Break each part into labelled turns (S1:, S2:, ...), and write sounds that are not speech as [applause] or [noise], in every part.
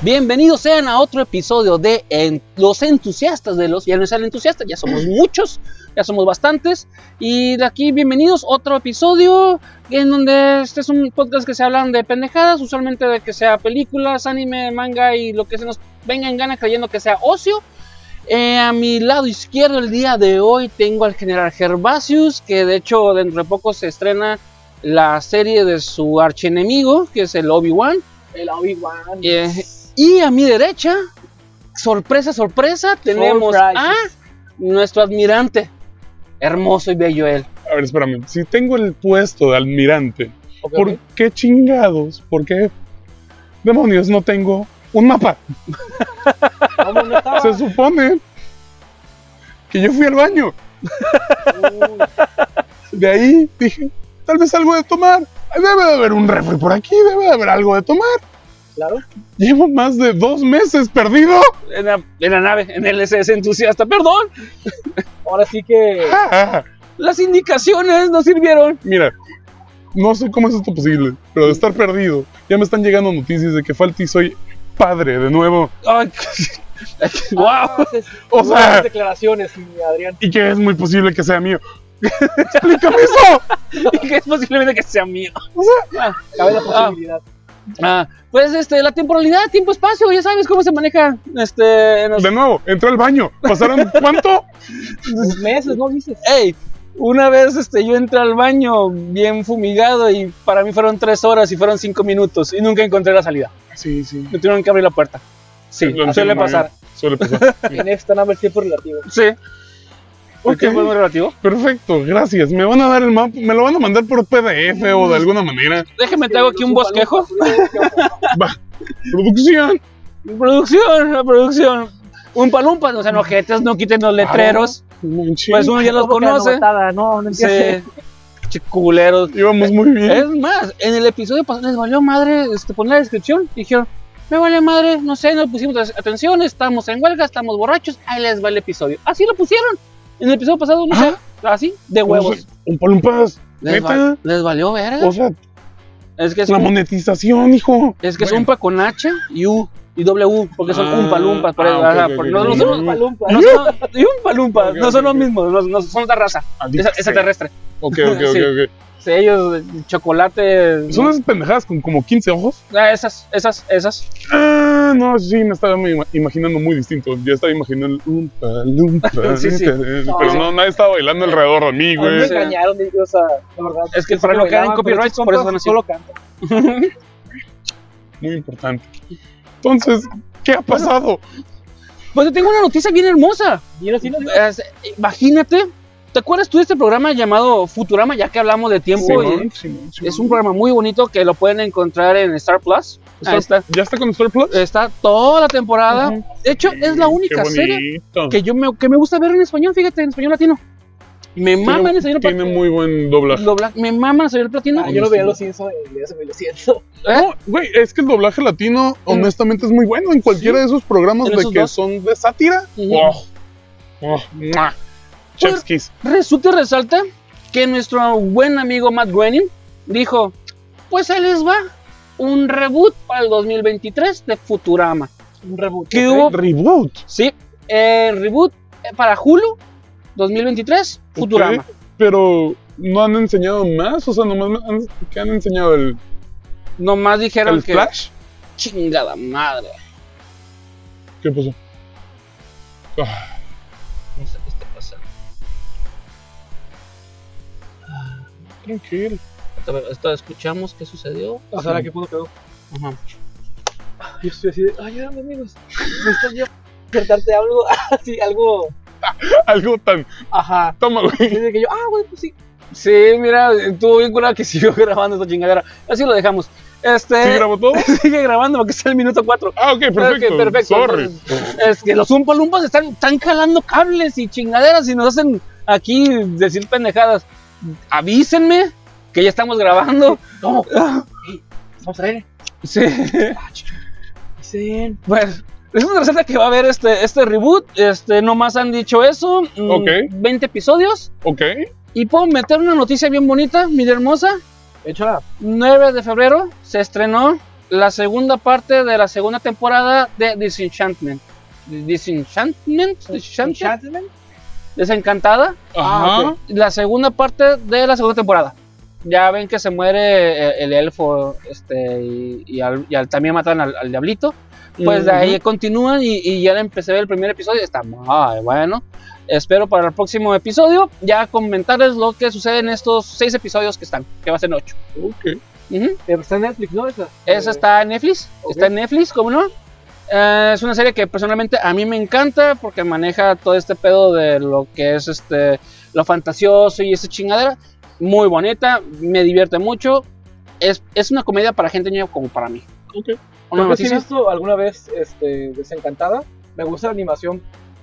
S1: Bienvenidos sean a otro episodio de en- Los Entusiastas de los. Ya no es el entusiasta, ya somos muchos, ya somos bastantes. Y de aquí, bienvenidos a otro episodio en donde este es un podcast que se hablan de pendejadas, usualmente de que sea películas, anime, manga y lo que se nos venga en gana creyendo que sea ocio. Eh, a mi lado izquierdo el día de hoy tengo al general Gervasius, que de hecho dentro de poco se estrena la serie de su archienemigo, que es el Obi-Wan.
S2: El Obi-Wan.
S1: Eh, y a mi derecha, sorpresa, sorpresa, tenemos
S2: Surprise.
S1: a nuestro admirante. Hermoso y bello él.
S3: A ver, espérame. Si tengo el puesto de almirante,
S1: Ok,
S3: ¿por
S1: ok.
S3: qué chingados? ¿Por qué demonios no tengo un mapa?
S2: ¿Cómo no estaba?
S3: Se supone que yo fui al baño.
S2: Uy,
S3: De ahí dije, tal vez algo de tomar. Ay, Debe de haber un refri por aquí, debe de haber algo de tomar.
S2: claro.
S3: Llevo más de dos meses perdido. [laughs]
S1: En, la, en la nave, en el SS entusiasta. Perdón,
S2: Ahora sí que.
S3: Ja, ja, ja.
S1: las indicaciones no sirvieron.
S3: Mira, no sé cómo es esto posible, pero de estar perdido, ya me están llegando noticias de que falta y soy padre de nuevo.
S1: Ay, [laughs] wow.
S2: haces
S3: O
S2: unas
S3: sea-
S2: declaraciones, mi Adrián.
S3: Y que es muy posible que sea mío. Explícame eso.
S1: [laughs] que es posiblemente que sea mío.
S3: O sea,
S1: Ah,
S2: Cabe la
S1: Ah.
S2: posibilidad.
S1: ah, pues este, la temporalidad, tiempo, espacio, ya sabes cómo se maneja. Este, en los-
S3: de nuevo, entré al baño.
S1: [laughs]
S3: ¿Pasaron cuánto?
S2: Meses, ¿no dices?
S1: Ey, una vez este, yo entré al baño bien fumigado y para mí fueron tres horas y fueron cinco minutos y nunca encontré la salida.
S3: Sí, sí.
S1: Me tuvieron que abrir la puerta. Sí,
S3: Lo
S1: suele
S3: entiendo,
S1: pasar.
S3: Mario. Suele pasar.
S2: En esta nada el tiempo es relativo.
S1: Sí. ¿Por
S3: Ok,
S1: qué fue muy relativo?
S3: perfecto, gracias. Me van a dar el mapa, me lo van a mandar por PDF o de alguna manera.
S1: Déjeme, te hago aquí un bosquejo.
S3: Va. Producción.
S1: Producción, la producción. Un palumpa, no sean ojetes, no quiten los letreros.
S3: No manches.
S1: Pues uno ya los
S2: ¿Cómo que
S1: conoce.
S2: anotada? No,
S1: [laughs]
S2: no
S1: Sí.
S2: entiendo.
S1: Che, culeros.
S3: Íbamos muy bien.
S1: Es más, en el episodio pasado les valió madre este, poner la descripción. Dijeron, me vale madre, no sé, no pusimos atención, estamos en huelga, estamos borrachos, ahí les va el episodio. Así lo pusieron. En el episodio pasado, no sé, así, de huevos.
S3: Ah, Un palumpas.
S1: Les, va-
S3: Pues, Neta.
S1: les valió verga.
S3: O sea,
S1: es que es,
S3: la
S1: un,
S3: monetización, hijo.
S1: es que es
S3: Bueno.
S1: umpa con H y U y W, porque son
S3: Ah,
S1: umpa lumpas. Por
S3: ah,
S1: eso,
S3: ok,
S1: ajá,
S3: ok,
S1: por-
S3: ok,
S1: no, no
S3: ok.
S1: son-
S2: Palumpa.
S1: no son- y un palumpa,
S3: Ok,
S1: no son los
S3: ok, ok.
S1: mismos, no, no son otra raza, esa,
S3: Adictos.
S1: esa terrestre.
S3: Ok, ok,
S1: [laughs]
S3: ok,
S1: Sí.
S3: ok.
S1: Sí, ellos, eh, chocolate,
S3: Son esas pendejadas con como 15 ojos.
S1: ah, esas, esas, esas.
S3: Ah, no, sí, me estaba ima- imaginando muy distinto. Yo estaba imaginando el Oompa
S1: [laughs]
S3: Loompa.
S1: Sí, sí.
S3: Pero no, nadie estaba bailando alrededor de
S2: A
S3: mí,
S2: mí me
S3: güey.
S1: Sí.
S2: engañaron, digo, o sea, la verdad.
S1: Es que para no caer en copyrights, por eso son así.
S2: Solo canto.
S3: Muy importante. Entonces, ¿qué ha pasado?
S1: Pues te tengo una noticia bien hermosa.
S2: Dilo, sí, no, digo.
S1: Es- imagínate, ¿te acuerdas tú de este programa llamado Futurama? Ya que hablamos de tiempo, y
S3: Simón, Simón, Simón.
S1: es un programa muy bonito que lo pueden encontrar en Star Plus.
S3: Star-
S1: Ahí está,
S3: ¿Ya Ah, está con Star Plus?
S1: está toda la temporada. De hecho, es la
S3: Sí,
S1: única
S3: qué
S1: serie
S3: bonito.
S1: que yo me, que me gusta ver en español, fíjate, en español latino. Me mama en español
S3: Tiene
S1: plat-
S3: muy buen doblaje.
S1: dobla- me mama en español platino.
S2: Ah, yo no veía los Simpsons en inglés, güey, lo siento.
S1: ¿Eh?
S3: No, güey, es que el doblaje latino, honestamente, es muy bueno en cualquiera de esos programas
S1: En
S3: de
S1: esos
S3: que
S1: dos.
S3: son de sátira.
S1: Ujú. Pues,
S3: Oh, oh, mua. Chef's kiss.
S1: Resulta y resalta que nuestro buen amigo Matt Groening dijo, pues ahí les va un reboot para el 2023 de Futurama.
S2: Un reboot.
S1: ¿Qué
S2: ¿ok?
S1: hubo?
S3: Reboot.
S1: Sí, eh, reboot eh, para Hulu 2023, Futurama.
S3: Ok, pero no han enseñado más, o sea, nomás me han, que han enseñado el,
S1: Nomás dijeron
S3: el
S1: que
S3: Flash.
S1: chingada madre.
S3: ¿Qué pasó?
S1: No sé qué está pasando.
S3: Tranquilo.
S1: A ver, esto escuchamos qué sucedió.
S2: O sea, la que pudo quedó.
S1: Ajá.
S2: Yo estoy así de, ayúdame, amigos. Me están yo despertarte algo, [laughs] así, algo.
S3: [laughs] Algo tan.
S2: Ajá.
S3: Toma,
S1: Eh,
S2: Y
S3: güey.
S2: Dice que yo, ah, güey, pues sí.
S1: Sí, mira, estuvo bien curada que [laughs] siguió grabando esta chingadera. Así lo dejamos. Este
S3: ¿Sí grabó todo?
S1: [laughs] sigue grabando porque está el minuto 4.
S3: Ah, ok, perfecto.
S1: Ok, perfecto.
S3: Sorry.
S1: Es que los umpalumpas están, están jalando cables y chingaderas y nos hacen aquí decir pendejadas. Avísenme que ya estamos grabando. [laughs]
S2: ¿Cómo? Vamos a ver.
S1: Sí,
S2: Dicen.
S1: pues es una receta que va a haber este, este reboot. Este, nomás han dicho eso. mm,
S3: Ok.
S1: 20 episodios.
S3: Ok.
S1: Y puedo meter una noticia bien bonita, mira hermosa.
S2: Échala.
S1: 9 de febrero se estrenó la segunda parte de la segunda temporada de Disenchantment. Disenchantment? Disenchantment?
S2: Enchantment.
S1: Desencantada.
S3: Ajá.
S2: Ah, ok.
S1: La segunda parte de la segunda temporada. Ya ven que se muere eh, el elfo este, y, y al, y al- también matan al, al diablito. Pues de ahí
S3: Ujú.
S1: continúan y, y ya le empecé a ver el primer episodio. Está muy bueno. Espero para el próximo episodio ya comentarles lo que sucede en estos seis episodios que están, que va a ser ocho.
S3: Ok.
S1: Ujú.
S2: Pero está en Netflix, ¿no? Esa,
S1: Esa
S2: Eh,
S1: está en Netflix.
S2: ok.
S1: Está en Netflix, ¿cómo no? Eh, es una serie que personalmente a mí me encanta porque maneja todo este pedo de lo que es este lo fantasioso y esa chingadera. Muy bonita, me divierte mucho. Es, es una comedia para gente niña como para mí.
S3: Ok.
S1: Una
S2: Creo Eh, que sí he
S1: noticia.
S2: visto alguna vez este, Desencantada. Me gusta la animación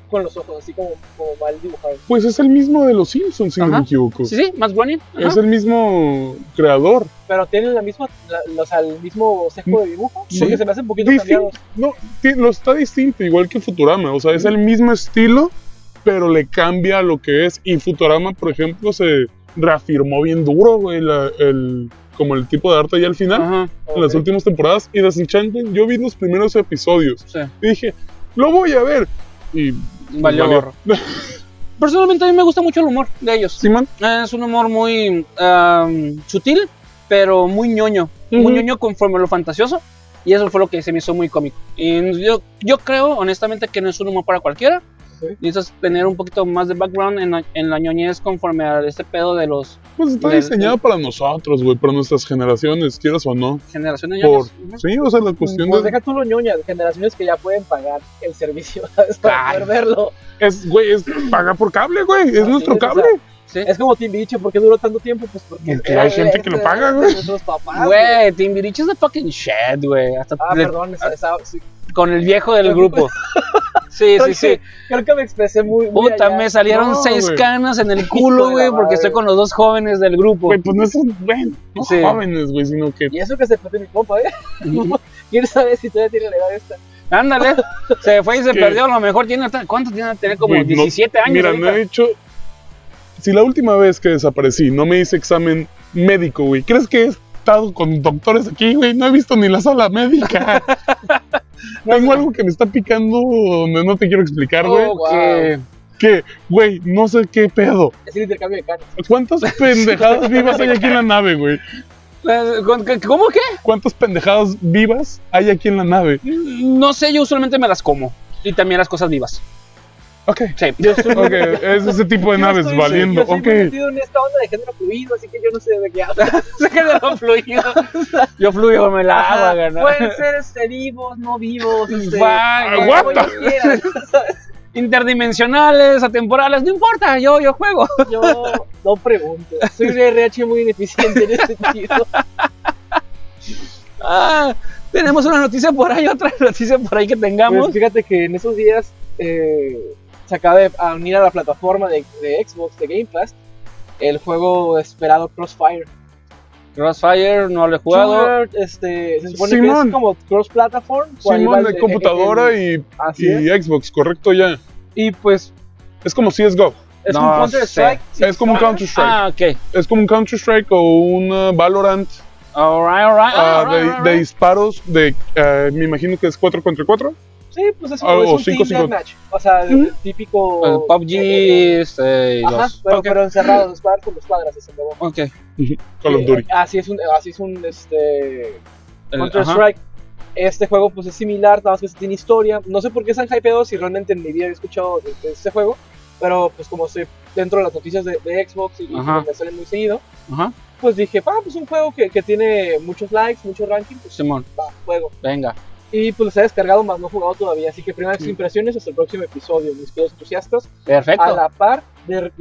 S2: con los ojos, así como, como mal dibujados.
S3: Pues es el mismo de los Simpsons, si no
S1: Ajá.
S3: me equivoco.
S1: Sí, sí, Matt Groening. ajá.
S3: Es el mismo creador.
S2: Pero tienen la misma, la- la- o sea, el mismo sesgo de dibujo.
S3: Sí.
S2: Porque se me hace un poquito
S3: Difi-
S2: cambiados.
S3: No, ti- lo está distinto, igual que Futurama. O sea, es el mismo estilo, pero le cambia lo que es. Y Futurama, por ejemplo, se reafirmó bien duro, güey, la- el, como el tipo de arte ya al final,
S1: Ajá,
S3: en las
S2: Ok.
S3: últimas temporadas. Y Disenchantment, yo vi los primeros episodios.
S1: sí.
S3: Y dije, lo voy a ver. Y,
S1: Valió
S3: valió.
S1: gorro. [laughs] Personalmente a mí me gusta mucho el humor de ellos.
S3: Simón,
S1: Eh, Es un humor muy am, sutil, pero muy ñoño. Muy
S3: Ujú.
S1: ñoño conforme a lo fantasioso. Y eso fue lo que se me hizo muy cómico. Y yo, yo creo, honestamente, que no es un humor para cualquiera.
S2: Sí.
S1: Necesitas tener un poquito más de background en la, en la ñoñez conforme a este pedo de los
S3: pues está
S1: Del-
S3: diseñado para nosotros, güey, para nuestras generaciones, quieras o no.
S1: generaciones
S3: Por,
S1: ñoñas. Ujú.
S3: sí, o sea, la cuestión
S2: Pues
S3: de.
S2: deja tú lo ñoña, generaciones que ya pueden pagar el servicio [laughs] ¿sabes? para
S1: Claro.
S2: poder verlo.
S3: Es, güey, es paga por cable, güey. Es
S2: Así
S3: nuestro
S2: es, o sea,
S3: cable.
S1: Sí.
S2: Es como Timbiriche, ¿por qué duró tanto tiempo? Pues porque
S3: Porque hay gente que lo paga, güey.
S2: Nuestros papás. güey.
S1: Güey, Timbiriche es the fucking shit, güey. Hasta
S2: Ah,
S1: le-
S2: perdón, esa- esa- sí.
S1: con el viejo del
S2: Creo que-
S1: grupo. Sí, sí,
S2: Creo
S1: sí.
S2: que- Creo que me expresé muy. muy
S1: Puta,
S2: allá.
S1: me salieron
S3: No,
S1: seis
S3: güey.
S1: canas en el
S2: Hijo
S1: culo,
S2: de
S1: güey,
S2: la
S1: porque
S2: madre.
S1: estoy con los dos jóvenes del grupo.
S3: Güey, pues no son güey, no
S1: Sí.
S3: jóvenes, güey, sino que.
S2: Y eso que se perdió mi compa, ¿eh? [laughs] ¿Quién sabe si todavía tiene la edad esta?
S1: [laughs] Ándale, se fue y se
S3: ¿Qué?
S1: perdió. A lo mejor tiene, ¿cuánto tiene? Tiene como
S3: Güey, no-
S2: este
S1: 17 años.
S3: Mira,
S1: ahorita.
S3: no he hecho. Si la última vez que desaparecí no me hice examen médico, güey, ¿crees que he estado con doctores aquí, güey? No he visto ni la sala
S2: [laughs]
S3: médica. Tengo algo que me está picando donde no te quiero
S2: Oh,
S3: explicar, güey.
S1: Ok.
S2: Wow.
S3: Que, güey, no sé qué pedo.
S2: Es el intercambio de caras. [laughs]
S3: ¿Cuántas pendejadas vivas hay aquí en la nave, güey?
S1: Eh, ¿con- qué- ¿Cómo que?
S3: ¿Cuántas pendejadas vivas hay aquí en la nave?
S1: No sé, yo usualmente me las como. Y también las cosas vivas.
S3: Ok.
S1: Sí.
S2: [laughs]
S3: Ok, es ese tipo de
S2: Yo
S3: naves
S2: estoy-
S3: valiendo.
S2: Yo soy
S3: ok.
S2: muy metido en esta onda de género fluido, así que yo no sé de
S1: [laughs]
S2: qué hablo.
S1: Sé que de lo fluido. Ah, Yo fluyo me la
S2: Ajá,
S1: agua, ganar.
S2: Pueden ser este, vivos, no
S1: [laughs]
S2: vivos, este,
S1: Va,
S3: Ah,
S1: va,
S3: what
S2: como yo quiera, ¿sabes?
S1: Interdimensionales, atemporales, no importa, yo, yo juego.
S2: Yo no pregunto. Soy un RH muy ineficiente en ese
S3: [laughs]
S2: sentido.
S1: Ah, tenemos una noticia por ahí, otra [laughs] noticia por ahí que tengamos.
S2: Pues fíjate que en esos días eh, se acaba de a unir a la plataforma de, de Xbox de Game Pass el juego esperado Crossfire.
S1: Pues, Crossfire, no lo he jugado.
S2: Shooter, este, se supone que
S3: Simón.
S2: es como cross platform. por ahí va
S3: Simón
S2: el-
S3: de computadora
S2: el-
S3: y,
S2: así es.
S3: y Xbox, correcto ya.
S2: y pues
S3: Es como CSGO.
S2: es
S1: No
S2: un Counter Strike.
S3: es como un Counter Strike.
S1: Ah, ok.
S3: Es como un Counter Strike o un uh, Valorant
S1: Alright, alright.
S3: ah,
S1: alright,
S3: de,
S1: alright.
S3: de disparos de eh, me imagino que es 4 contra 4.
S2: Sí, pues es, un-
S3: Ah,
S2: es
S3: o
S2: un
S3: cinco,
S2: team
S3: cinco.
S2: deathmatch. O sea, el
S3: Ujú.
S2: típico. eh,
S1: El PUBG, este, y
S2: Ajá,
S1: los...
S2: pero,
S1: Ok,
S2: pero encerrados, los cuadros con los cuadras, ese huevo.
S1: ok.
S3: Call of
S2: Eh,
S3: Duty.
S2: Así es un, así es un este,
S1: El-
S2: Counter
S1: ajá.
S2: Strike. Este juego pues es similar, nada más que tiene historia. No sé por qué están hypeados si realmente en mi vida he escuchado de, de este juego. Pero pues como estoy dentro de las noticias de, de Xbox y, y
S1: Ajá.
S2: me salen muy seguido,
S1: Ajá,
S2: pues dije, ah, pues un juego que, que tiene muchos likes, mucho ranking, pues
S1: Simón,
S2: va, juego.
S1: venga.
S2: Y pues los he descargado, más no he jugado todavía. Así que primeras
S3: Sí.
S2: impresiones hasta el próximo episodio, mis queridos entusiastas. A
S1: Perfecto.
S2: la par del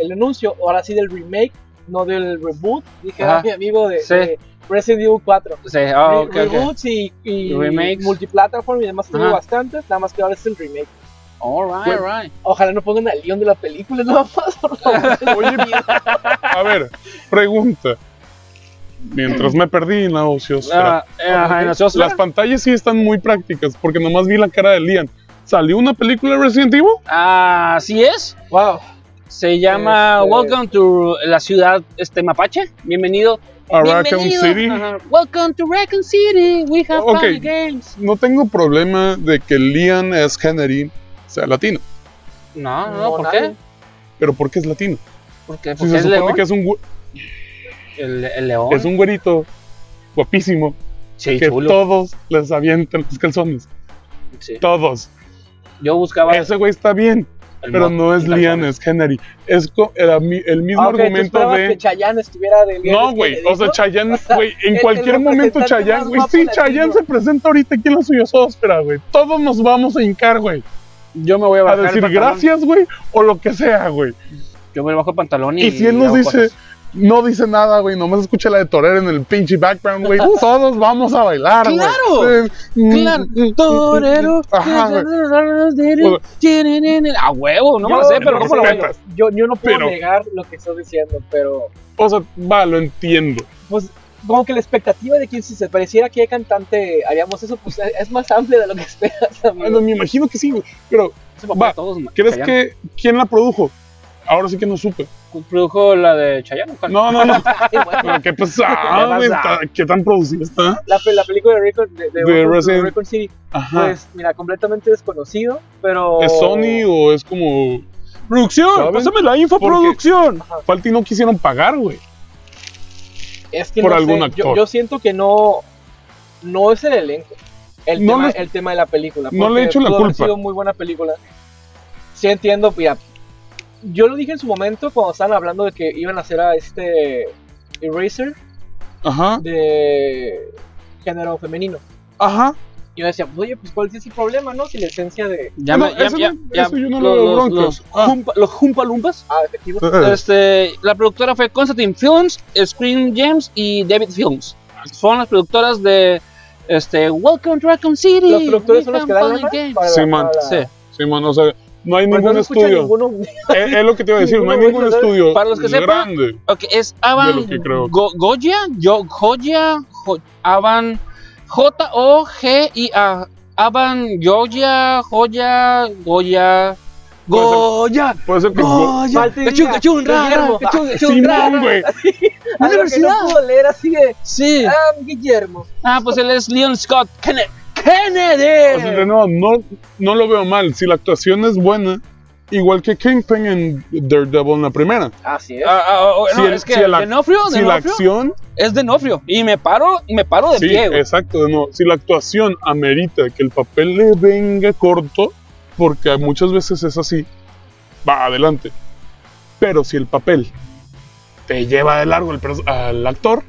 S2: el anuncio, ahora sí del remake, no del reboot, dije
S1: Ajá.
S2: a mi amigo de,
S1: Sí.
S2: de Resident Evil 4.
S1: Sí, ah, ok,
S2: Re-
S1: ok.
S2: Reboots y, y
S1: Y remakes.
S2: multiplataforma y demás, tengo
S1: Ajá.
S2: bastantes, nada más que ahora es el remake.
S1: Alright, alright.
S2: Ojalá no pongan al guión de la película, [laughs] nada más. por favor.
S3: [laughs] Oye, a ver, pregunta. Mientras me perdí en la ociosfera.
S1: Ah, eh, ajá, en la
S3: Las
S1: sociedad.
S3: pantallas sí están muy prácticas porque nomás vi la cara de Lian. ¿Salió una película de Resident Evil?
S1: Ah, Así es.
S2: wow.
S1: Se llama
S2: Este-
S1: Welcome to la ciudad este mapache. Bienvenido
S3: a Raccoon City.
S2: Ajá.
S1: Welcome to Raccoon City. We have
S3: Ok.
S1: funny games.
S3: No tengo problema de que Liam S. Kennedy sea latino.
S1: No, no,
S2: No,
S1: ¿por
S2: nadie.
S1: qué?
S3: Pero ¿por qué es latino?
S1: ¿Por qué?
S3: Si
S1: Porque
S3: se
S1: es
S3: supone
S1: león.
S3: que es un, gu-
S1: El, el león.
S3: es un güerito guapísimo
S1: Sí,
S3: que
S1: chulo.
S3: todos les avientan los calzones.
S1: Sí.
S3: Todos.
S1: Yo buscaba.
S3: Ese güey está bien,
S1: el
S3: pero
S1: mon-
S3: no es
S1: el calzón.
S3: Liam S. Kennedy. Es co- era mi- el mismo
S2: Ah, ok, ¿tú
S3: argumento
S2: esperabas
S3: de.
S2: que Chayanne estuviera del
S3: No, güey, o sea, Chayanne, güey, en
S2: el-
S3: cualquier
S2: el
S3: momento
S2: representante
S3: Chayanne,
S2: más
S3: güey,
S2: guapo
S3: sí,
S2: latino.
S3: Chayanne se presenta ahorita aquí en la suyosfera, güey. Todos nos vamos a hincar, güey,
S1: Yo me voy a
S3: a
S1: bajar. el
S3: decir
S1: pantalón.
S3: gracias, güey, o lo que sea, güey.
S1: Yo me bajo el pantalón y.
S3: Y si él nos
S1: hago
S3: dice,
S1: cosas.
S3: no dice nada, güey, nomás escucha la de Torero en el pinche background, güey, todos vamos a bailar, güey.
S1: ¡Claro!
S3: Eh, mm,
S1: Claro,
S3: mm, mm,
S1: Torero.
S3: Ajá, güey. Pues, O
S1: A huevo, no me
S2: yo,
S1: lo sé, pero
S3: me
S1: ¿cómo lo bailo?
S3: respeto.
S2: bailo? Yo, yo no puedo
S3: Pero-
S2: negar lo que estás diciendo, pero
S3: O sea, va, lo entiendo.
S2: pues como que la expectativa de que si se pareciera que hay cantante haríamos eso, pues es más amplia de lo que [laughs] esperas.
S3: Ah,
S2: amigo.
S3: no, me imagino que sí, güey. Pero,
S1: Ese papel
S3: Va,
S1: de todos, ma-
S3: ¿crees
S1: Chayanne.
S3: que quién la produjo? Ahora sí que no supe.
S1: Produjo la de Chayanne. ¿cuál?
S3: No, no, no.
S2: Ay, bueno,
S3: Pero ¿Qué pasa?
S1: ¿Qué pasa?
S3: ¿Qué tan producida está?
S2: la, pe- la película de Record, de, de
S3: De
S2: Welcome to
S3: Resident-
S2: Record City,
S3: Ajá.
S2: pues mira, completamente desconocido, pero...
S3: ¿Es Sony o es como.? ¡Producción!
S1: ¿Saben?
S3: ¡Pásame la info,
S1: Porque-
S3: producción! Falta y no quisieron pagar, güey.
S2: Es que
S3: por
S2: no
S3: algún
S2: sé, Yo,
S3: actor.
S2: yo siento que no, no es el elenco. El,
S3: No
S2: tema,
S3: les-
S2: el tema de la película.
S3: no le
S2: porque
S3: echo la
S2: pudo haber
S3: culpa.
S2: sido muy buena película. Sí entiendo, mira, yo lo dije en su momento cuando estaban hablando de que iban a hacer a este Eraser
S3: Ajá.
S2: de género femenino.
S3: Ajá.
S2: Y yo decía, oye, pues cuál es el problema, ¿no? Si la esencia de...
S1: Ya
S3: No,
S1: me- ya-
S3: eso
S1: ya-
S3: no-
S1: ya-
S3: eso yo no lo veo
S1: los-
S3: bronca.
S1: Los
S3: Ah. Eh.
S1: Jumpa- los Jumpa Lumpas.
S2: Ah, efectivo.
S1: Este, la productora fue Constantine Films, Scream James y David Films. Son las productoras de este, Welcome to Raccoon City.
S2: Los productores son
S1: We
S2: los que
S1: have
S2: dan
S1: fun
S2: lana
S1: games.
S2: para-
S3: Sí, man.
S2: para-
S1: Sí.
S3: Sí, man, o sea, no hay
S2: Pues no
S3: ningún
S2: se escucha
S3: estudio.
S2: ninguno. [laughs]
S3: Es, es lo que te iba a decir, no hay
S2: Ninguno,
S3: ningún
S2: güey, ¿sabes?
S3: estudio.
S1: Para los que sepan-
S3: Grande.
S1: Ok, es Avan
S3: que creo.
S1: Go- Goya, Yo Goya, Jo- Avan J O G I A. Avan Goya, Joya, Goya, Goya.
S3: Puede ser que.
S1: Goya.
S2: Falta y
S1: Cachun,
S2: diga,
S1: cachun, ra, ra,
S2: Guillermo.
S1: cachun, cachun, ra,
S3: Simón,
S1: ra.
S3: güey.
S2: A lo que
S1: Universidad.
S2: no pudo leer así de...
S1: Sí.
S2: Ah, Guillermo.
S1: Ah, pues él es Leon Scott Kennedy.
S3: O sea, de
S1: ¡Kennedy!
S3: nuevo, no, no lo veo mal. Si la actuación es buena, igual que Kingpin en Daredevil en la primera.
S2: Así es.
S1: Ah, ah, oh,
S3: Si
S1: no,
S3: el-
S1: es que
S3: si el ac-
S1: Denofrio,
S3: Si la
S1: Denofrio
S3: acción
S1: es Denofrio. Y me paro, me paro de
S3: Sí,
S1: pie, güey.
S3: exacto. de nuevo, Si la actuación amerita que el papel le venga corto, porque muchas veces es así, va adelante. Pero si el papel te lleva de largo el pers- al actor,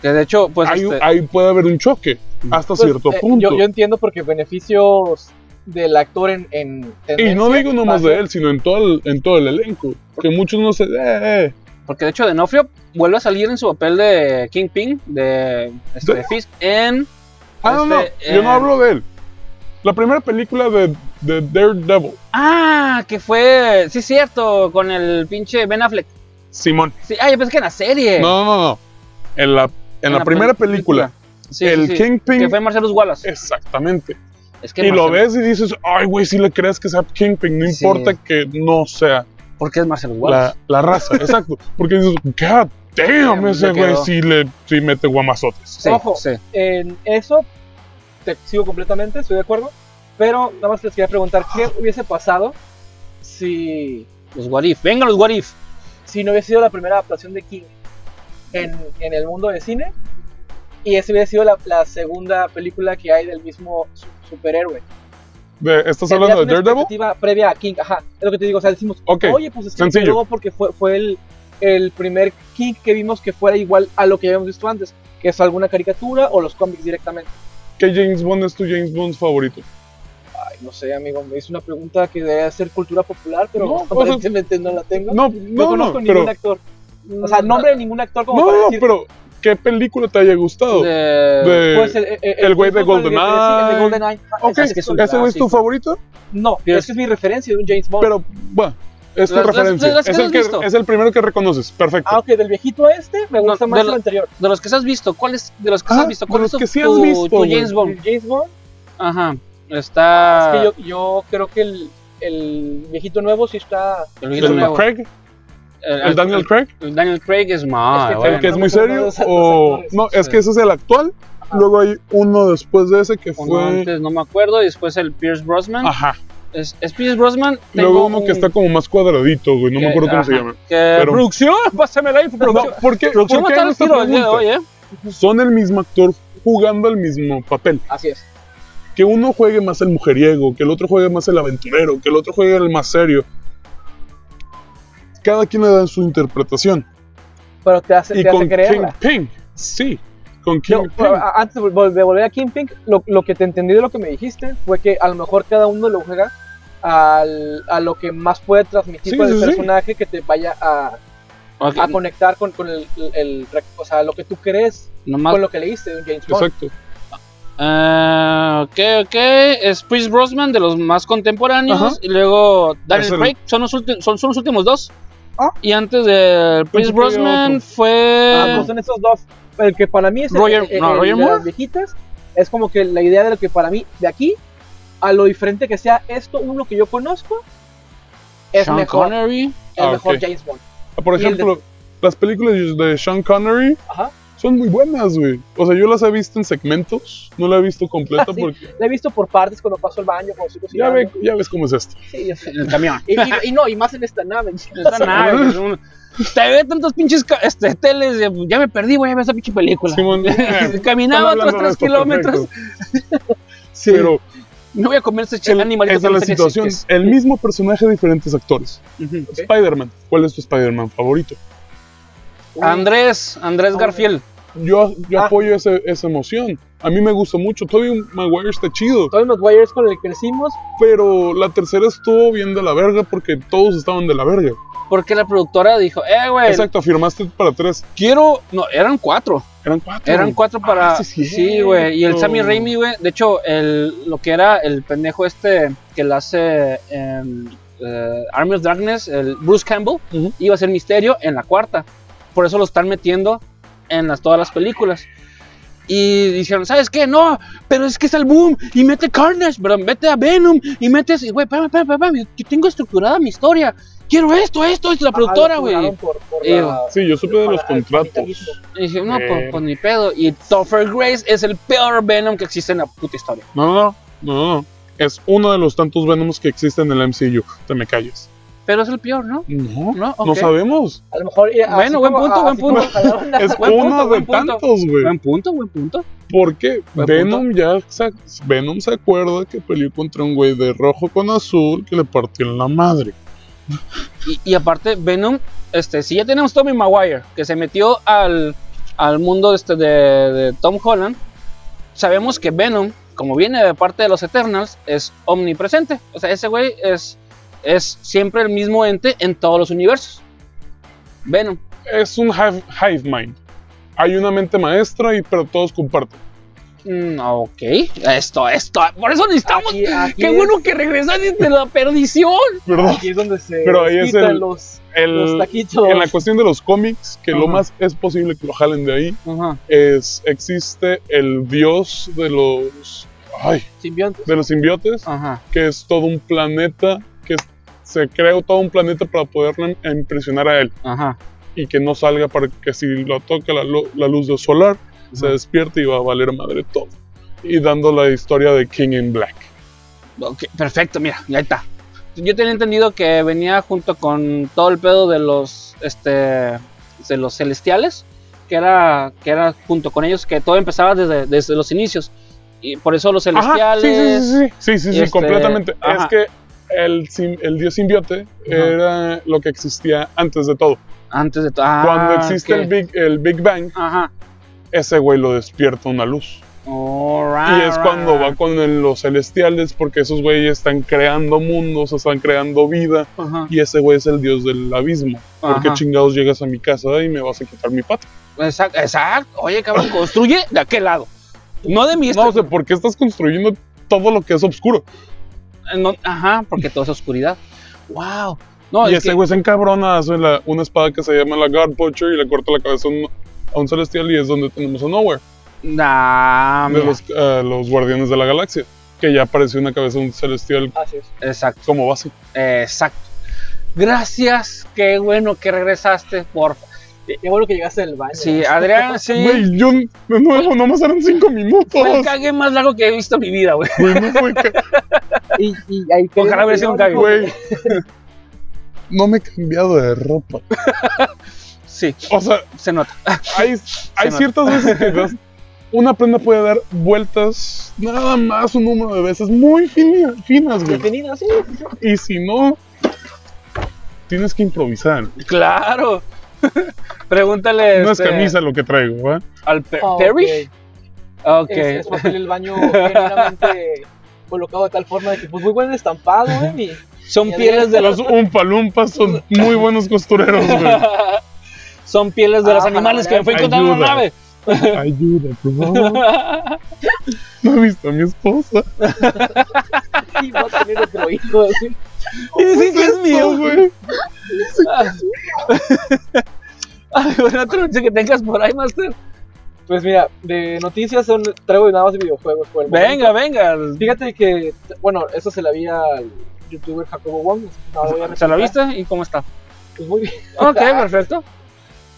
S1: Que de hecho, pues
S3: ahí,
S1: este,
S3: ahí puede haber un choque hasta
S2: Pues,
S3: cierto
S2: eh,
S3: punto.
S2: Yo, yo entiendo porque beneficios del actor en. en
S3: y no
S2: tendencia,
S3: digo nomás
S2: va-
S3: de él, sino en todo el, en todo el elenco. Porque muchos no se... eh, eh,
S1: porque de hecho Denofrio vuelve a salir en su papel de Kingpin, de este,
S3: De-
S1: Fisk, en...
S3: Ah, no, no,
S1: Este,
S3: yo no
S1: eh,
S3: hablo de él. La primera película de, de Daredevil,
S1: Ah, que fue, sí es cierto, con el pinche Ben Affleck.
S3: Simón.
S1: Sí, ah, yo pensé que en la serie.
S3: No, no, no, no. En la, en la
S1: la
S3: primera
S1: peli-
S3: película,
S1: Sí,
S3: el
S1: sí, sí,
S3: Kingpin
S1: Que fue Marcelo Wallace.
S3: Exactamente.
S1: Es que
S3: Y lo
S1: Marcellus-
S3: ves y dices, ay, güey, si le crees que sea Kingpin, no
S1: Sí.
S3: importa que no sea
S1: Porque es Marcelo Wallace.
S3: la, la raza. Exacto. Porque dices, God damn,
S1: Le
S3: ese güey
S1: quedó.
S3: sí, le, sí mete guamazotes.
S1: Sí,
S2: Ojo.
S1: sí.
S2: En eso te sigo completamente, estoy de acuerdo. Pero nada más les quería preguntar: ¿qué
S3: Ah.
S2: hubiese pasado si,
S1: Los What If. Venga, los What If.
S2: si no hubiese sido la primera adaptación de King en, en el mundo del cine? Y esa hubiera sido la, la segunda película que hay del mismo su- superhéroe.
S3: De- ¿Estás
S2: Tenías
S3: hablando de
S2: una
S3: Daredevil?
S2: expectativa previa a King, ajá. Es lo que te digo, o sea, decimos,
S3: Ok,
S2: oye, pues es que
S3: sencillo.
S2: luego porque fue, fue el, el primer King que vimos que fuera igual a lo que habíamos visto antes, que es alguna caricatura o los cómics directamente.
S3: ¿Qué James Bond es tu James Bond favorito?
S2: Ay, no sé, amigo, es una pregunta que debe ser cultura popular, pero
S3: No, o sea,
S2: aparentemente no la tengo.
S3: No,
S2: no
S3: no, no,
S2: conozco ningún
S3: pero.
S2: actor. O sea, nombre de ningún actor como
S3: No,
S2: para
S3: no,
S2: decir,
S3: pero. ¿Qué película te haya gustado?
S1: De-
S3: Oh, De-
S2: pues, el, el-
S3: el güey de
S2: el- el- el-
S3: GoldenEye.
S2: sí, el de GoldenEye. Ah,
S3: ok,
S2: es que es un
S3: ¿ese güey es tu
S2: clásico.
S3: favorito?
S2: No,
S1: Pero-
S2: es que es mi referencia de un James Bond.
S3: Pero, bueno, es tu
S1: Las- las-
S3: referencia.
S1: las que
S3: es, el
S1: has
S3: que,
S1: visto.
S3: es el primero que reconoces. Perfecto.
S2: ah, ok, del viejito a este me
S1: No,
S2: gusta más
S1: de
S2: el
S1: la-
S2: anterior.
S1: De los que has visto, ¿cuál es? De los que
S3: Ah,
S1: has visto,
S3: de
S1: ¿cuál
S3: los
S1: es tu,
S3: que sí has
S1: tu-
S3: visto,
S1: tu
S3: güey.
S1: James
S2: El
S1: Bond?
S2: James Bond
S1: Ajá.
S2: Es
S1: Está.
S2: que yo, yo creo que el, el viejito nuevo sí está.
S1: El
S3: el
S1: viejito nuevo.
S3: Craig. ¿El Daniel Craig?
S1: el Daniel Craig es más.
S2: Es que-
S1: Ah, bueno.
S3: ¿El que es muy
S2: no me
S3: serio?
S2: acuerdo de los
S3: O...
S2: actores.
S3: No, es
S1: Sí.
S3: que ese es el actual. Luego hay uno después de ese que
S1: Uno
S3: fue...
S1: antes, no me acuerdo. Y después el Pierce Brosnan.
S3: Ajá.
S1: Es, es Pierce Brosnan.
S3: Luego
S1: tengo
S3: uno
S1: un-
S3: que está como más cuadradito, güey. No me
S1: que-
S3: acuerdo cómo se
S1: Eh, ajá,
S3: llama.
S1: Que
S3: Pero-
S1: Producción, pásame la info,
S3: No,
S1: producción.
S3: ¿por qué? ¿Por qué
S1: Producción va a estar
S3: hago
S1: al
S3: esta
S1: tiro el día de
S3: pregunta?
S1: hoy, ¿eh?
S3: Son el mismo actor jugando el mismo papel.
S2: Así es.
S3: que uno juegue más el mujeriego, que el otro juegue más el aventurero, que el otro juegue el más serio. Cada quien le da su interpretación.
S2: Pero te hace,
S3: Y
S2: te hace
S3: con
S2: creerla.
S3: Kingpin, sí, con
S2: Yo,
S3: Kingpin.
S2: pero
S1: ah,
S2: a- antes de vol- de volver a Kingpin, lo, lo que te entendí de lo que me dijiste fue que a lo mejor cada uno lo juega al- a lo que más puede transmitir
S3: Sí,
S2: con el
S3: sí, sí.
S2: personaje que te vaya a,
S1: Ok,
S2: a conectar con, con el, el rec- o sea, lo que tú crees
S1: nomás-
S2: con lo que leíste de un James Bond.
S3: Exacto.
S1: Ah, ok, ok. Es Pierce Brosnan de los más contemporáneos.
S3: Ajá.
S1: Y luego Daniel
S3: Es el-
S1: Craig. Son los, ulti- son, son los últimos dos.
S2: Ah.
S1: Y antes de Pierce
S3: que había
S1: Brosnan
S3: otro.
S1: fue.
S2: Ah, pues son esos dos. El que para mí es el-
S1: Roger-
S2: el, el-
S1: no,
S2: el
S1: Roger
S2: de
S1: Moore.
S2: las viejitas es como que la idea de lo que para mí de aquí a lo diferente que sea esto uno que yo conozco es
S1: Sean
S2: mejor,
S1: Connery.
S2: el
S3: Ah,
S2: mejor
S3: ok.
S2: James Bond.
S3: Ah, Por
S2: Y el de-
S3: ejemplo, las películas de Sean Connery
S2: Ajá.
S3: son muy buenas, güey. O sea, yo las he visto en segmentos, no la he
S2: [laughs]
S3: visto completa
S2: Ah, Sí.
S3: porque
S2: La he visto por partes cuando paso al baño, cuando estoy
S3: ya,
S2: cocinando.
S3: ve, ya ves cómo es esto.
S2: Sí, yo sé.
S1: El camión.
S2: Y, y- y no, y más en esta nave.
S1: [laughs] Esa nave, es un- Te ve tantos pinches ca- este, teles. de, Ya me perdí, voy a ver esa pinche película.
S2: [laughs]
S3: Simón, eh,
S1: [laughs] Caminaba
S3: están
S1: otros
S3: hablando de
S1: 3
S3: esto,
S1: kilómetros.
S3: sí, pero
S1: No voy a comer ese
S3: el-
S1: ch- animalito.
S3: Eh, esa es
S1: que
S3: la
S1: no sé qué
S3: situación.
S1: es.
S3: El mismo personaje, diferentes actores.
S1: Ujú.
S2: Ok.
S3: Spider-Man, ¿cuál es tu Spider-Man favorito?
S1: Andrés, Andrés
S2: Ah,
S1: Garfield.
S3: yo, yo
S2: Ah.
S3: apoyo ese- esa emoción. A mí me gusta mucho. Tobey Maguire está chido.
S2: Todos los wires con el que crecimos.
S3: Pero la tercera estuvo bien de la verga porque todos estaban de la verga.
S1: Porque la productora dijo, eh, güey,
S3: Exacto, afirmaste para tres.
S1: quiero. No, eran cuatro.
S3: Eran cuatro.
S1: Eran cuatro para.
S3: Ah, sí, es
S1: sí, güey. y el
S3: cierto.
S1: Sammy Raimi, güey. De hecho, el, lo que era el pendejo este que la hace en eh, Army of Darkness, el Bruce Campbell,
S3: Ujú.
S1: iba a ser misterio en la cuarta. Por eso lo están metiendo en las, todas las películas. Y dijeron, ¿sabes qué? No, pero es que es el boom. Y mete Carnage, pero mete a Venom. Y metes, y güey, espérame, espérame, espérame. Yo tengo estructurada mi historia. Quiero esto, esto. Es la productora,
S2: Ah, lo
S1: güey.
S2: juzgaron por- por
S1: Eh,
S2: la-
S3: Sí, yo supe de los
S2: para el
S3: contratos.
S2: capitalismo.
S1: Y dije, no, pues,
S3: Verga.
S1: pues ni pedo. Y Topher Grace es el peor Venom que existe en la puta historia.
S3: No, no, no, no, no. Es uno de los tantos Venoms que existen en el MCU. Te me calles.
S1: Pero es el peor, ¿no?
S3: No,
S1: No, ok.
S3: no sabemos.
S2: A lo mejor. eh, así
S1: Bueno, buen
S2: como-
S1: punto,
S2: ah,
S1: buen
S2: así como [laughs]
S1: punto.
S2: jalaron a-
S1: [laughs]
S3: Es
S1: Buen punto,
S3: uno de
S1: buen punto.
S3: tantos, güey.
S1: Buen punto, buen punto.
S3: Porque
S1: Buen
S3: Venom ya se, Venom se acuerda que peleó contra un güey de rojo con azul que le partió en la madre.
S1: Y, y aparte, Venom, este, si ya tenemos Tommy Maguire, que se metió al, al mundo este de, de Tom Holland, sabemos que Venom, como viene de parte de los Eternals, es omnipresente. O sea, ese güey es, es siempre el mismo ente en todos los universos. Venom.
S3: es un hive, hive mind. Hay una mente maestra y pero todos comparten.
S1: Mm, ok. Esto, esto. Por eso necesitamos
S2: Aquí- aquí
S1: ¡Qué
S2: es- este,
S1: bueno que regresaste de la perdición!
S3: ¿Verdad?
S2: Aquí es donde se.
S3: Pero ahí es
S2: quitan
S3: el-
S2: Los,
S3: El-
S2: los taquitos.
S3: en la cuestión de los cómics, que lo
S1: Ajá.
S3: más es posible que lo jalen de ahí,
S1: Ajá.
S3: es existe el dios de los ay,
S2: simbiontes.
S3: de los simbiotes,
S1: Ajá.
S3: que es todo un planeta que es- se creó todo un planeta para poderle im- impresionar a él
S1: Ajá.
S3: y que no salga para que si lo toca la, lu- la luz del solar se despierte y va a valer madre todo. Y dando la historia de King in Black.
S1: Ok, perfecto, mira, ya está. Yo tenía entendido que venía junto con todo el pedo de los este de los celestiales, que era que era junto con ellos que todo empezaba desde, desde los inicios. Y por eso los celestiales
S3: Ajá, sí, sí, sí, sí, sí, sí, sí,
S1: este,
S3: completamente.
S1: ajá.
S3: Es que el, sim- el dios simbiote era lo que existía antes de todo.
S1: antes de todo. Ah,
S3: Cuando existe
S1: ok.
S3: el Big, el Big Bang,
S1: Ajá.
S3: ese güey lo despierta una luz.
S1: Alright,
S3: y es
S1: alright,
S3: cuando va
S1: alright.
S3: con el- los celestiales, porque esos güeyes están creando mundos, están creando vida.
S1: Ajá,
S3: Y ese güey es el dios del abismo. ¿Por qué
S1: ajá.
S3: chingados llegas a mi casa y me vas a quitar mi pata?
S1: Exacto, exacto. Oye, cabrón, construye de aquel lado. No de mi este.
S3: No, o sea, ¿por qué estás construyendo todo lo que es oscuro?
S1: Eh, No, ajá, porque toda esa oscuridad. ¡Wow! No,
S3: y
S1: es
S3: ese
S1: que-
S3: güey se encabrona, hace la- una espada que se llama la God Butcher y le corta la cabeza a un, a un celestial y es donde tenemos a Nowhere,
S1: Nah,
S3: de
S1: Ah, mira,
S3: los, eh, los guardianes de la galaxia, que ya apareció una cabeza de un celestial
S2: Así es.
S1: Exacto,
S3: como base.
S1: exacto. Gracias, qué bueno que regresaste, por
S2: Qué bueno que llegaste del baño.
S1: Sí,
S3: [laughs]
S1: Adrián, sí. Pues
S3: Güey, yo de nuevo, nomás eran cinco minutos.
S1: Fue el cague más largo que he visto en mi vida, güey.
S3: Güey, [laughs] no fue ca-
S2: Y, y ahí
S1: Ojalá
S2: quedó-
S1: hubiera sido un cague.
S3: Güey. No me he cambiado de ropa.
S1: Sí,
S3: O sea,
S1: se nota.
S3: hay, hay
S1: nota.
S3: ciertas veces que das- una prenda puede dar vueltas nada más un número de veces muy fina- finas, güey.
S2: Bienvenido, sí.
S3: Y si no, tienes que improvisar.
S1: Claro. [laughs] Pregúntale
S3: No es
S1: este,
S3: camisa lo que traigo, ¿va?
S1: al Pe-
S2: Ah,
S1: Perry.
S2: ok.
S1: Ok.
S2: Es, es papel del baño generalmente colocado de tal forma de que, pues, muy buen estampado, güey. y-
S1: Son
S2: Y
S1: pieles de los
S3: Los umpalumpas son muy buenos costureros, güey.
S1: [laughs] son pieles de los
S2: Ah,
S1: animales que me fue encontrando en la
S3: ayuda.
S1: nave. [laughs]
S3: Ayuda, por favor. No he visto a mi esposa.
S2: Y va a tener otro hijo, así.
S1: Y dije que es
S3: Esto,
S1: mío.
S3: güey.
S1: ¿Alguna otra noche que tengas por ahí, Master?
S2: Pues mira, de noticias son, traigo nada más de videojuegos. por el momento.
S1: Venga, venga.
S2: Fíjate que, bueno, eso se la vi al youtuber Jacobo Wong. No, lo voy a
S1: ¿Se la
S2: replicar.
S1: viste? ¿Y cómo está?
S2: Pues muy bien. [laughs]
S1: Ok, perfecto.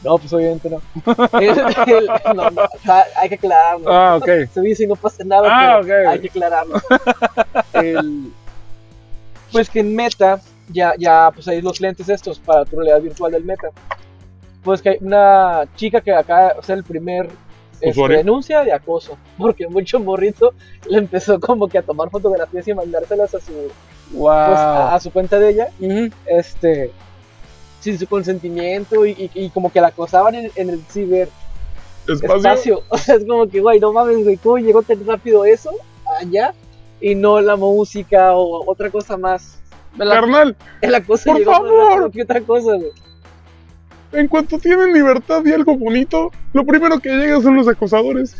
S2: No, pues obviamente no. [laughs] Él- él- no, no, está- hay que aclararlo.
S1: Ah, ok.
S2: se dice y no pasa nada,
S1: Ah,
S2: pero
S1: ok.
S2: hay que aclararlo. El- pues que en Meta, ya, ya, pues hay los lentes estos para tu realidad virtual del Meta. Pues que hay una chica que acaba de ser el primer este,
S3: Usuario.
S2: denuncia de acoso, porque mucho morrito le empezó como que a tomar fotografías y mandárselas a su, pues, a-
S1: Wow.
S2: a su cuenta de ella
S1: Ujú.
S2: este sin su consentimiento y, y- y como que la acosaban en, en el ciberespacio.
S3: Espacio.
S2: [laughs] O sea, es como que, güey, no mames, güey, ¿cómo llegó tan rápido eso allá? Y no la música o otra cosa más. [laughs]
S1: Me la-
S3: Carnal,
S2: El acoso
S3: ¡Por
S2: llegó más
S3: favor!
S2: rápido que otra cosa, güey.
S3: en cuanto tienen libertad y algo bonito, lo primero que llega son los acosadores.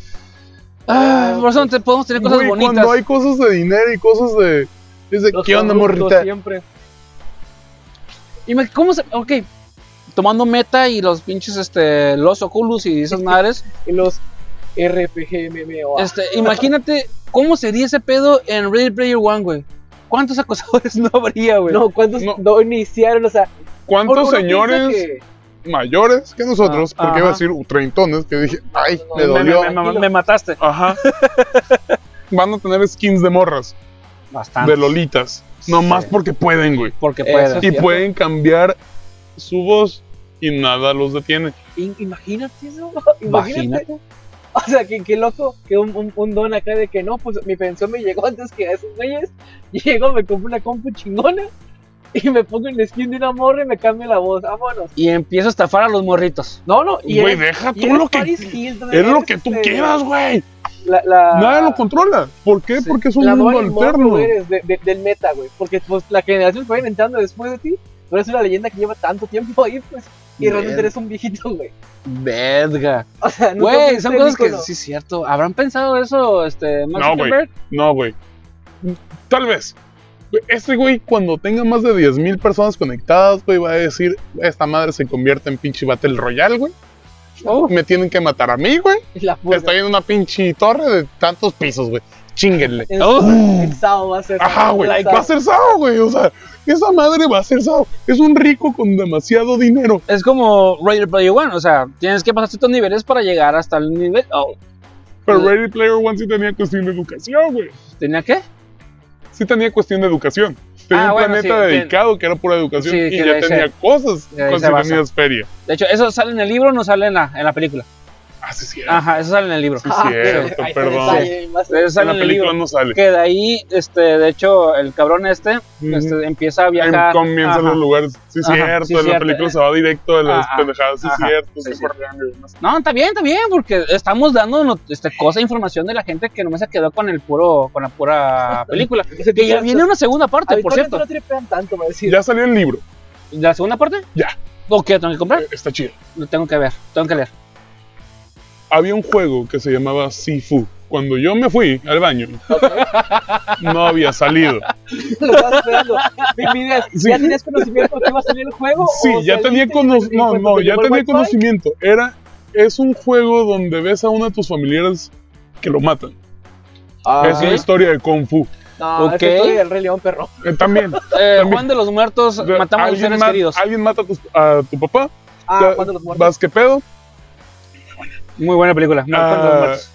S1: Ah, por eso te podemos tener cosas
S3: Güey,
S1: bonitas.
S3: Cuando hay cosas de dinero y cosas de. Es de,
S2: Los
S3: ¿qué onda,
S2: corruptos
S3: morrita?
S2: Siempre.
S1: Y me- ¿Cómo se.? Ok. Tomando meta y los pinches, este. Los Oculus y esas madres.
S2: Y los RPG, MMO.
S1: Este, imagínate cómo sería ese pedo en Ready Player One, güey. ¿Cuántos acosadores [laughs] no habría, güey?
S2: no, ¿cuántos
S3: no.
S2: no. iniciaron? O sea,
S3: ¿Cuántos
S2: uno piensa
S3: señores
S2: que-
S3: mayores que nosotros?
S1: Ah,
S3: porque iba a
S1: ajá.
S3: decir uh, treintones que dije, ay,
S2: No,
S3: me
S2: no, no,
S3: dolió.
S1: me, me- me mataste.
S3: Ajá. Van a tener skins de morras,
S1: Bastante.
S3: de lolitas. Nomás
S1: Sí.
S3: porque pueden, güey.
S1: Porque
S2: Eso
S1: puedes.
S2: sí.
S3: Y
S2: cierto.
S3: pueden cambiar su voz y nada los detiene.
S2: I- Imagínate eso. [laughs]
S1: Imagínate.
S2: Imagínate. O sea, que, que loco, que un, un, un don acá de que no, pues mi pensión me llegó antes que a esos güeyes. [laughs] Llego, me compro una compu chingona [laughs] y me pongo en la skin de una morra y me cambio la voz. Vámonos.
S1: Y empiezo a estafar a los morritos.
S2: No, no, y
S3: Güey,
S2: eres-
S3: deja
S2: y
S3: tú
S2: eres
S3: lo que.
S2: Paris Hilton,
S3: Es lo
S2: eres,
S3: que tú
S2: este,
S3: quieras, güey.
S2: La, la,
S3: Nada lo controla. ¿Por qué?
S1: Sí.
S3: Porque es un
S2: la
S3: mundo
S2: Marilyn Monroe
S3: alterno.
S2: eres de- de- del meta, güey. Porque pues, la generación que va inventando después de ti, tú eres una leyenda que lleva tanto tiempo ahí, pues. Y realmente
S1: Verga.
S2: eres un viejito, güey.
S1: Verga.
S2: O sea, nunca
S1: Güey,
S2: fuiste
S1: son
S2: el
S1: cosas que.
S2: ícono.
S1: Sí, es cierto. ¿Habrán pensado eso, este. Mark
S3: No, güey.
S1: Zuckerberg?
S3: No, güey. Tal vez. Güey, Este güey, cuando tenga más de 10.000 personas conectadas, güey, va a decir: Esta madre se convierte en pinche Battle Royale, güey.
S1: Oh.
S3: Me tienen que matar a mí, güey.
S2: La pura.
S3: Estoy en una pinche torre de tantos pisos, güey. Chinguenle.
S2: El,
S1: Oh.
S2: el Sao va a ser.
S3: Ajá, güey.
S2: el
S3: Va a
S2: Sao.
S3: ser Sao, güey. O sea, esa madre va a ser Sao. Es un rico con demasiado dinero.
S1: Es como Ready Player One. O sea, tienes que pasar ciertos niveles para llegar hasta el nivel. Oh,
S3: Pero
S1: Mm.
S3: Ready Player One sí tenía cuestión de educación, güey.
S1: ¿tenía qué?
S3: Sí tenía cuestión de educación. Tenía
S1: Ah,
S3: un
S1: bueno,
S3: planeta
S1: sí,
S3: dedicado que era pura educación
S1: Sí,
S3: y
S1: que
S3: ya
S1: ahí se-
S3: tenía cosas
S1: ahí
S3: con
S1: se
S3: si
S1: basa.
S3: tenías feria.
S1: De hecho, eso sale en el libro, no sale en la, en la película.
S3: Ah, sí, sí. era.
S1: Ajá, eso sale en el libro.
S3: Sí, cierto,
S2: ahí está el
S3: perdón.
S2: detalle, ahí más-
S1: Eso
S3: En
S1: sale
S3: la
S1: en el
S3: película
S1: libro.
S3: no sale.
S1: Que de ahí, este, de hecho, el cabrón este,
S3: Ujú.
S1: este, empieza a
S3: Em-
S1: viajar.
S3: Comienza en
S1: Ajá.
S3: los lugares. Sí,
S1: Ajá,
S3: cierto.
S1: sí,
S3: en la
S1: cierto. eh.
S3: película se va directo de las
S1: Ajá,
S3: pendejadas. Sí,
S1: ajá,
S3: cierto.
S1: sí,
S3: se
S1: sí.
S3: guardan y demás.
S1: No, está bien, está bien, porque estamos dando no- este, cosa, información de la gente que no se quedó con el puro, con la pura
S3: [laughs]
S1: película.
S2: Ese
S1: Que ya
S2: tipo-
S1: viene una segunda parte, Ah, por
S2: Habitualmente
S1: cierto.
S2: No tripean tanto, voy a decir.
S3: Ya salió el libro.
S1: ¿La segunda parte?
S3: Ya.
S1: Ok, tengo que comprar,
S3: Eh, Está chido.
S1: lo tengo que ver, tengo que leer.
S3: Había un juego que se llamaba Sifu. Cuando yo me fui al baño, no había
S1: [laughs]
S3: salido.
S2: [laughs] Lo estás esperando. Mi-
S3: [laughs]
S2: mira, ¿Ya tenías conocimiento de que iba a salir el juego?
S3: Sí,
S2: ¿O
S3: ya tenía
S2: saliste y-
S3: conocimiento.
S2: y
S3: No,
S2: cuando
S3: no,
S2: te
S3: ya
S2: llegó el
S3: tenía
S2: Wi-Fi?
S3: conocimiento. Era, es un juego donde ves a uno de tus familiares que lo matan.
S2: Ah,
S3: es una historia de Kung Fu.
S2: No,
S1: Ok.
S2: es la historia del Rey León, perro.
S3: Eh, también.
S1: Eh,
S3: También.
S1: Juan de los Muertos [laughs] matamos a los
S3: ¿Alguien
S1: seres
S3: ma-
S1: queridos.
S3: Alguien mata a tu, a tu papá.
S2: Ah,
S3: Ya,
S2: cuando los muertos.
S3: Vas, ¿qué pedo?
S1: Muy buena película. Juan de los
S3: Ah,
S1: Muertos.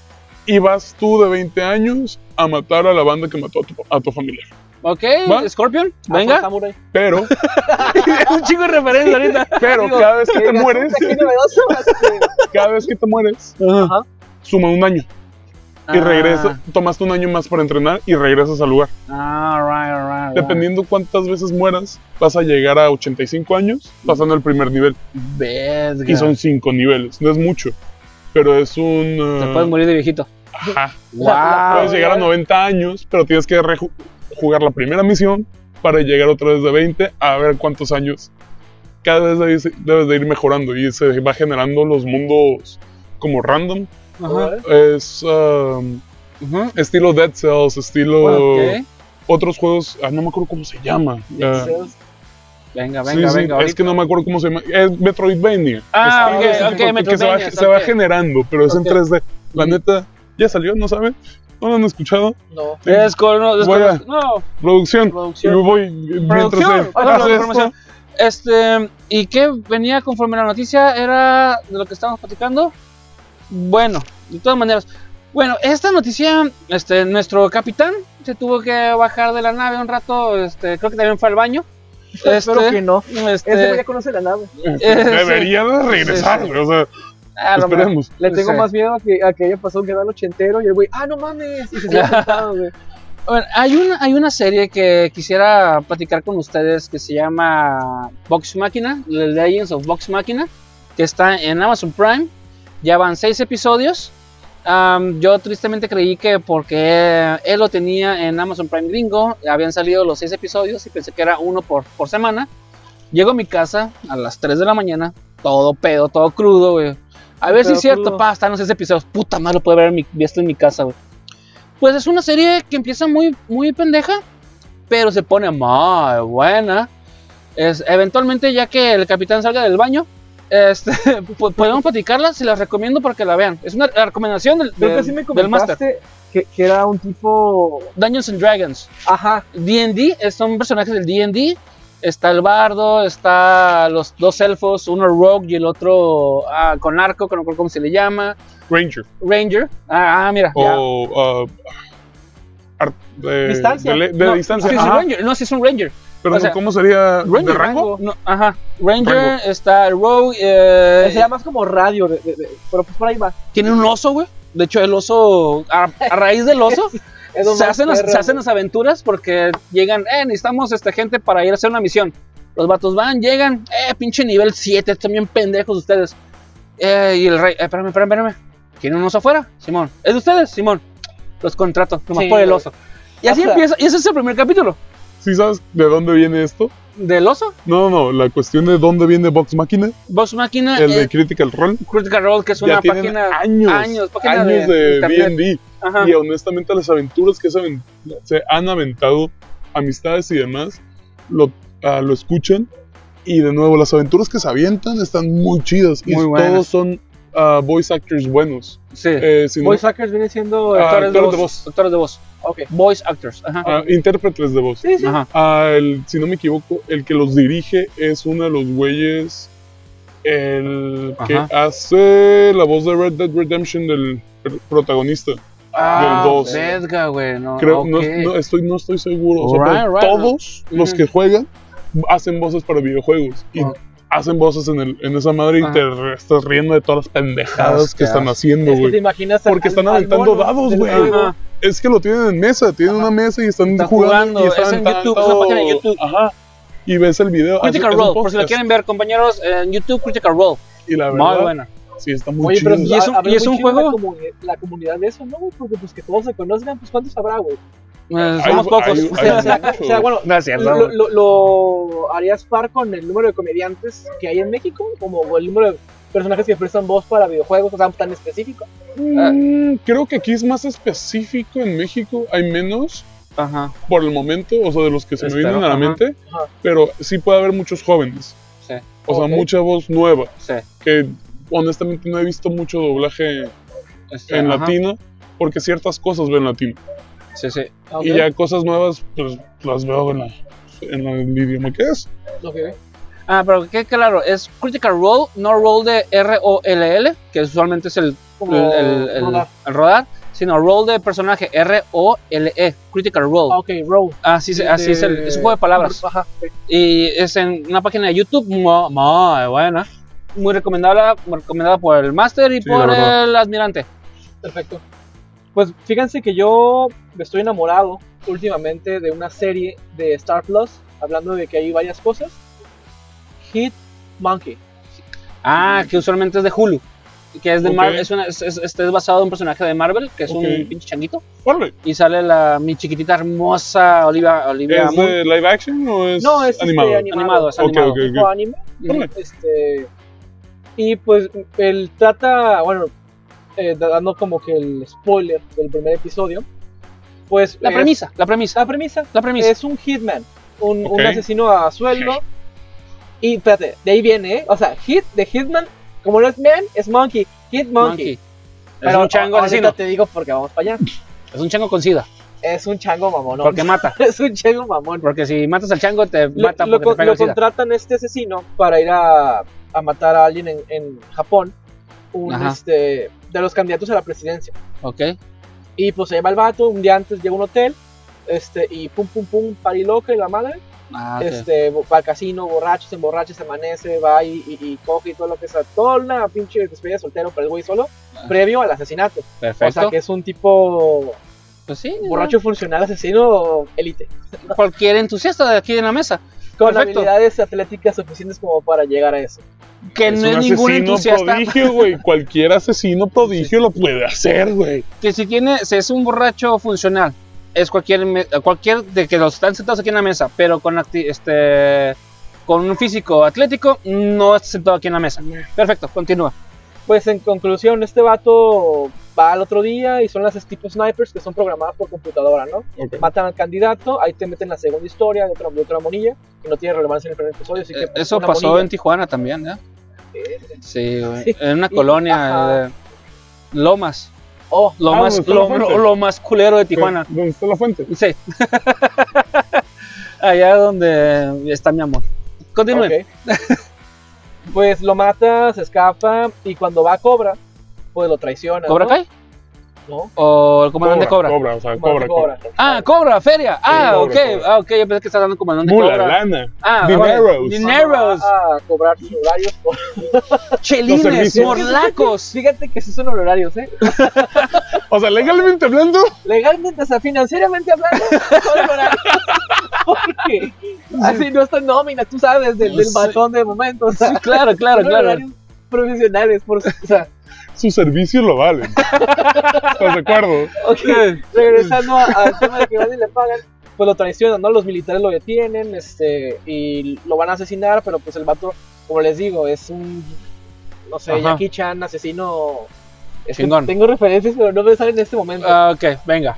S3: Y vas tú de 20 años a matar a la banda que mató a tu, a tu familia.
S1: Ok,
S3: ¿va?
S1: Scorpion,
S2: Ah, pues, con
S1: venga.
S2: Samurai.
S1: [laughs]
S3: Pero, [laughs]
S1: Un chingo de referencia ahorita.
S3: pero
S2: Digo,
S3: cada vez que te
S2: Mira,
S3: mueres,
S2: puta, qué
S3: [laughs]
S2: novedoso, este.
S3: cada vez que te mueres,
S2: [laughs] Ajá.
S3: suma un año.
S1: Ah.
S3: Y regresa, tomaste un año más para entrenar y regresas al lugar.
S1: Ah, all right, all right, all right.
S3: Dependiendo cuántas veces mueras, vas a llegar a 85 años
S1: Mm.
S3: pasando el primer nivel.
S1: Verga.
S3: Y son 5 niveles. No es mucho, pero es un...
S1: Te
S3: eh,
S1: puedes morir de viejito.
S3: ajá.
S1: Ah,
S2: Wow.
S3: Puedes llegar a 90 años, pero tienes que reju- jugar la primera misión para llegar otra vez de 20 a ver cuántos años. Cada vez debes, debes de ir mejorando y se va generando los mundos como random.
S1: Ajá.
S3: Es um,
S1: Ajá.
S3: estilo Dead Cells, estilo
S1: Ah, Ok.
S3: otros juegos. Ah, no me acuerdo cómo se llama. Ah,
S2: Entonces,
S1: Venga,
S3: sí,
S1: venga,
S3: sí,
S1: venga.
S3: es que no me acuerdo cómo se llama. Es Metroidvania.
S1: Ah,
S3: Estilo
S2: ok,
S3: ese
S2: ok,
S3: tipo, que se va,
S1: Metroidvania,
S3: se va
S1: ok.
S3: generando, pero es
S1: Ok.
S3: en 3D. La
S1: Ujú.
S3: neta, ya salió, ¿no saben? ¿No lo han escuchado?
S2: No.
S1: Es con, es con-
S3: Voy a-
S1: no,
S3: Producción.
S2: Producción.
S3: Yo voy mientras
S1: Producción.
S3: él
S1: Ah, no,
S3: hace
S1: información.
S3: esto.
S1: Este, y que venía conforme a la noticia, era de lo que estábamos platicando. Bueno, de todas maneras. Bueno, esta noticia, este, nuestro capitán se tuvo que bajar de la nave un rato, este, creo que también fue al baño.
S2: [laughs] Espero que
S1: Este,
S2: no. Ese güey ya
S1: este,
S2: conoce la nave.
S1: [laughs]
S3: Debería de regresar,
S1: Sí, sí.
S3: o sea,
S1: ah, lo más-
S3: esperemos.
S2: Le
S1: No
S2: tengo
S1: sé.
S2: más miedo a que, a que haya pasado un canal ochentero y el güey, ah, no mames. Y se quedó sentado, güey.
S1: A ver, hay una, hay una serie que quisiera platicar con ustedes que se llama Vox Machina, The Legends of Vox Machina, que está en Amazon Prime. Ya van seis episodios. Am, yo tristemente creí que porque él lo tenía en Amazon Prime Gringo, habían salido los seis episodios y pensé que era uno por, por semana. Llego a mi casa a las 3 de la mañana, todo pedo, todo crudo, güey. A ver si
S2: Todo
S1: es cierto,
S2: crudo.
S1: pa, están los seis episodios. Puta madre, lo puede ver en mi, esto en mi casa, güey. Pues es una serie que empieza muy, muy pendeja, pero se pone muy buena. Es, eventualmente, ya que el capitán salga del baño, este, [laughs] po- podemos platicarla. Se las recomiendo para que la vean. Es una la recomendación del,
S2: Creo que
S1: del-
S2: sí me
S1: del máster.
S2: comentaste que, que era un tipo.
S1: Dungeons and Dragons.
S2: Ajá.
S1: D&D, eh, son personajes del D&D. Está el bardo, está los dos elfos, uno rogue y el otro ah, con arco, que no recuerdo cómo se le llama.
S3: Ranger.
S1: Ranger. Ah, ah, mira. ya.
S3: O. ah, ar- de
S2: Distancia.
S3: De, le- de
S1: no,
S3: distancia.
S1: sí, sí,
S3: Ajá,
S1: Ranger. No, sí es un Ranger.
S3: pero
S1: o sea,
S3: ¿cómo sería? ¿De
S1: Ranger,
S3: rango?
S1: No, ajá. Ranger,
S3: Rango.
S1: está el rogue. eh,
S2: Sería más como radio, de- de- de- pero pues por ahí va.
S1: tiene un oso, güey. De hecho, el oso, a, a raíz del oso,
S2: [laughs] Es lo
S1: se
S2: más
S1: hacen, las,
S2: perro,
S1: se hacen
S2: güey.
S1: las aventuras porque llegan, eh, necesitamos esta gente para ir a hacer una misión. Los vatos van, llegan, eh, pinche nivel 7, están bien pendejos ustedes. Eh, y el rey, eh, espérame, espérame, espérame. ¿Tiene un oso afuera? Simón. ¿Es de ustedes? Simón. Los contrato, nomás
S2: Sí,
S1: por el
S2: güey.
S1: oso. Y así
S2: O sea-
S1: empieza, y ese es el primer capítulo.
S3: ¿Sí sabes de dónde viene esto?
S1: ¿Del oso?
S3: No, no, no. La cuestión de dónde viene Vox
S1: [laughs]
S3: Máquina,
S1: Boss Máquina,
S3: el de
S1: eh,
S3: Critical Role.
S1: Critical Role, que es una
S3: ya tienen
S1: página.
S3: años,
S1: años, página
S3: años
S1: de
S3: de
S1: internet.
S3: D&D.
S1: Ajá.
S3: Y honestamente las aventuras que se, aven- se han aventado, amistades y demás, lo, ah, lo escuchan. Y de nuevo, las aventuras que se avientan están muy chidas. y
S1: Muy buenas.
S3: todos son ah, voice actors buenos.
S1: Sí.
S3: Eh, si no-
S2: Voice Hackers viene siendo.
S3: Ah,
S1: actores de
S3: actores de
S1: voz.
S3: voz.
S1: Actores de voz.
S2: ok.
S1: Voice actors. Ajá.
S3: ah, intérpretes de voz.
S2: Sí, sí.
S1: Ajá.
S3: Ah, el- si no me equivoco, el que los dirige es uno de los güeyes. El que
S1: Ajá.
S3: hace la voz de Red Dead Redemption del pr- protagonista.
S1: Ah,
S3: Del dos.
S1: verga, güey. No,
S3: Creo,
S1: Ah, ok.
S3: no, no, estoy, no estoy seguro. O sea,
S1: Alright,
S3: pero
S1: alright.
S3: todos los
S1: Ujú. Ah.
S3: que juegan hacen voces para videojuegos. Y
S1: Ajá.
S3: hacen voces en, el, en esa madre y
S1: Ajá.
S3: te re- estás riendo de todas las pendejadas
S1: Qué
S3: que están
S1: asco.
S3: haciendo,
S2: Es que te
S3: güey.
S2: imaginas.
S3: Porque están aventando
S2: mono
S3: dados,
S2: del
S3: güey.
S2: juego.
S1: Ajá.
S3: Es que lo tienen en mesa, tienen
S2: Ajá.
S3: una mesa y están
S1: Están
S3: jugando.
S1: jugando,
S3: y están
S1: es en YouTube, es una
S3: aventando-
S1: página de YouTube.
S3: Ajá. Y ves el video.
S1: Critical
S3: hace- es un
S1: Role, por si lo
S3: podcast.
S1: quieren ver, compañeros, en YouTube Critical Role.
S3: Y la Ah, verdad,
S1: Muy buena.
S3: sí, está muy
S2: Oye,
S3: chido.
S2: pero
S1: Y es un-
S2: habrá
S1: y es
S2: muy
S1: un
S2: chido
S1: juego-
S2: La, comuni- eh, la comunidad de eso, ¿no? güey? Porque pues que todos se conozcan, pues cuántos habrá, güey.
S1: Eh,
S3: Hay-
S1: somos pocos.
S3: hay- hay
S2: Pues, O sea,
S3: muchos.
S2: o sea, bueno,
S1: no es cierto.
S2: lo, lo- lo harías par con el número de comediantes que hay en México, como el número de personajes que prestan voz para videojuegos, o sea, tan específico.
S1: ah.
S3: Mm, creo que aquí es más específico en México. Hay menos
S1: [laughs] Ajá.
S3: por el momento, o sea, de los que se
S1: Espero,
S3: me vienen a la
S1: ajá.
S3: mente.
S2: Ajá.
S3: Pero sí puede haber muchos jóvenes.
S1: Sí,
S3: O sea,
S2: Ok.
S3: mucha voz nueva.
S1: sí.
S3: Que honestamente no he visto mucho doblaje
S1: este,
S3: en
S1: ajá.
S3: latino. Porque ciertas cosas ven latino.
S1: Sí, sí.
S2: Ah, ok,
S3: Y ya cosas nuevas, pues las veo en, la, en el idioma que es.
S2: ok.
S1: Ah, pero que claro, es Critical Role, no Role de R-O-L-L, que usualmente es el, el,
S2: Como
S1: el- el-
S2: rodar.
S1: el rodar, sino Role de personaje, R-O-L-E, E, Critical Role.
S2: Ah, ok, row.
S1: Así, se- así es, el, es un juego de palabras.
S2: Ajá.
S1: Y es en una página de YouTube mu- muy buena. Muy recomendada, recomendada por el Master y
S3: Sí,
S1: por
S3: la verdad.
S1: el Almirante.
S2: Perfecto. Pues fíjense que yo estoy enamorado últimamente de una serie de Star Plus, hablando de que hay varias cosas. Hit Monkey.
S1: Ah, que usualmente es de Hulu. Que es de
S3: Ok.
S1: Marvel, es, una- es- es- este es basado en un personaje de Marvel, que es
S3: Ok.
S1: un pinche changuito.
S3: Órale,
S1: Y sale la mi chiquitita hermosa Olivia, Olivia
S3: ¿es
S1: Moon.
S3: de live action o es,
S2: No, es este,
S3: animado?
S1: Animado, es
S3: Ok,
S1: animado.
S3: ok, ok.
S2: tipo anime.
S1: Ujú.
S2: [laughs] Este, y pues él trata, bueno, eh, dando como que el spoiler del primer episodio. Pues
S1: La
S2: es-
S1: premisa, la premisa,
S2: la premisa
S1: la premisa.
S2: es un hitman, un, un
S3: Ok.
S2: asesino a sueldo. Y espérate, de ahí viene, ¿eh? O sea, hit de hitman, como no es man, es monkey. Hit monkey.
S1: Monkey. Es un chango
S2: ahorita
S1: asesino.
S2: te digo porque vamos para allá.
S1: Es un chango con sida,
S2: Es un chango mamón.
S1: porque mata.
S2: [laughs] Es un chango mamón.
S1: Porque si matas al chango, te
S2: Lo,
S1: mata
S2: lo
S1: porque
S2: con-
S1: te pega
S2: lo
S1: el sida.
S2: contratan este asesino para ir a, a matar a alguien en, en Japón. Un,
S1: Ajá.
S2: este, de los candidatos a la presidencia.
S1: Ok.
S2: Y pues se va el vato, un día antes llega a un hotel. Este, y pum, pum, pum, pariloca y la madre.
S1: Ah, ok.
S2: este, bo- va al casino, borracho, se emborracha, se amanece, va y, y- y coge y todo lo que sea. Toda una pinche despedida de soltero para el güey solo,
S1: Ah.
S2: previo al asesinato.
S1: Perfecto.
S2: O sea que es un tipo
S1: Pues sí,
S2: borracho funcional, asesino, élite.
S1: ¿no? Cualquier entusiasta de aquí en la mesa.
S2: Con
S1: Perfecto.
S2: habilidades atléticas suficientes como para llegar a eso.
S1: Que no es
S3: un
S1: ningún
S3: asesino
S1: entusiasta.
S3: prodigio, güey. Cualquier asesino prodigio lo puede hacer, güey.
S1: Que si tiene, si es un borracho funcional, es cualquier, me- cualquier de que los están sentados aquí en la mesa, pero con acti- este con un físico atlético, no está sentado aquí en la mesa. Perfecto, continúa.
S2: Pues en conclusión, este vato va al otro día y son las tipo snipers que son programadas por computadora, ¿no?
S3: Ok.
S2: Matan al candidato, ahí te meten la segunda historia de otra, de otra monilla, que no tiene relevancia en el primer episodio, así que... pues,
S1: Eh, Eso
S2: una
S1: pasó
S2: monilla.
S1: en Tijuana también, ¿eh? Sí, güey,
S2: Sí.
S1: en una
S2: Y-
S1: colonia
S2: ajá.
S1: de Lomas,
S2: Oh,
S1: lo
S3: Ah,
S1: más,
S3: donde está la
S1: lo,
S3: fuente.
S1: lo- lo más culero de Tijuana.
S3: ¿Dónde está la fuente?
S1: Sí. [laughs] Allá donde está mi amor. Continúen.
S2: Ok. [laughs] pues lo mata, se escapa y cuando va a Cobra, pues lo traiciona.
S1: ¿Cobra
S2: ¿no?
S1: Kai?
S2: No,
S1: ¿O el comandante Cobra?
S3: Cobra, o sea,
S2: Comandante
S3: cobra. cobra.
S2: Cobra.
S1: Ah, Cobra, feria. Ah,
S3: Cobra,
S1: ok.
S3: Cobra.
S1: Ah, ok. Yo pensé que estaba hablando como el nombre
S3: Mula,
S1: Cobra.
S3: lana.
S1: Ah,
S3: Dineros.
S1: bueno,
S2: Cuando
S1: Dineros.
S2: va a cobrar sus horarios. [laughs] por-
S3: Los
S1: Ah, Chelines,
S3: servicios.
S1: morlacos.
S2: Fíjate que sí son horarios, ¿eh?
S3: O sea, legalmente hablando,
S2: Legalmente, o sea, financieramente hablando, son horarios. [laughs] Porque así no están nóminas, tú sabes, del, del
S1: Sí.
S2: batón de momento. O sea,
S1: Sí, claro, claro,
S2: son
S1: claro.
S2: horarios profesionales. Por, o sea,
S3: sus servicios lo valen.
S1: [laughs]
S3: ¿Estás de acuerdo?
S2: ok. regresando a- al tema de que van y le pagan, pues lo traicionan, ¿no? Los militares lo detienen, este, y lo van a asesinar, pero pues el vato, como les digo, es un, no sé,
S1: Ajá.
S2: Jackie Chan, asesino... es que
S1: Chingón.
S2: tengo referencias, pero no me salen en este momento.
S1: Ah, ok, venga.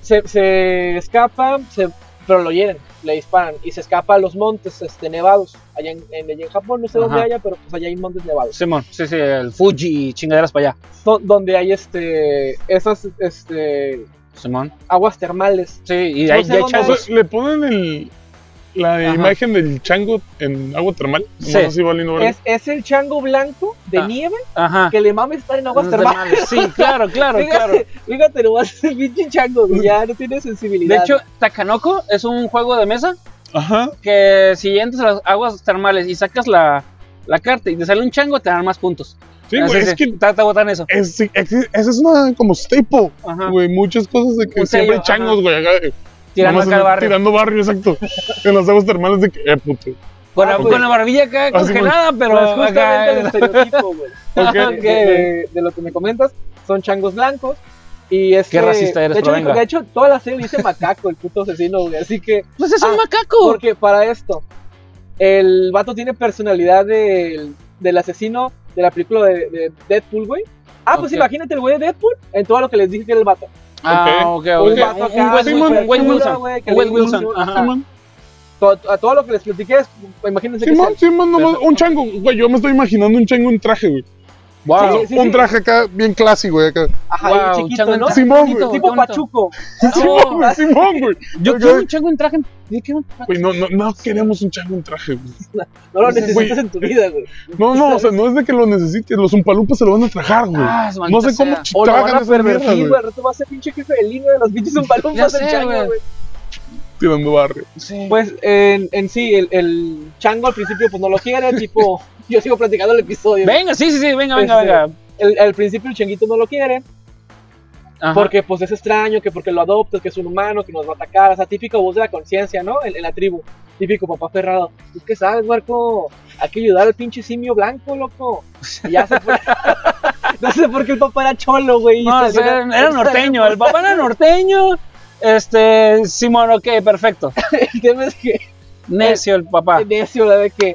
S2: Se, se escapa, se- pero lo hieren, le disparan, y se escapa a los montes este, nevados, allá en, en- allá en Japón, no sé dónde
S1: Ajá.
S2: haya, pero pues allá hay montes nevados.
S1: Simón, sí, sí, el Fuji, chingaderas para allá.
S2: Do- donde hay este, esas este,
S1: Simón.
S2: aguas termales.
S1: Sí, y
S2: No
S1: ahí
S2: sé
S1: ya
S2: dónde
S3: O
S1: changos.
S3: sea, le ponen el, la
S1: Ajá.
S3: imagen del chango en agua termal.
S1: Sí.
S3: Nomás así valiendo verga.
S2: Es, es el chango blanco de
S1: Ah.
S2: nieve
S1: Ajá.
S2: que le mames estar en aguas termales.
S1: Sí, claro, claro, claro.
S2: Fíjate, fíjate, no [laughs] vas a ser pinche chango, güey, ya no tiene sensibilidad.
S1: De hecho, Takanoko es un juego de mesa
S3: Ajá.
S1: que si entras a las aguas termales y sacas la, la carta y te sale un chango, te dan más puntos.
S3: Sí,
S1: Ah,
S3: güey. Es que
S1: Está, está botán eso.
S3: es, sí, exi- esa es una como staple,
S1: Ajá.
S3: güey. Muchas cosas de
S1: Ah.
S3: que
S1: Un
S3: siempre hay
S1: sello,
S3: changos,
S1: ajá.
S3: güey. acá, eh,
S1: Tirando
S3: nomás
S1: acá al
S3: en-
S1: barrio.
S3: Tirando barrio, exacto.
S1: [laughs]
S3: en las aguas termales de que, eh, puto.
S1: Con, la,
S2: Ah, güey.
S1: con la barbilla acá
S3: Ah, sí,
S1: congelada, pero
S2: Pero es justamente
S1: acá.
S2: el estereotipo, güey.
S1: Ok.
S2: De- de, de lo que me comentas, son changos blancos. Y es
S1: Qué racista eres,
S2: de hecho,
S1: pero venga.
S2: de hecho, toda la serie dice macaco, el puto asesino, güey. Así que,
S1: Pues es un
S2: Ah,
S1: macaco.
S2: porque para esto, el vato tiene personalidad del, del asesino de la película de, de Deadpool, güey. Ah, pues
S1: Ok.
S2: imagínate el güey de Deadpool en todo lo que les dije que era el vato.
S1: Ah, ok, ok.
S2: Un
S1: Un,
S2: vato acá,
S1: un Wes-
S2: sí,
S1: un Wes
S2: güey,
S1: Wilson.
S2: güey, que
S1: Un Wes
S2: le-
S1: Wilson.
S2: un-
S1: Ajá.
S3: Simón,
S2: To- a todo lo que les platiqué, es- imagínense que es
S3: Simón,
S2: él.
S3: Simón, nomás un chango, güey. Yo me estoy imaginando un chango en traje, güey. Wow,
S1: Ah,
S2: Sí, sí,
S3: un
S2: sí.
S3: traje acá bien clásico, güey. Acá.
S2: Ajá,
S1: Wow,
S2: y chiquito,
S1: chango en
S2: ¿no?
S1: traje,
S3: Simón,
S1: bonito,
S2: Tipo
S1: bonito.
S2: Pachuco.
S3: Simón,
S2: [laughs]
S3: Ah, güey, Simón, güey.
S1: Yo
S3: Ok.
S1: quiero un chango en traje. Yo quiero un
S3: Güey, no, no, no queremos un chango en traje, güey.
S2: No lo
S3: Güey.
S2: necesitas en tu vida, güey.
S3: No, no, o sea, no es de que lo necesites, los umpalupas se lo van a trajar, güey.
S1: Ah, su
S3: no
S1: maldita
S3: sé cómo
S1: sea.
S2: O lo van
S3: tragan
S2: a
S3: esa mierda,
S2: pervertir,
S3: güey.
S2: güey. Al rato va a ser pinche jefe de línea de los pinches
S1: Ya
S2: zumbalumpas
S1: sé,
S2: del
S1: güey.
S2: chango, güey.
S3: Tirando barrio.
S1: Sí.
S2: Pues en, en sí, el, el chango al principio pues no lo quiere, [laughs] tipo, yo sigo platicando el episodio.
S1: venga, sí, sí, sí, venga, venga,
S2: Este,
S1: venga.
S2: El- al principio el changuito no lo quiere,
S1: Ajá.
S2: porque pues es extraño, que porque lo adoptas, que es un humano, que nos va a atacar, o sea, típico voz de la conciencia, ¿no? En, en la tribu, típico papá ferrado. Es que sabes, Marco, hay que ayudar al pinche simio blanco, loco. Y ya se fue. [laughs] no sé por qué el papá era cholo, güey.
S1: No, o sea, era, norteño, el papá era norteño. Este, Simón, ok, perfecto.
S2: El tema es que
S1: Necio el papá.
S2: necio, la de que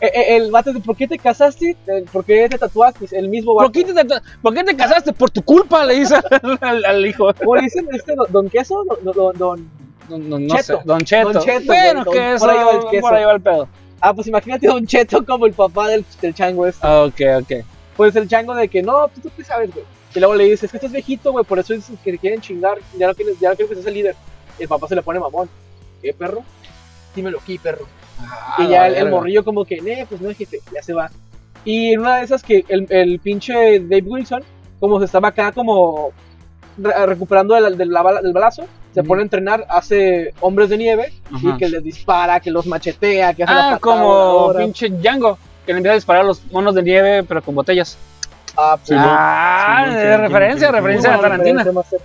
S2: eh, eh, el vato de por qué te casaste, Eh, por qué te tatuaste, el mismo vato.
S1: ¿Por qué, te, por qué te casaste? Por tu culpa, le dice [laughs] al, al- al hijo.
S2: ¿Cómo le dicen este don, don queso? Don, don- don-
S1: No, no, no sé,
S2: Cheto.
S1: Don Cheto.
S2: Don Cheto,
S1: bueno,
S2: don-
S1: que eso,
S2: por ahí va el queso.
S1: por ahí va el pedo.
S2: Ah, pues imagínate a Don Cheto como el papá del, del chango este.
S1: Ah, Ok, ok.
S2: Pues el chango de que no, tú, tú qué sabes, güey. Y luego le dices, es que estás viejito, güey, por eso dicen que te quieren chingar, ya no quieres, ya no quieres que seas el líder. Y el papá se le pone mamón. ¿Qué, perro? Dímelo aquí, perro.
S1: Ah,
S2: y ya
S1: la
S2: el, el
S1: verga.
S2: morrillo como que, eh, pues no, jefe, ya se va. Y en una de esas que el, el pinche Dave Wilson, como se estaba acá como re- recuperando de la- de la bala- del balazo, se
S1: Mm.
S2: pone a entrenar, hace hombres de nieve,
S1: Ajá.
S2: y que les dispara, que los machetea, que hace la
S1: Ah,
S2: patada
S1: como
S2: voladora.
S1: pinche Django, que le empieza a disparar a los monos de nieve, pero con botellas.
S2: Ah, pues,
S3: Sí, ¿no?
S1: ah,
S3: Simón,
S1: de
S3: Simón,
S1: referencia,
S3: Simón,
S1: referencia
S2: muy
S1: a
S2: buena
S1: Tarantino.
S2: referencia, Master.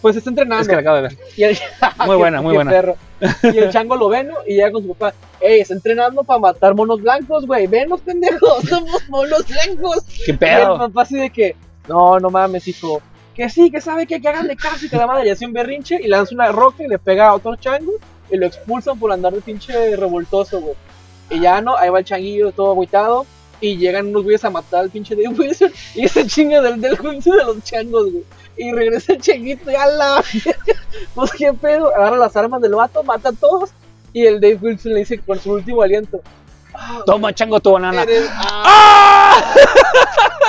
S2: Pues está entrenando.
S1: Es que la acabo de ver.
S2: y [laughs] el-
S1: Muy buena,
S2: Ah, qué-
S1: muy
S2: qué
S1: buena.
S2: perro. Y el chango lo ve, ¿no? Y llega con su papá. Ey, está entrenando para matar monos blancos, güey. Venos, pendejos. [laughs] Somos monos blancos.
S1: Qué
S2: Y el
S1: pedo.
S2: papá así de que, no, no mames, hijo. Que sí, que sabe que, que hagan de caso y que la madre le hace un berrinche y lanza una roca y le pega a otro chango y lo expulsan por andar de pinche revoltoso, güey. Y ya no, ahí va el changuillo todo agüitado y llegan unos güeyes a matar al pinche Dave Wilson [laughs] y ese chingo del Dave Wilson de los changos, güey. Y regresa el changuito y a la verga. [laughs] Pues qué pedo, agarra las armas del vato, mata a todos y el Dave Wilson le dice con su último aliento. "Ah,
S1: Toma, chango, tu banana.
S2: eres- ah".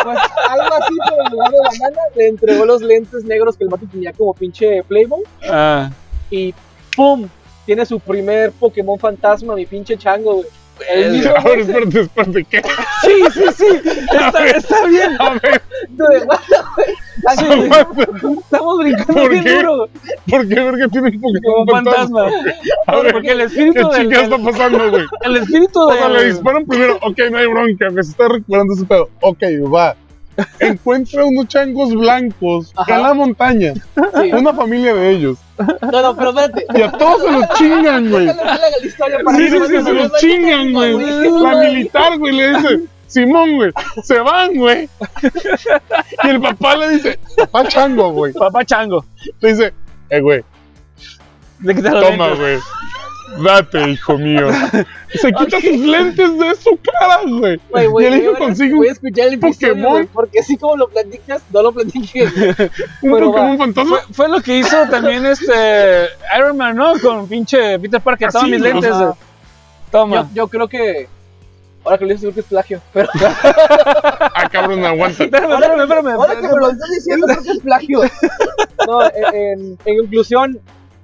S2: Pues algo así, pero en lugar de banana, le entregó los lentes negros que el vato tenía como pinche Playboy.
S1: Ah,
S2: Y ¡pum! Tiene su primer Pokémon fantasma, mi pinche chango, güey. El mismo
S3: A ver, espérate, espérate,
S2: [laughs]
S3: ¿qué?
S1: Sí, sí, sí. Está, está bien.
S3: [laughs] A ver,
S2: vato de guata,
S3: [laughs]
S2: güey. Así, Estamos brincando
S3: ¿Por
S2: bien
S3: qué?
S2: duro.
S3: ¿por qué verga tienen
S1: Como
S3: Pokémon
S1: un fantasma.
S3: A ver,
S1: Porque el
S3: ¿Qué
S1: espíritu del.
S3: chingada está
S2: [laughs]
S3: pasando, güey?
S1: El espíritu
S3: O sea, le
S1: del.
S3: disparan primero, ok, no hay bronca, que se está recuperando ese pedo. Ok, va. Encuentra unos changos blancos
S2: Ajá.
S3: en la montaña, [laughs]
S2: Sí.
S3: una familia de ellos,
S2: No, no, pero espérate.
S3: y a todos se los chingan, güey.
S2: Déjalo que le haga la historia para
S3: Sí,
S2: que
S3: sí,
S2: no
S3: sí, se los
S2: vuelva a
S3: chingan, güey. La militar, güey, le dice, Simón, güey, se van, güey. Y el papá le dice, papá chango, güey.
S1: Papá chango.
S3: Le dice, eh, güey,
S1: Le quita los
S3: toma,
S1: lentes.
S3: güey. Date, hijo mío. Se quita sus lentes de su cara, güey.
S2: Güey,
S3: Y
S2: güey,
S3: el hijo
S2: voy a-
S3: consigue
S2: Voy a
S3: un,
S2: escuchar el episodio,
S3: Pokémon.
S2: güey, porque así como lo platicas, no lo platiques. güey.
S3: un
S2: pero
S3: Pokémon fantasma.
S1: Fue, fue lo que hizo también este Iron Man, ¿no? Con pinche Peter Parker.
S3: Ah,
S1: Toma
S3: sí,
S1: mis
S3: ajá.
S1: lentes. eh.
S2: Yo,
S1: Toma.
S2: yo creo que. Ahora que lo dices, creo que es plagio. [laughs] Pero
S3: Ah, cabrón,
S2: [laughs]
S3: aguanta.
S1: Espérame, espérame, espérame.
S2: ahora que me lo estás diciendo, creo que es plagio. [laughs] No, en, en- en conclusión,
S3: [laughs]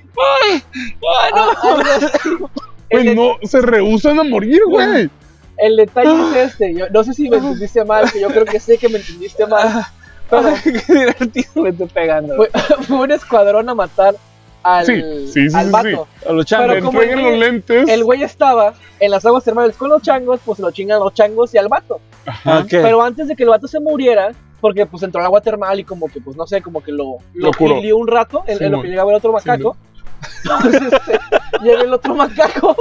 S2: Ah, algo así. El,
S3: Güey,
S2: de-
S3: no, se rehusan a morir, güey.
S2: el detalle es este. Yo, no sé si me entendiste mal, que yo creo que sé que me entendiste [laughs] mal. Pero
S1: Qué divertido me estoy pegando.
S2: fue, fue un escuadrón a matar al,
S3: Sí, sí, sí,
S2: al
S3: sí,
S2: vato.
S3: sí.
S1: A los
S3: Le
S2: Pero
S1: changos.
S2: como
S3: entregan
S2: el
S3: los
S2: güey-
S3: lentes.
S2: el güey estaba en las aguas termales con los changos, pues se lo chingan los changos y al vato.
S1: Ah, Ok.
S2: Pero antes de que el vato se muriera, porque pues entró al agua termal y como que, pues no sé, como que lo,
S3: Lo curó.
S2: hilió un rato en, en lo
S3: Simón.
S2: que llegaba el otro macaco. Entonces, este, llega el otro macaco,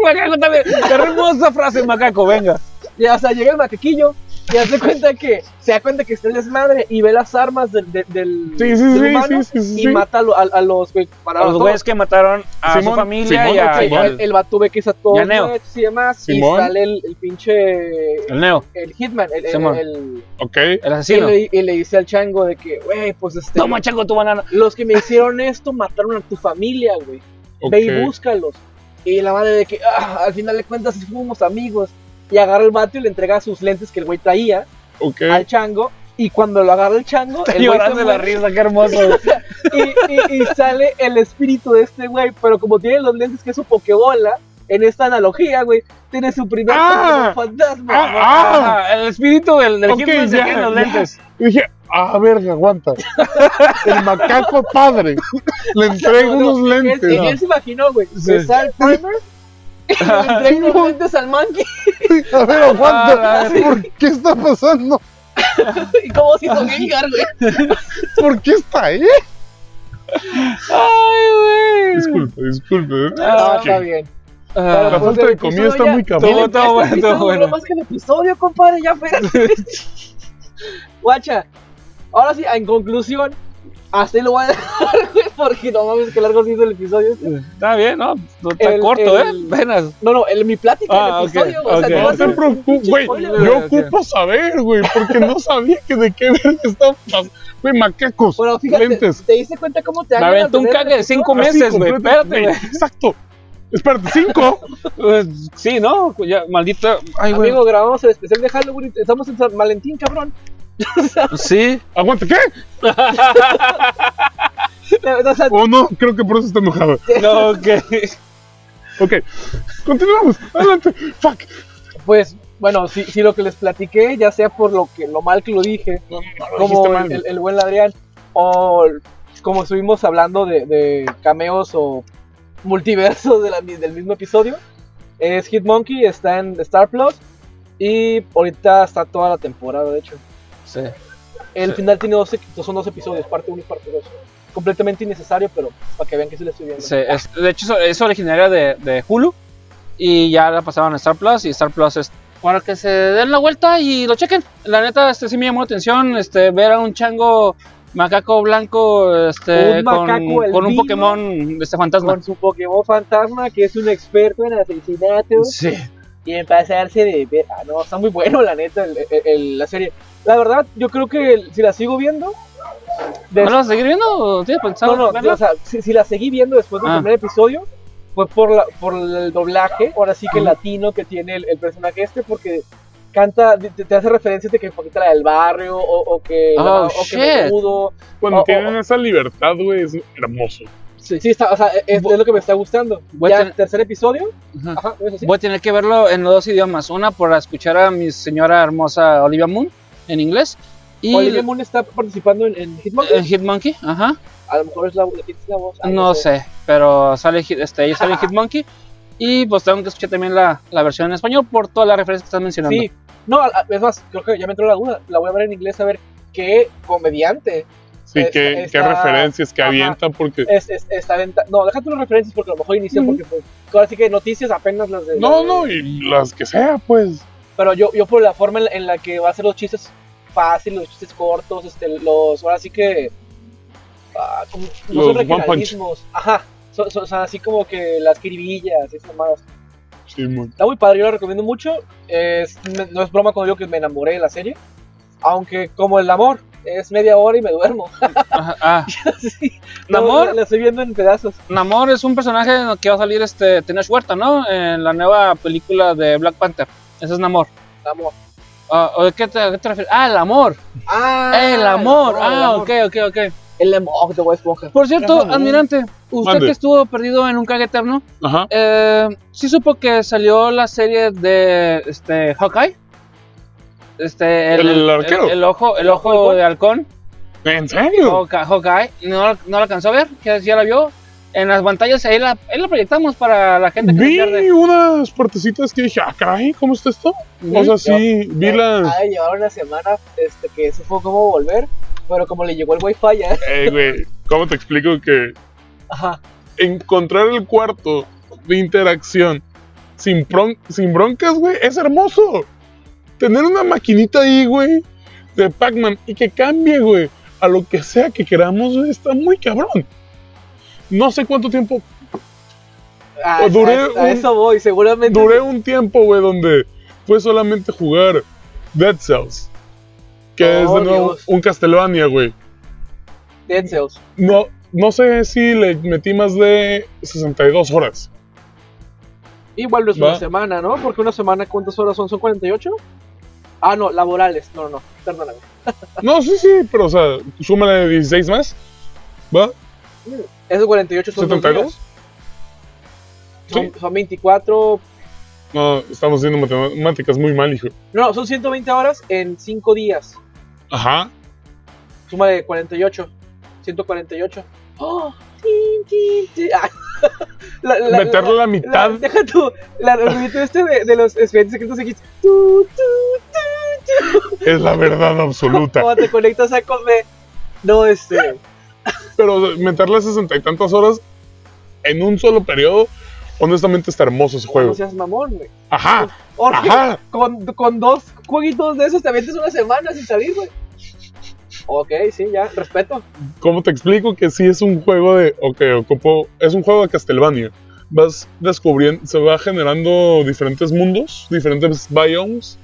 S2: [laughs]
S1: Macaco también. Qué hermosa frase, macaco. Venga.
S2: y, o sea, llega el macaquillo Y hace cuenta que se da cuenta que está el desmadre y ve las armas del, del, del,
S3: Sí, sí,
S2: del
S3: sí,
S2: humano
S3: sí, sí, sí,
S2: y
S3: sí.
S2: mata a, lo- a- a los güey, para
S1: A los güeyes que mataron a
S3: Simón,
S1: su familia
S3: Simón,
S1: y a.
S3: ok,
S1: y al-
S2: el, el vato ve que está todo
S1: Y a Neo.
S2: muerto y demás
S3: Simón.
S2: y sale el, el pinche
S1: el Neo,
S2: el hitman el, el,
S1: Simón.
S2: el-
S3: Ok.
S1: el
S2: y,
S1: asesino.
S2: le, y le dice al chango de que güey pues este
S1: Toma, chango, tu banana.
S2: los que me hicieron esto mataron a tu familia güey
S3: ok.
S2: ve y búscalos y la madre de que "Ah, al final de cuentas fuimos amigos y agarra el vato y le entrega sus lentes que el güey traía
S3: Ok.
S2: al chango y cuando lo agarra el chango
S1: Está
S2: el güey se
S1: llorando de la
S2: muere.
S1: risa, qué hermoso. güey.
S2: y, y- y sale el espíritu de este güey, pero como tiene los lentes que es su pokebola, en esta analogía, güey, tiene su primer
S3: Ah.
S2: Pokémon fantasma.
S3: Ah,
S2: güey.
S3: ah.
S1: [laughs] Ah, el espíritu del, del
S3: Ok,
S1: Hitman se
S3: ya,
S1: queda en los
S3: ya.
S1: lentes.
S3: Y dije, a ver, aguanta. El macaco padre. Le entrego
S2: No, no,
S3: unos
S2: Él,
S3: lentes.
S2: él se imaginó, güey,
S3: Sí.
S2: besar el
S3: [laughs]
S2: primer y le entrega los lentes al monkey
S3: A ver,
S1: Ah,
S3: aguanta.
S1: la-
S3: ¿Por qué está pasando?
S2: y como si
S3: Ah,
S2: hizo Gengar, güey.
S3: ¿Por qué
S2: [laughs]
S3: está ahí?
S1: Ay, güey.
S3: Disculpe, disculpe. ¿eh?
S2: No,
S1: Ah,
S2: está bien.
S1: Ah,
S3: La
S2: pues,
S3: falta
S2: el
S3: de comida
S2: episodio
S3: está
S2: ya-
S3: muy
S1: Todo,
S3: cabrón.
S1: todo bueno,
S2: este
S1: todo
S2: episodio
S1: bueno.
S2: duró más que el episodio, compadre, ya
S3: [laughs]
S2: espérate. Guacha, ahora sí, en conclusión, hasta ahí lo voy a dejar, [laughs] güey, porque no mames que largo se hizo el episodio. este.
S1: Está bien, ¿no? No, Está
S2: El-
S1: corto,
S2: el-
S1: ¿eh? Apenas.
S2: No, no, el, mi plática
S1: Ah,
S2: el episodio,
S1: ok,
S2: güey, o sea,
S1: ok.
S2: no va
S3: No
S2: a ser
S3: te
S2: un
S3: preocupes,
S2: pinche
S3: güey.
S2: spoiler,
S3: Yo
S1: güey,
S3: ocupo saber, güey, porque no sabía que de qué verga estaba pasando. Güey, macacos,
S2: Bueno, fíjate,
S3: lentes.
S2: ¿te diste cuenta cómo te
S1: Me
S2: hagan
S1: aventó un
S2: las
S1: cague de
S2: veces?
S1: cinco
S3: Así,
S1: meses, güey.
S3: completo,
S1: Espérate, güey.
S3: Exacto. Espérate, cinco.
S1: Pues, Sí, ¿no? Ya, maldita. Ay, güey.
S2: Amigo, grabamos el especial de Halloween y estamos en San Valentín, cabrón.
S1: Sí.
S3: Aguanta, ¿qué?
S2: O sea,
S1: Oh.
S3: O no, creo que por eso está enojado.
S1: [laughs] No, ok.
S3: Ok, continuamos. Adelante. Fuck.
S2: pues, bueno, si, si lo que les platiqué, ya sea por lo que lo mal que lo dije,
S3: No, no, no, lo
S2: como
S3: dijiste
S2: el-
S3: mal.
S2: el, el buen Adrián, o como estuvimos hablando de, de cameos o multiversos de la mi- del mismo episodio, es Hitmonkey, está en Star Plus y ahorita está toda la temporada, de hecho.
S1: Sí.
S2: El
S1: Sí.
S2: final tiene 12, son dos episodios, parte 1 y parte 2. Completamente innecesario, pero para que vean que sí le estoy viendo.
S1: Sí, es- de hecho, es es originaria de, de Hulu. Y ya la pasaban a Star Plus. Y Star Plus es para que se den la vuelta y lo chequen. La neta, este sí me llamó la atención este, ver a un chango macaco blanco este,
S2: Un
S1: con,
S2: macaco
S1: con un
S2: albino.
S1: Pokémon este fantasma.
S2: Con su Pokémon fantasma, que es un experto en asesinatos
S1: Sí.
S2: y en pasarse de. ver- Ah, no, está muy bueno, la neta, el- el- el- la serie. La verdad, yo creo que el- si la sigo viendo.
S1: ¿No
S2: des-
S1: lo vas a seguir viendo? ¿O ¿Tienes pensado?
S2: no, no,
S1: verla?
S2: o sea, si, si la seguí viendo después del
S1: Ah.
S2: primer episodio, fue por, la, por el doblaje, ahora sí que
S1: Ujú.
S2: latino que tiene el, el personaje este, porque canta, te, te hace referencias de que fue la del barrio, o, o que,
S1: Oh,
S2: o
S1: shit.
S2: que menudo.
S3: Cuando
S2: oh,
S3: tienen
S2: oh.
S3: esa libertad, güey, es hermoso.
S2: Sí, está, o sea, es, es lo que me está gustando.
S1: Voy a
S2: ya,
S1: tener-
S2: tercer episodio,
S1: Ajá.
S2: ajá, ¿no es así?
S1: Voy a tener que verlo en los dos idiomas. Una para escuchar a mi señora hermosa Olivia Moon en inglés. Y
S2: Olivia Moon está participando en, en Hitmonkey.
S1: en Hitmonkey, ajá.
S2: A lo mejor es la, le quitas la voz. ah,
S1: No sé, pero sale, Hit- este, ahí sale Hitmonkey. Y pues tengo que escuchar también la, la versión en español por todas las referencias que estás mencionando.
S2: Sí, no, a- a- es más, creo que ya me entró la duda. La voy a ver en inglés a ver qué comediante
S3: Sí,
S2: Es-
S3: qué, qué
S2: está-
S3: referencias que
S2: ajá.
S3: avienta, porque.
S2: es, es, está venta- No, déjate unas referencias porque a lo mejor inició
S1: Ujú.
S2: porque pues, ahora sí que noticias apenas las de.
S3: No, no, y las que sea, pues.
S2: Pero yo, yo por la forma en la, en la que va a hacer los chistes fáciles, los chistes cortos, este, los. Ahora sí que. ah, como- no son
S3: Los One Punch.
S2: regionalismos. Ajá. Son, son- son así como que las cribillas, esas mamadas.
S3: Sí, mon.
S2: Está muy padre, yo la recomiendo mucho. Es- me- no es broma cuando digo que me enamoré de la serie. Aunque, como el amor, es media hora y me duermo.
S1: Ajá,
S2: [laughs]
S1: ah,
S2: Sí.
S1: ¿Namor?
S2: No, La estoy viendo en pedazos.
S1: Namor es un personaje en el que va a salir este Tenoch Huerta, ¿no? En la nueva película de Black Panther. Ese es Namor.
S2: Namor.
S1: Ah, ¿o de qué, te, a qué te refieres? Ah, el amor.
S2: Ah,
S1: el amor.
S2: el
S1: Ah,
S2: amor.
S1: ok, ok, ok.
S2: El amor de Bob Esponja.
S1: Por cierto,
S2: Ajá.
S1: admirante, usted
S3: Mande.
S1: que estuvo perdido en un cague eterno,
S3: Ajá.
S1: eh, ¿sí supo que salió la serie de este, Hawkeye? Este,
S3: ¿El arquero?
S1: el ojo, el ojo de halcón.
S3: ¿En serio?
S1: Hawkeye, Hawkeye, no, no la alcanzó a ver, que ya la vio. En las pantallas ahí la, ahí la proyectamos para la gente que se
S3: Vi
S1: pierde.
S3: unas partecitas que dije, ah, caray, ¿cómo está esto? O sea, sí, vi las.
S2: Ah, llevar una semana este, que se fue como volver. Pero como le llegó el wifi ya.
S3: Eh, güey, ¿cómo te explico que
S2: Ajá.
S3: encontrar el cuarto de interacción sin, bron- sin broncas, güey, es hermoso. tener una maquinita ahí, güey, de Pac-Man y que cambie, güey, a lo que sea que queramos, güey, está muy cabrón. No sé cuánto tiempo.
S2: A,
S3: O duré
S2: Ah, a- a
S3: un-
S2: eso voy, seguramente.
S3: Duré un tiempo, güey, donde fue solamente jugar Dead Cells. Que es
S2: Oh,
S3: de nuevo
S2: Dios.
S3: un Castlevania, güey.
S2: Dead Cells.
S3: No, no sé si le metí más de 62 horas.
S2: Igual no es
S3: Va.
S2: una semana, ¿no? Porque una semana, ¿cuántas horas son? ¿Son 48? Ah, no, laborales. No, no, no, perdóname.
S3: No, sí, sí, pero o sea, súmale 16 más. ¿Va?
S2: Esos 48 son dos
S3: ¿72?
S2: días. Son,
S3: Sí.
S2: son 24.
S3: No, estamos haciendo matemáticas muy mal, hijo.
S2: No, son 120 horas en 5 días.
S3: Ajá.
S2: Suma de 48. 148. ¡Oh! Tin, tin, tin. Ah, [laughs] la- la-
S3: Meterle la
S2: La-
S3: mitad.
S2: deja tú, la, el ruidito este de, de los expedientes secretos X. Tú, tú, tú,
S3: Es la verdad
S2: tú.
S3: absoluta.
S2: Cuando te conectas a comer. No, este.
S3: Pero meterle sesenta y tantas horas en un solo periodo, honestamente está hermoso ese
S2: No
S3: juego.
S2: seas mamón, güey.
S3: Ajá,
S2: Jorge,
S3: ajá.
S2: Con, con dos jueguitos de esos te metes una semana sin salir, güey. Ok, sí, ya, respeto.
S3: ¿Cómo te explico que sí es un juego de. Ok, ocupo. Es un juego de Castlevania. Vas descubriendo. Se va generando diferentes mundos, diferentes biomes,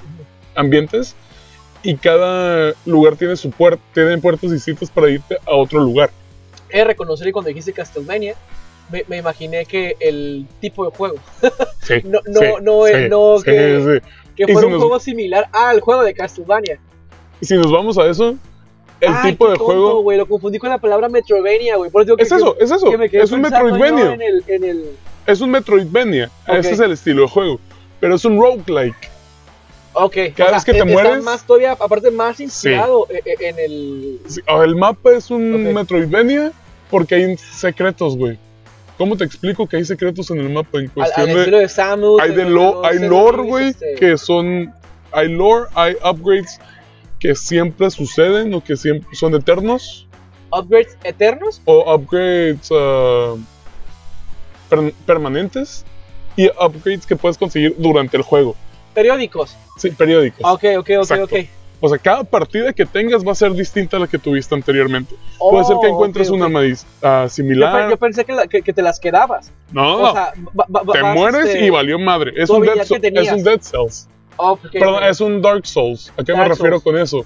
S3: ambientes. Y cada lugar tiene su puerta. Tienen puertas distintas para irte a otro lugar.
S2: He de reconocer que cuando dijiste Castlevania, me, me imaginé que el tipo de juego,
S3: Sí.
S2: No, no,
S3: sí,
S2: no, eh, no, que-
S3: sí, sí.
S2: que
S3: Y
S2: fuera
S3: si
S2: un
S3: nos-
S2: juego similar al juego de Castlevania.
S3: Y si nos vamos a eso, el
S2: Ay,
S3: tipo
S2: qué
S3: de
S2: tonto,
S3: juego.
S2: güey, lo confundí con la palabra Metrovania, güey. Por eso digo que-
S3: Es eso, es eso.
S2: que me quedé
S3: Es un
S2: pensando yo
S3: Metroidvania.
S2: En el, en el...
S3: Es un Metroidvania.
S2: Ok.
S3: Ese es el estilo de juego. Pero es un roguelike.
S2: Ok.
S3: Cada vez que te
S2: está
S3: mueres-
S2: Más, todavía, aparte, más inspirado e- e- en el.
S3: Sí, o El mapa es un
S2: Ok.
S3: Metroidvania porque hay secretos, güey. ¿Cómo te explico que hay secretos en el mapa? En
S2: Al, al
S3: cuestión de.
S2: estilo de Samus.
S3: Hay,
S2: en
S3: de
S2: el-
S3: lo-
S2: no
S3: hay
S2: sé,
S3: lore,
S2: dices,
S3: güey,
S2: este,
S3: que son. Hay lore, hay upgrades que siempre suceden o que siempre son eternos.
S2: Upgrades eternos.
S3: O upgrades ah, per- permanentes. Y upgrades que puedes conseguir durante el juego.
S2: Periódicos.
S3: Sí, periódicos.
S2: Ah, Ok, ok, ok,
S3: Exacto.
S2: ok.
S3: O sea, cada partida que tengas va a ser distinta a la que tuviste anterioramente. Puede ser que
S2: Oh,
S3: encuentres
S2: ok, ok.
S3: una maíz ah,
S2: Yo, pe-
S3: similar.
S2: yo pensé que, la- que- que te las quedabas.
S3: no,
S2: o sea, va- va- va-
S3: te
S2: vas,
S3: mueres
S2: este,
S3: y valió madre. Es
S2: tu
S3: un,
S2: habilidad
S3: Dead Soul-
S2: que tenías.
S3: es un Dead Cells.
S2: ok,
S3: Perdón,
S2: ok.
S3: es un Dark Souls. ¿A qué me
S2: Dark
S3: refiero
S2: Souls.
S3: con eso?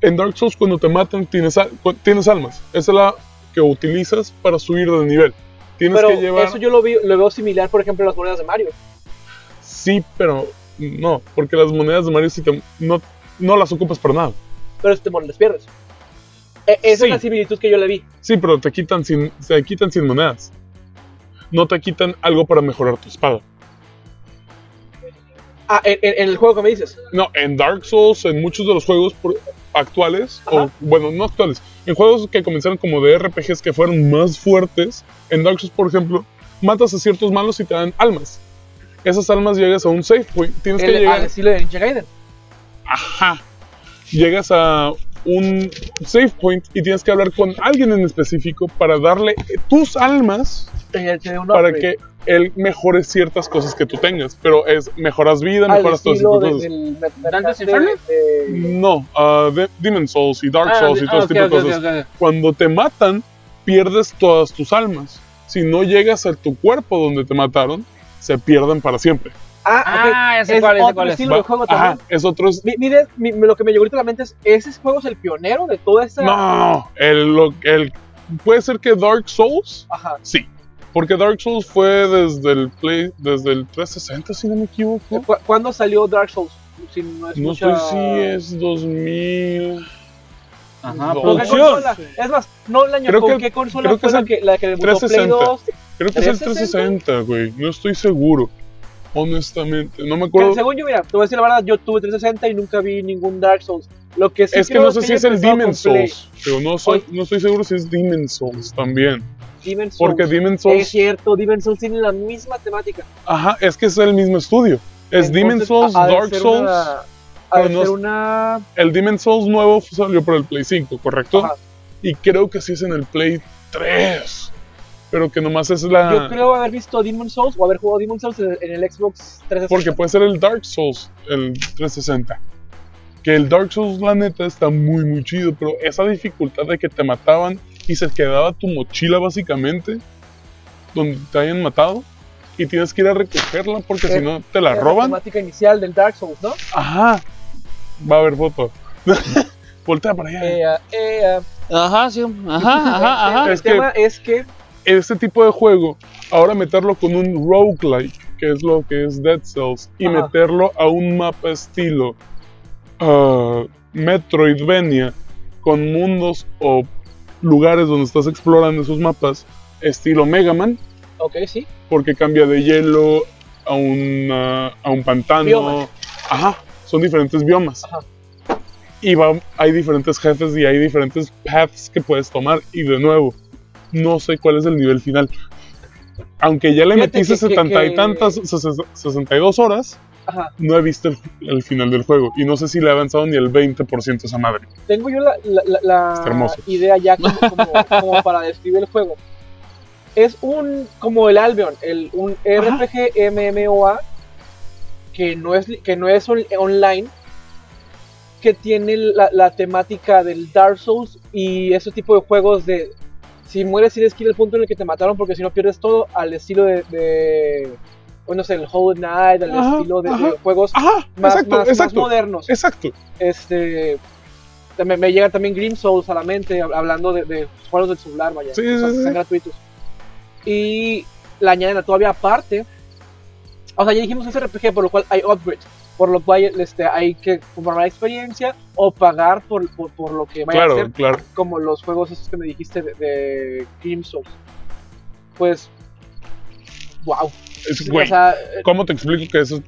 S3: En Dark Souls, cuando te matan, tienes, al- cu- tienes almas. Esa es la que utilizas para subir de nivel. Tienes
S2: Pero
S3: que llevar.
S2: eso yo lo, vi- lo veo similar, por ejemplo, a las monedas de Mario.
S3: Sí, pero no, porque las monedas de Mario sí te- no, no las ocupas para nada.
S2: Pero si te mueres, las pierdes. E- esa
S3: Sí.
S2: es la similitud que yo le vi.
S3: Sí, pero te quitan sin, se quitan sin monedas. No te quitan algo para mejorar tu espada.
S2: Ah, en, en- en el juego que me dices.
S3: No, en Dark Souls, en muchos de los juegos por- actuales, o
S2: Ajá.
S3: bueno, no actuales, en juegos que comenzaron como de RPGs que fueron más fuertes, en Dark Souls, por ejemplo, matas a ciertos malos y te dan almas. Esas almas llegas a un safe point, tienes
S2: el,
S3: que llegar.
S2: Al estilo de Ninja Gaiden.
S3: Ajá. Llegas a un safe point y tienes que hablar con alguien en específico para darle tus almas
S2: Te- te da Eh, un
S3: para
S2: upgrade.
S3: que él mejore ciertas cosas que tú tengas. Pero es mejoras vida,
S2: al
S3: mejoras todas esas
S2: estilo de-
S3: cosas.
S2: del de-
S1: ¿Dante's
S2: de-
S1: Inferno?
S2: de-
S3: No, ah, de- Demon Souls y Dark
S1: Ah,
S3: Souls y
S1: ah,
S3: todo
S1: ok,
S3: ese tipo
S1: ok,
S3: de cosas.
S1: ok, ok.
S3: Cuando te matan, pierdes todas tus almas. Si no llegas a tu cuerpo donde te mataron, se pierden para siempre.
S2: Ah, ok.
S1: Ah, ya sé
S2: Es
S1: cuál es, ya sé
S2: otro
S1: cuál es.
S2: estilo. Sí, lo
S3: Va-
S2: del juego
S3: Ajá,
S2: también.
S3: es otro. es-
S2: Mi- Mire, mi- lo que me llegó ahorita a la mente es, ese juego es el pionero de toda esta...
S3: No, el, lo- el- puede ser que Dark Souls,
S2: Ajá.
S3: sí. Porque Dark Souls fue desde el Play, desde el 360, si no me equivoco.
S2: ¿Cu- ¿Cuándo salió Dark Souls? Si no es
S3: No pues eh.
S2: mucha-
S3: sé si es 2000.
S1: Ajá,
S3: No.
S2: ¿Con qué
S1: producción.
S2: consola? Es más, no el año,
S3: Creo
S2: ¿con
S3: que-
S2: qué consola
S3: creo que
S2: fue
S3: es
S2: la
S3: el
S2: que, la que debutó Play
S3: 360.
S2: 2?
S3: Creo que es el
S2: 360,
S3: 360, güey. No estoy seguro. Honestamente, no me
S2: Que
S3: acuerdo.
S2: según yo, mira, te voy a decir la verdad, yo tuve 360 y nunca vi ningún Dark Souls. Lo que sí
S3: es que
S2: creo
S3: no sé si
S2: yo
S3: es el
S2: empezaba con
S3: Demon
S2: Play.
S3: Souls. Pero no, soy-
S2: Oye.
S3: no estoy seguro si es Demon Souls también.
S2: Demon Souls.
S3: Porque Demon
S2: Es
S3: Souls.
S2: cierto, Demon Souls tiene la misma temática.
S3: Ajá, es que es el mismo estudio. Es Demon
S2: Entonces,
S3: Souls,
S2: ha de
S3: Dark
S2: ser
S3: Souls.
S2: una- ha de
S3: pero no
S2: ser
S3: es-
S2: una...
S3: El Demon Souls nuevo salió por el Play 5, ¿correcto?
S2: Ajá.
S3: Y creo que sí es en el Play 3. pero que nomás es la.
S2: Yo creo haber visto Demon Souls o haber jugado Demon Souls en en el Xbox 360.
S3: Porque pues, puede ser el Dark Souls, el 360. Que el Dark Souls, la neta, está muy, muy chido, pero esa dificultad de que te mataban y se quedaba tu mochila, básicamente, donde te hayan matado, y tienes que ir a recogerla porque
S2: Eh,
S3: si no te la
S2: Era
S3: roban.
S2: La temática inicial del Dark Souls, ¿no?
S3: Ajá, va a haber foto. [laughs] Voltea para allá.
S2: Eh, ah, eh, ah.
S1: Ajá, sí.
S2: [laughs]
S1: Ajá, ajá, ajá.
S2: El
S3: Es que-
S2: tema es que
S3: Este tipo de juego, ahora meterlo con un roguelike, que es lo que es Dead Cells, y
S2: Ajá.
S3: meterlo a un mapa estilo ah, Metroidvania, con mundos o lugares donde estás explorando esos mapas, estilo Mega Man,
S2: Ok, sí.
S3: porque cambia de hielo a, una- a un pantano.
S2: Biomas.
S3: Ajá, son diferentes biomas.
S2: Ajá.
S3: Y va- hay diferentes jefes y hay diferentes paths que puedes tomar. Y de nuevo, no sé cuál es el nivel final. Aunque ya le
S2: Fíjate
S3: metiste
S2: que- que-
S3: 70 y
S2: que-
S3: tantas, ses- 62 horas,
S2: Ajá.
S3: no he visto el, el final del juego. Y no sé si le ha avanzado ni el 20% esa madre.
S2: Tengo yo la, la- la- la
S3: Está hermoso.
S2: idea ya
S3: [laughs]
S2: como, como- como para describir el juego. Es un, como el Albion, el, un RPG MMOA que no es, que no es on- online, que tiene la, la temática del Dark Souls y ese tipo de juegos de si mueres tienes que ir al punto en el que te mataron porque si no pierdes todo al estilo de, de bueno, no sé, el Hollow Knight, al
S3: Ajá,
S2: estilo de, de
S3: ajá.
S2: juegos
S3: Ajá,
S2: más,
S3: exacto,
S2: más- más
S3: exacto.
S2: modernos
S3: exacto.
S2: este me, me llegan también Grim Souls a la mente hab- hablando de, de juegos del celular vaya
S3: Sí,
S2: o sea,
S3: sí,
S2: que
S3: sí.
S2: están gratuitos y la añaden a todavía aparte o sea ya dijimos es RPG por lo cual hay upgrade por lo cual este, hay que comprar la experiencia o pagar por, por, por lo que vaya a
S3: Claro,
S2: hacer
S3: claro.
S2: como los juegos esos que me dijiste de, de Grim Souls pues wow
S3: Es, güey,
S2: o sea eh,
S3: ¿Cómo te explico que eso?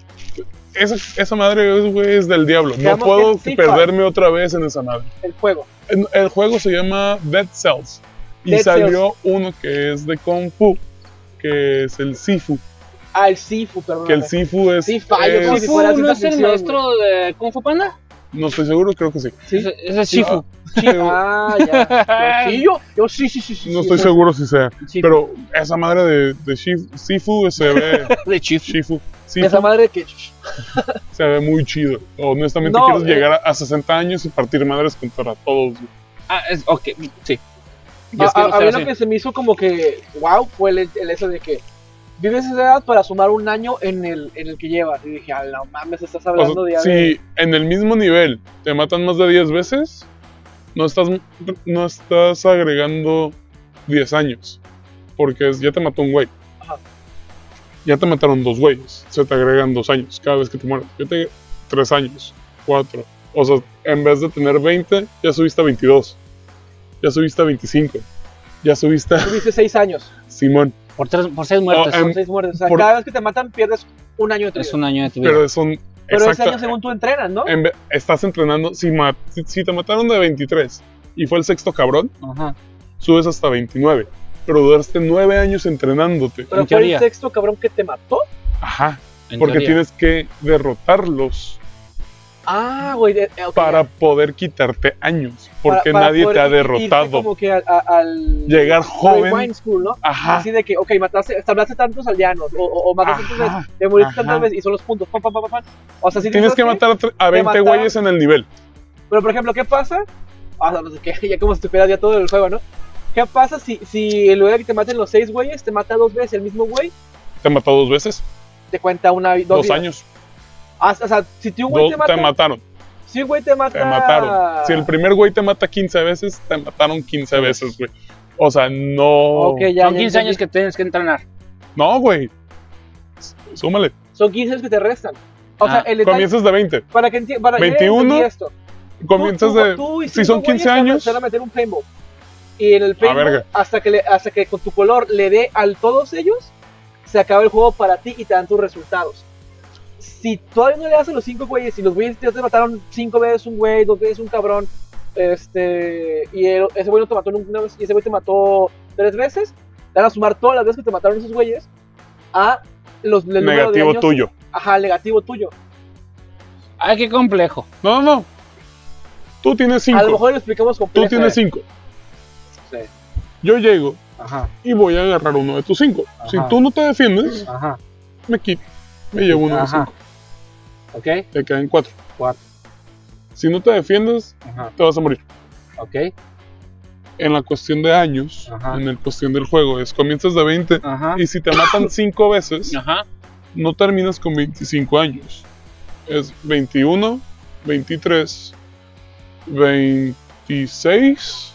S3: Esa, esa madre es, güey, es del diablo. No
S2: Digamos
S3: puedo
S2: que sí,
S3: perderme otra vez en esa madre.
S2: el juego
S3: En- El juego se llama Dead Cells. Y
S2: Dead
S3: salió uno que es de Kung Fu, que es el Sifu.
S2: ah el Sifu perdón
S3: Que el Sifu es.
S2: Sí, fallo,
S3: es-
S2: como si
S1: ¿Shifu
S2: fuera
S1: no
S2: ciencia
S1: es el
S2: ficción,
S1: maestro de Kung Fu Panda?
S3: no estoy seguro, creo que sí.
S2: Sí.
S1: Ese, ese es Shifu.
S2: Ah, [laughs] ya. Yo sí, yo, yo sí, sí, sí, sí.
S3: Eh, No
S2: sí,
S3: estoy
S2: sí.
S3: seguro si sea.
S2: Sí.
S3: Pero esa madre de, de Shif- Sifu se ve.
S1: De Shifu.
S3: Shifu. Sifu
S2: Esa madre que.
S3: se ve muy chido. Honestamente,
S2: No,
S3: quieres
S2: eh.
S3: llegar a, a 60 años y partir madres contra todos. güey.
S1: Ah, es, ok, sí. Y
S2: A,
S1: es que
S2: a-
S1: no se
S2: a mí
S1: hace.
S2: lo que se me hizo como que. Wow, fue el, el eso de que. Vives esa edad para sumar un año en el, en el que llevas. Y dije, ah, no mames, estás
S3: O sea,
S2: hablando de ya
S3: si
S2: de.
S3: en el mismo nivel te matan más de 10 veces, no estás, no estás agregando 10 años. Porque es- ya te mató un güey.
S2: Ajá.
S3: Ya te mataron dos güeyes. Se te agregan dos años cada vez que te mueres. Yo te tres años, cuatro. O sea, en vez de tener 20, ya subiste a 22. Ya subiste a 25. Ya subiste a
S2: Tuviste seis años,
S3: Simón.
S1: Por, tres, por seis muertes.
S3: Oh, em,
S2: son seis muertes. O sea,
S3: por-
S2: cada vez que te matan pierdes un año de tu
S1: es
S2: vida.
S1: un año de tu vida.
S3: Pero son.
S2: Pero ese
S3: exacta-
S2: año según tú entrenas, ¿no?
S3: en ve- estás entrenando, si, ma- si- si te mataron de 23 y fue el sexto cabrón,
S1: Ajá.
S3: subes hasta 29. Pero duraste 9 años entrenándote.
S2: Pero
S1: en
S2: fue
S1: teoría.
S2: el sexto cabrón que te mató.
S3: Ajá.
S1: en
S3: Porque
S1: teoría.
S3: tienes que derrotarlos
S2: Ah, güey. de- eh, ok,
S3: para
S2: ya. poder-
S3: poder quitarte años. Porque
S2: para
S3: nadie te
S2: poder
S3: ha
S2: irse
S3: derrotado.
S2: Como que al. a- al-
S3: Llegar joven.
S2: Rewind School, ¿no?
S3: Ajá.
S2: Así de que, ok, mataste, estableciste tantos aldeanos, o, o, o mataste
S3: Ajá,
S2: tantas veces, te moriste
S3: ajá.
S2: tantas veces y son los puntos, pam, pam, pam, pam, pam. O sea, si
S3: Tienes que matar a tre- a 20
S2: mataron.
S3: güeyes en el nivel.
S2: Pero, por ejemplo, ¿qué pasa? Ah, no sé qué, [laughs] ya como si supieras ya todo el juego, ¿no? ¿Qué pasa si, si en lugar de que te maten los seis güeyes, te mata dos veces el mismo güey?
S3: Te mató dos veces.
S2: Te cuenta una vi- dos,
S3: Dos,
S2: vidas?
S3: años.
S2: Ah, o sea, si tu güey
S3: Dos-
S2: te mata, Ah.
S3: te mataron.
S2: si un güey te mata,
S3: Te mataron. Si el primer güey te mata 15 veces, te mataron 15 veces, güey. O sea, no.
S2: Ok, ya,
S1: Son
S2: ya
S1: 15 años
S2: entendí.
S1: que tienes que entrenar.
S3: No, güey. S- Súmale.
S2: son 15 años que te restan. O sea,
S1: Ah,
S2: el detalle,
S3: Comienzas de 20.
S2: para que entiendas, para yo ya
S3: 21,
S2: entendí esto. Tú-
S3: Comienzas
S2: tú-
S3: de.
S2: tú y
S3: si
S2: cinco
S3: son 15
S2: güeyes
S3: años. Ah,
S2: Se van a meter un paintball. Y en el paintball,
S3: verga.
S2: hasta que, le- hasta que con tu color le dé al todos ellos, se acaba el juego para ti y te dan tus resultados. Si todavía no le das a los cinco güeyes y los güeyes ya te mataron cinco veces un güey, dos veces un cabrón, este, y el- ese güey no te mató ninguna vez y ese güey te mató tres veces, te van a sumar todas las veces que te mataron esos güeyes a los el número de
S3: negativo
S2: años-
S3: tuyo.
S2: Ajá, el negativo tuyo.
S1: Ay, qué complejo.
S3: No, no, no. Tú tienes
S2: A lo
S3: 5.
S2: mejor lo explicamos eh,
S3: Tú
S2: completo.
S3: tienes 5.
S2: Sí.
S3: Yo llego
S2: Ajá,
S3: y voy a agarrar uno de tus cinco.
S2: Ajá.
S3: Si tú no te defiendes,
S2: ajá,
S3: me quito. Me llevo uno de
S2: ajá.
S3: cinco.
S2: Ok,
S3: Te quedan cuatro.
S2: cuatro.
S3: Si no te defiendes,
S2: Ajá,
S3: te vas a morir.
S2: ok,
S3: En la cuestión de años,
S2: Ajá.
S3: en la cuestión del juego, es comienzas de 20
S2: ajá.
S3: y si te matan cinco veces,
S1: Ajá.
S3: no terminas con 25 años. Es 21, 23, 26.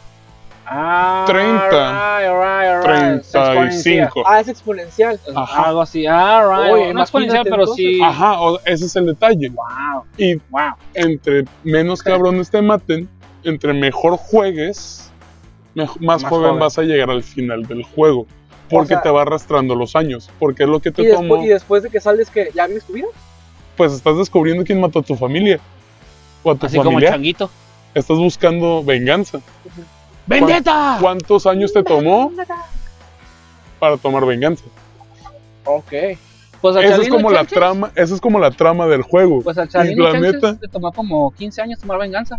S1: Ah,
S3: 30,
S1: alright, alright, alright. Es exponencial.
S3: 35.
S2: Ah, es exponencial.
S3: Ajá.
S1: Algo así. Ah, right.
S2: Oye,
S1: no exponencial,
S2: imagínate
S1: pero
S2: entonces.
S1: sí.
S3: Ajá, o- ese es el detalle.
S1: Wow,
S3: Y
S1: wow.
S3: entre menos cabrones te maten, entre mejor juegues, mej- más,
S1: Más
S3: joven,
S1: joven.
S3: vas a llegar al final del juego. Porque
S2: sea-
S3: te va arrastrando los años. Porque es lo que
S2: Y
S3: te tomó.
S2: después, y después de que sales, que ¿ya vives tu vida?
S3: Pues estás descubriendo quién mató a tu familia. O a tu
S1: Así como el
S3: familia.
S1: changuito.
S3: Estás buscando venganza.
S1: ¡Vendetta!
S3: ¿Cuántos años te tomó para tomar venganza?
S2: Ok.
S1: Pues al
S3: Esa es
S1: Chalino
S3: como la
S1: Chances-
S3: trama, esa es como la trama del juego.
S1: Pues al
S3: Y
S1: Chalino
S3: la
S1: Chances
S3: neta,
S1: le tomó como 15 años tomar venganza.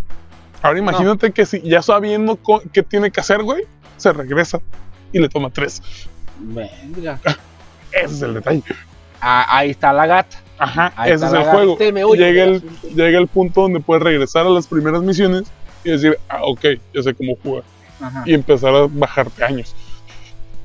S3: ahora imagínate que si ya sabiendo co- qué tiene que hacer, güey, se regresa y le toma tres.
S1: Venga.
S3: Ese es el detalle.
S1: Ah, ahí está la gata.
S3: Ajá,
S1: Ahí
S3: ese
S1: está
S3: es
S1: la
S3: el
S1: gata.
S3: juego.
S2: Se me oye
S3: Oh, llega,
S2: el
S3: el, llega el punto donde puedes regresar a las primeras misiones y decir, ah, ok, ya sé cómo jugar.
S1: Ajá.
S3: Y empezar a bajarte años.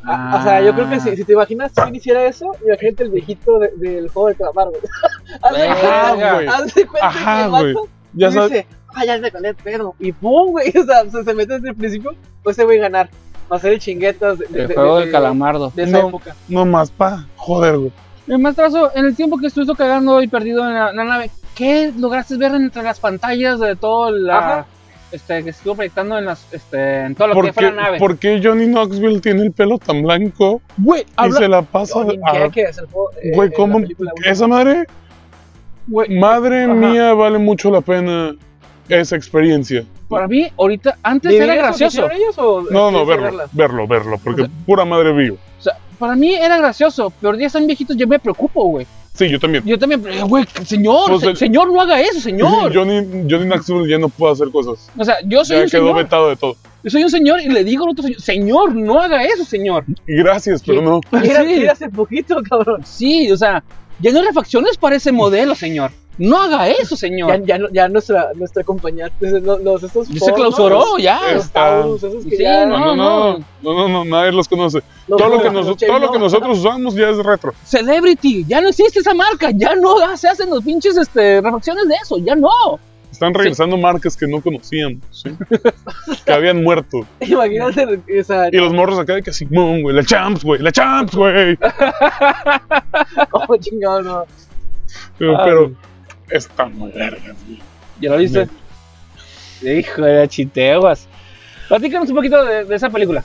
S2: Ah,
S1: Ah,
S2: O sea, yo creo que si, si te imaginas si él hiciera eso, imagínate el viejito de- del juego del calamar, güey. [laughs] Haz de
S1: Ajá,
S2: cuenta-
S3: güey.
S2: haz de cuenta
S3: Ajá,
S2: que
S3: güey.
S2: mata
S3: Ya
S2: y
S3: sabes,
S2: dice, ah, ya me colé el pedo. Y pum, güey. [laughs] O sea, se, se mete desde el principio, pues se voy a ganar. Va a ser el chinguetas de, de-
S1: El
S2: de-
S1: juego
S2: de-
S1: del calamardo.
S2: de esa
S3: No.
S2: época.
S3: nomás pa, joder, güey.
S1: El maestrazo, en el tiempo que estuviste cagando y perdido en la, en la nave, ¿qué lograste ver entre las pantallas de todo la.
S2: Ajá.
S1: Este, que estuvo proyectando en, las, este, en todo lo
S3: ¿Por
S1: que fue
S3: qué,
S1: la nave?
S3: por qué Johnny Knoxville tiene el pelo tan blanco
S1: Güey,
S3: y
S1: habla-
S3: se la pasa
S2: Oye,
S3: a-
S2: ¿Qué, qué es el juego? eh,
S3: ah, Güey,
S2: eh,
S3: ¿cómo?
S2: la película, güey?
S3: Esa madre.
S1: Güey,
S3: Madre
S2: ajá.
S3: mía, vale mucho la pena esa experiencia.
S1: para mí, ahorita, antes
S2: ¿Vivir
S1: era
S2: eso que
S1: gracioso.
S2: hicieron ellos o
S3: No, no,
S2: quieres
S3: verlo,
S2: verla? [laughs]
S3: verlo, verlo, porque pura madre vivo.
S1: O sea, para mí era gracioso, pero ya están viejitos, yo me preocupo, güey.
S3: Sí, yo también.
S1: Yo también, eh, güey, señor,
S3: Pues
S1: se-
S3: el-
S1: señor, no haga eso,
S3: [laughs]
S1: señor.
S3: Johnny, Johnny Knoxville ya no puede hacer cosas.
S1: o sea, yo soy
S3: Ya
S1: un
S3: quedó
S1: señor.
S3: vetado de todo.
S1: Yo soy un señor y le digo al otro señor, señor, no haga eso, señor.
S3: Gracias, pero no.
S2: Mira,
S1: Sí.
S2: mira hace poquito, cabrón.
S1: Sí, o sea, ya no hay refacciones para ese modelo, señor. No haga eso,
S2: Ya,
S1: señor.
S2: ya, no- ya nuestra, nuestra compañía, entonces, lo- los, estos
S1: Ya se clausuró, ya.
S3: Es-
S2: Los Taurus, esos que
S1: Sí,
S2: ya-
S1: ¿no?
S3: No, no, no, no, no, no, nadie los conoce.
S2: los-
S3: Todo lo que,
S2: los-
S3: nos-
S2: los
S3: todo lo que
S2: Chevy,
S3: nosotros usamos ya es retro.
S1: Celebrity, ya no existe esa marca, ya no ha- se hacen los pinches este, refacciones de eso, ya no.
S3: Están regresando marcas que no conocíamos, ¿sí? [laughs] que habían muerto.
S2: [laughs] Imagínate, o
S3: [laughs]
S2: sea,
S3: Y los morros acá de que Simón, güey, la champs, güey, la champs, güey.
S1: [laughs]
S2: oh, chingado, no.
S3: Pero,
S1: Ah.
S3: pero está muy verga, güey.
S1: ¿Ya lo viste? Hijo de chiteguas. Platícanos un poquito de, de esa película.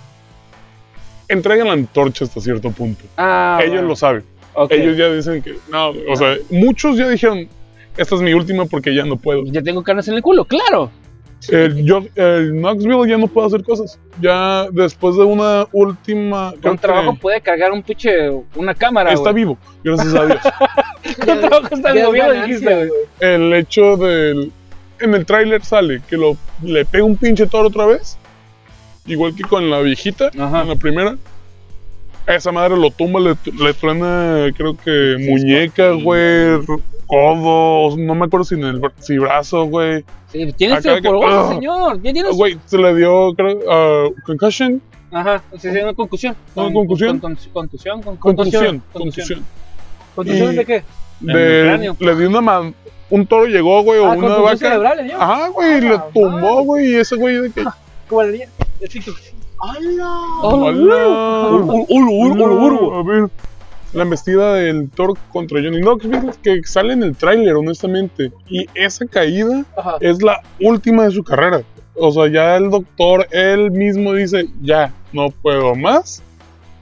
S3: Entregan la antorcha hasta cierto punto.
S1: Ah,
S3: Ellos
S1: bueno.
S3: lo saben.
S1: Ok.
S3: Ellos ya dicen que no, o sea, muchos ya dijeron, esta es mi última porque ya no puedo.
S1: Pues Ya tengo carnes en el culo, claro.
S3: El, yo- el Knoxville ya no puedo hacer cosas. Ya después de una última... creo
S1: Con trabajo
S3: que
S1: puede cargar un pinche, una cámara.
S3: Está
S1: güey.
S3: vivo, gracias a Dios.
S1: [laughs] [laughs] Con trabajo está
S2: Ya
S1: vivo,
S2: es
S1: ya lo
S2: ganancia,
S1: dijiste, güey.
S2: güey.
S3: El hecho del... En el tráiler sale que lo, le pega un pinche toro otra vez. Igual que con la viejita,
S1: Ajá.
S3: en la primera. Esa madre lo tumba, le, le truena, creo que muñeca, güey, codos, no me acuerdo si, en el, bra- si brazo, güey.
S1: Sí, tienes
S3: Acá
S1: el
S3: que-
S1: polvo,
S3: ¡Ugh!
S1: señor. Ya tienes.
S3: Güey, se le dio, creo, ah, concussion,
S1: Ajá. Se llama una concusión.
S3: Una
S1: Con-
S3: concusión.
S1: con- con- Contusión. con-
S3: contusión,
S1: Contusión.
S3: contusión.
S2: ¿Contusiones
S3: Y-
S2: de qué?
S1: En el
S3: De-
S1: cráneo.
S3: le dio una man, un toro llegó, güey, o
S2: Ah,
S3: una
S2: contusión
S3: vaca.
S2: cerebral, le dio.
S3: Ajá, güey, le
S2: la
S3: tumbó, güey, y ese güey de que.
S2: Como el niño, el TikTok. ¡Hala!
S1: Oh,
S3: ¡Hola!
S1: Ulu, ulu, ulu, ulu, ulu.
S3: A ver, la embestida del toro contra Johnny Knoxville que sale en el tráiler, honestamente. Y esa caída
S2: Ajá.
S3: es la última de su carrera. O sea, ya el doctor, él mismo dice, ya, no puedo más.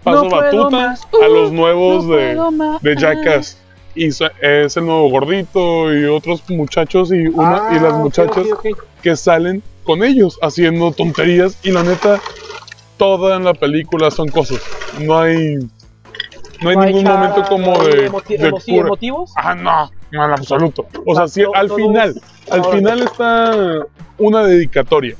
S3: Paso
S1: No puedo
S3: batuta
S1: más.
S3: a
S1: Uh,
S3: los nuevos
S1: no
S3: de,
S1: puedo más.
S3: de Jackass. Y sa- es el nuevo gordito y otros muchachos y, una, y
S2: Ah,
S3: las
S2: ok,
S3: muchachas
S2: ok, ok.
S3: que salen con ellos haciendo tonterías. Y la neta, toda en la película son cosas. No hay, no hay
S2: No hay
S3: ningún
S2: cara,
S3: momento como
S2: no hay
S3: de,
S2: emoti-
S3: de
S2: emoci-
S3: pura-
S2: emotivos.
S3: Ah, no, no en absoluto. O sea,
S2: No,
S3: sí, al
S2: todo
S3: final,
S2: es-
S3: al
S2: ahora.
S3: final está una dedicatoria.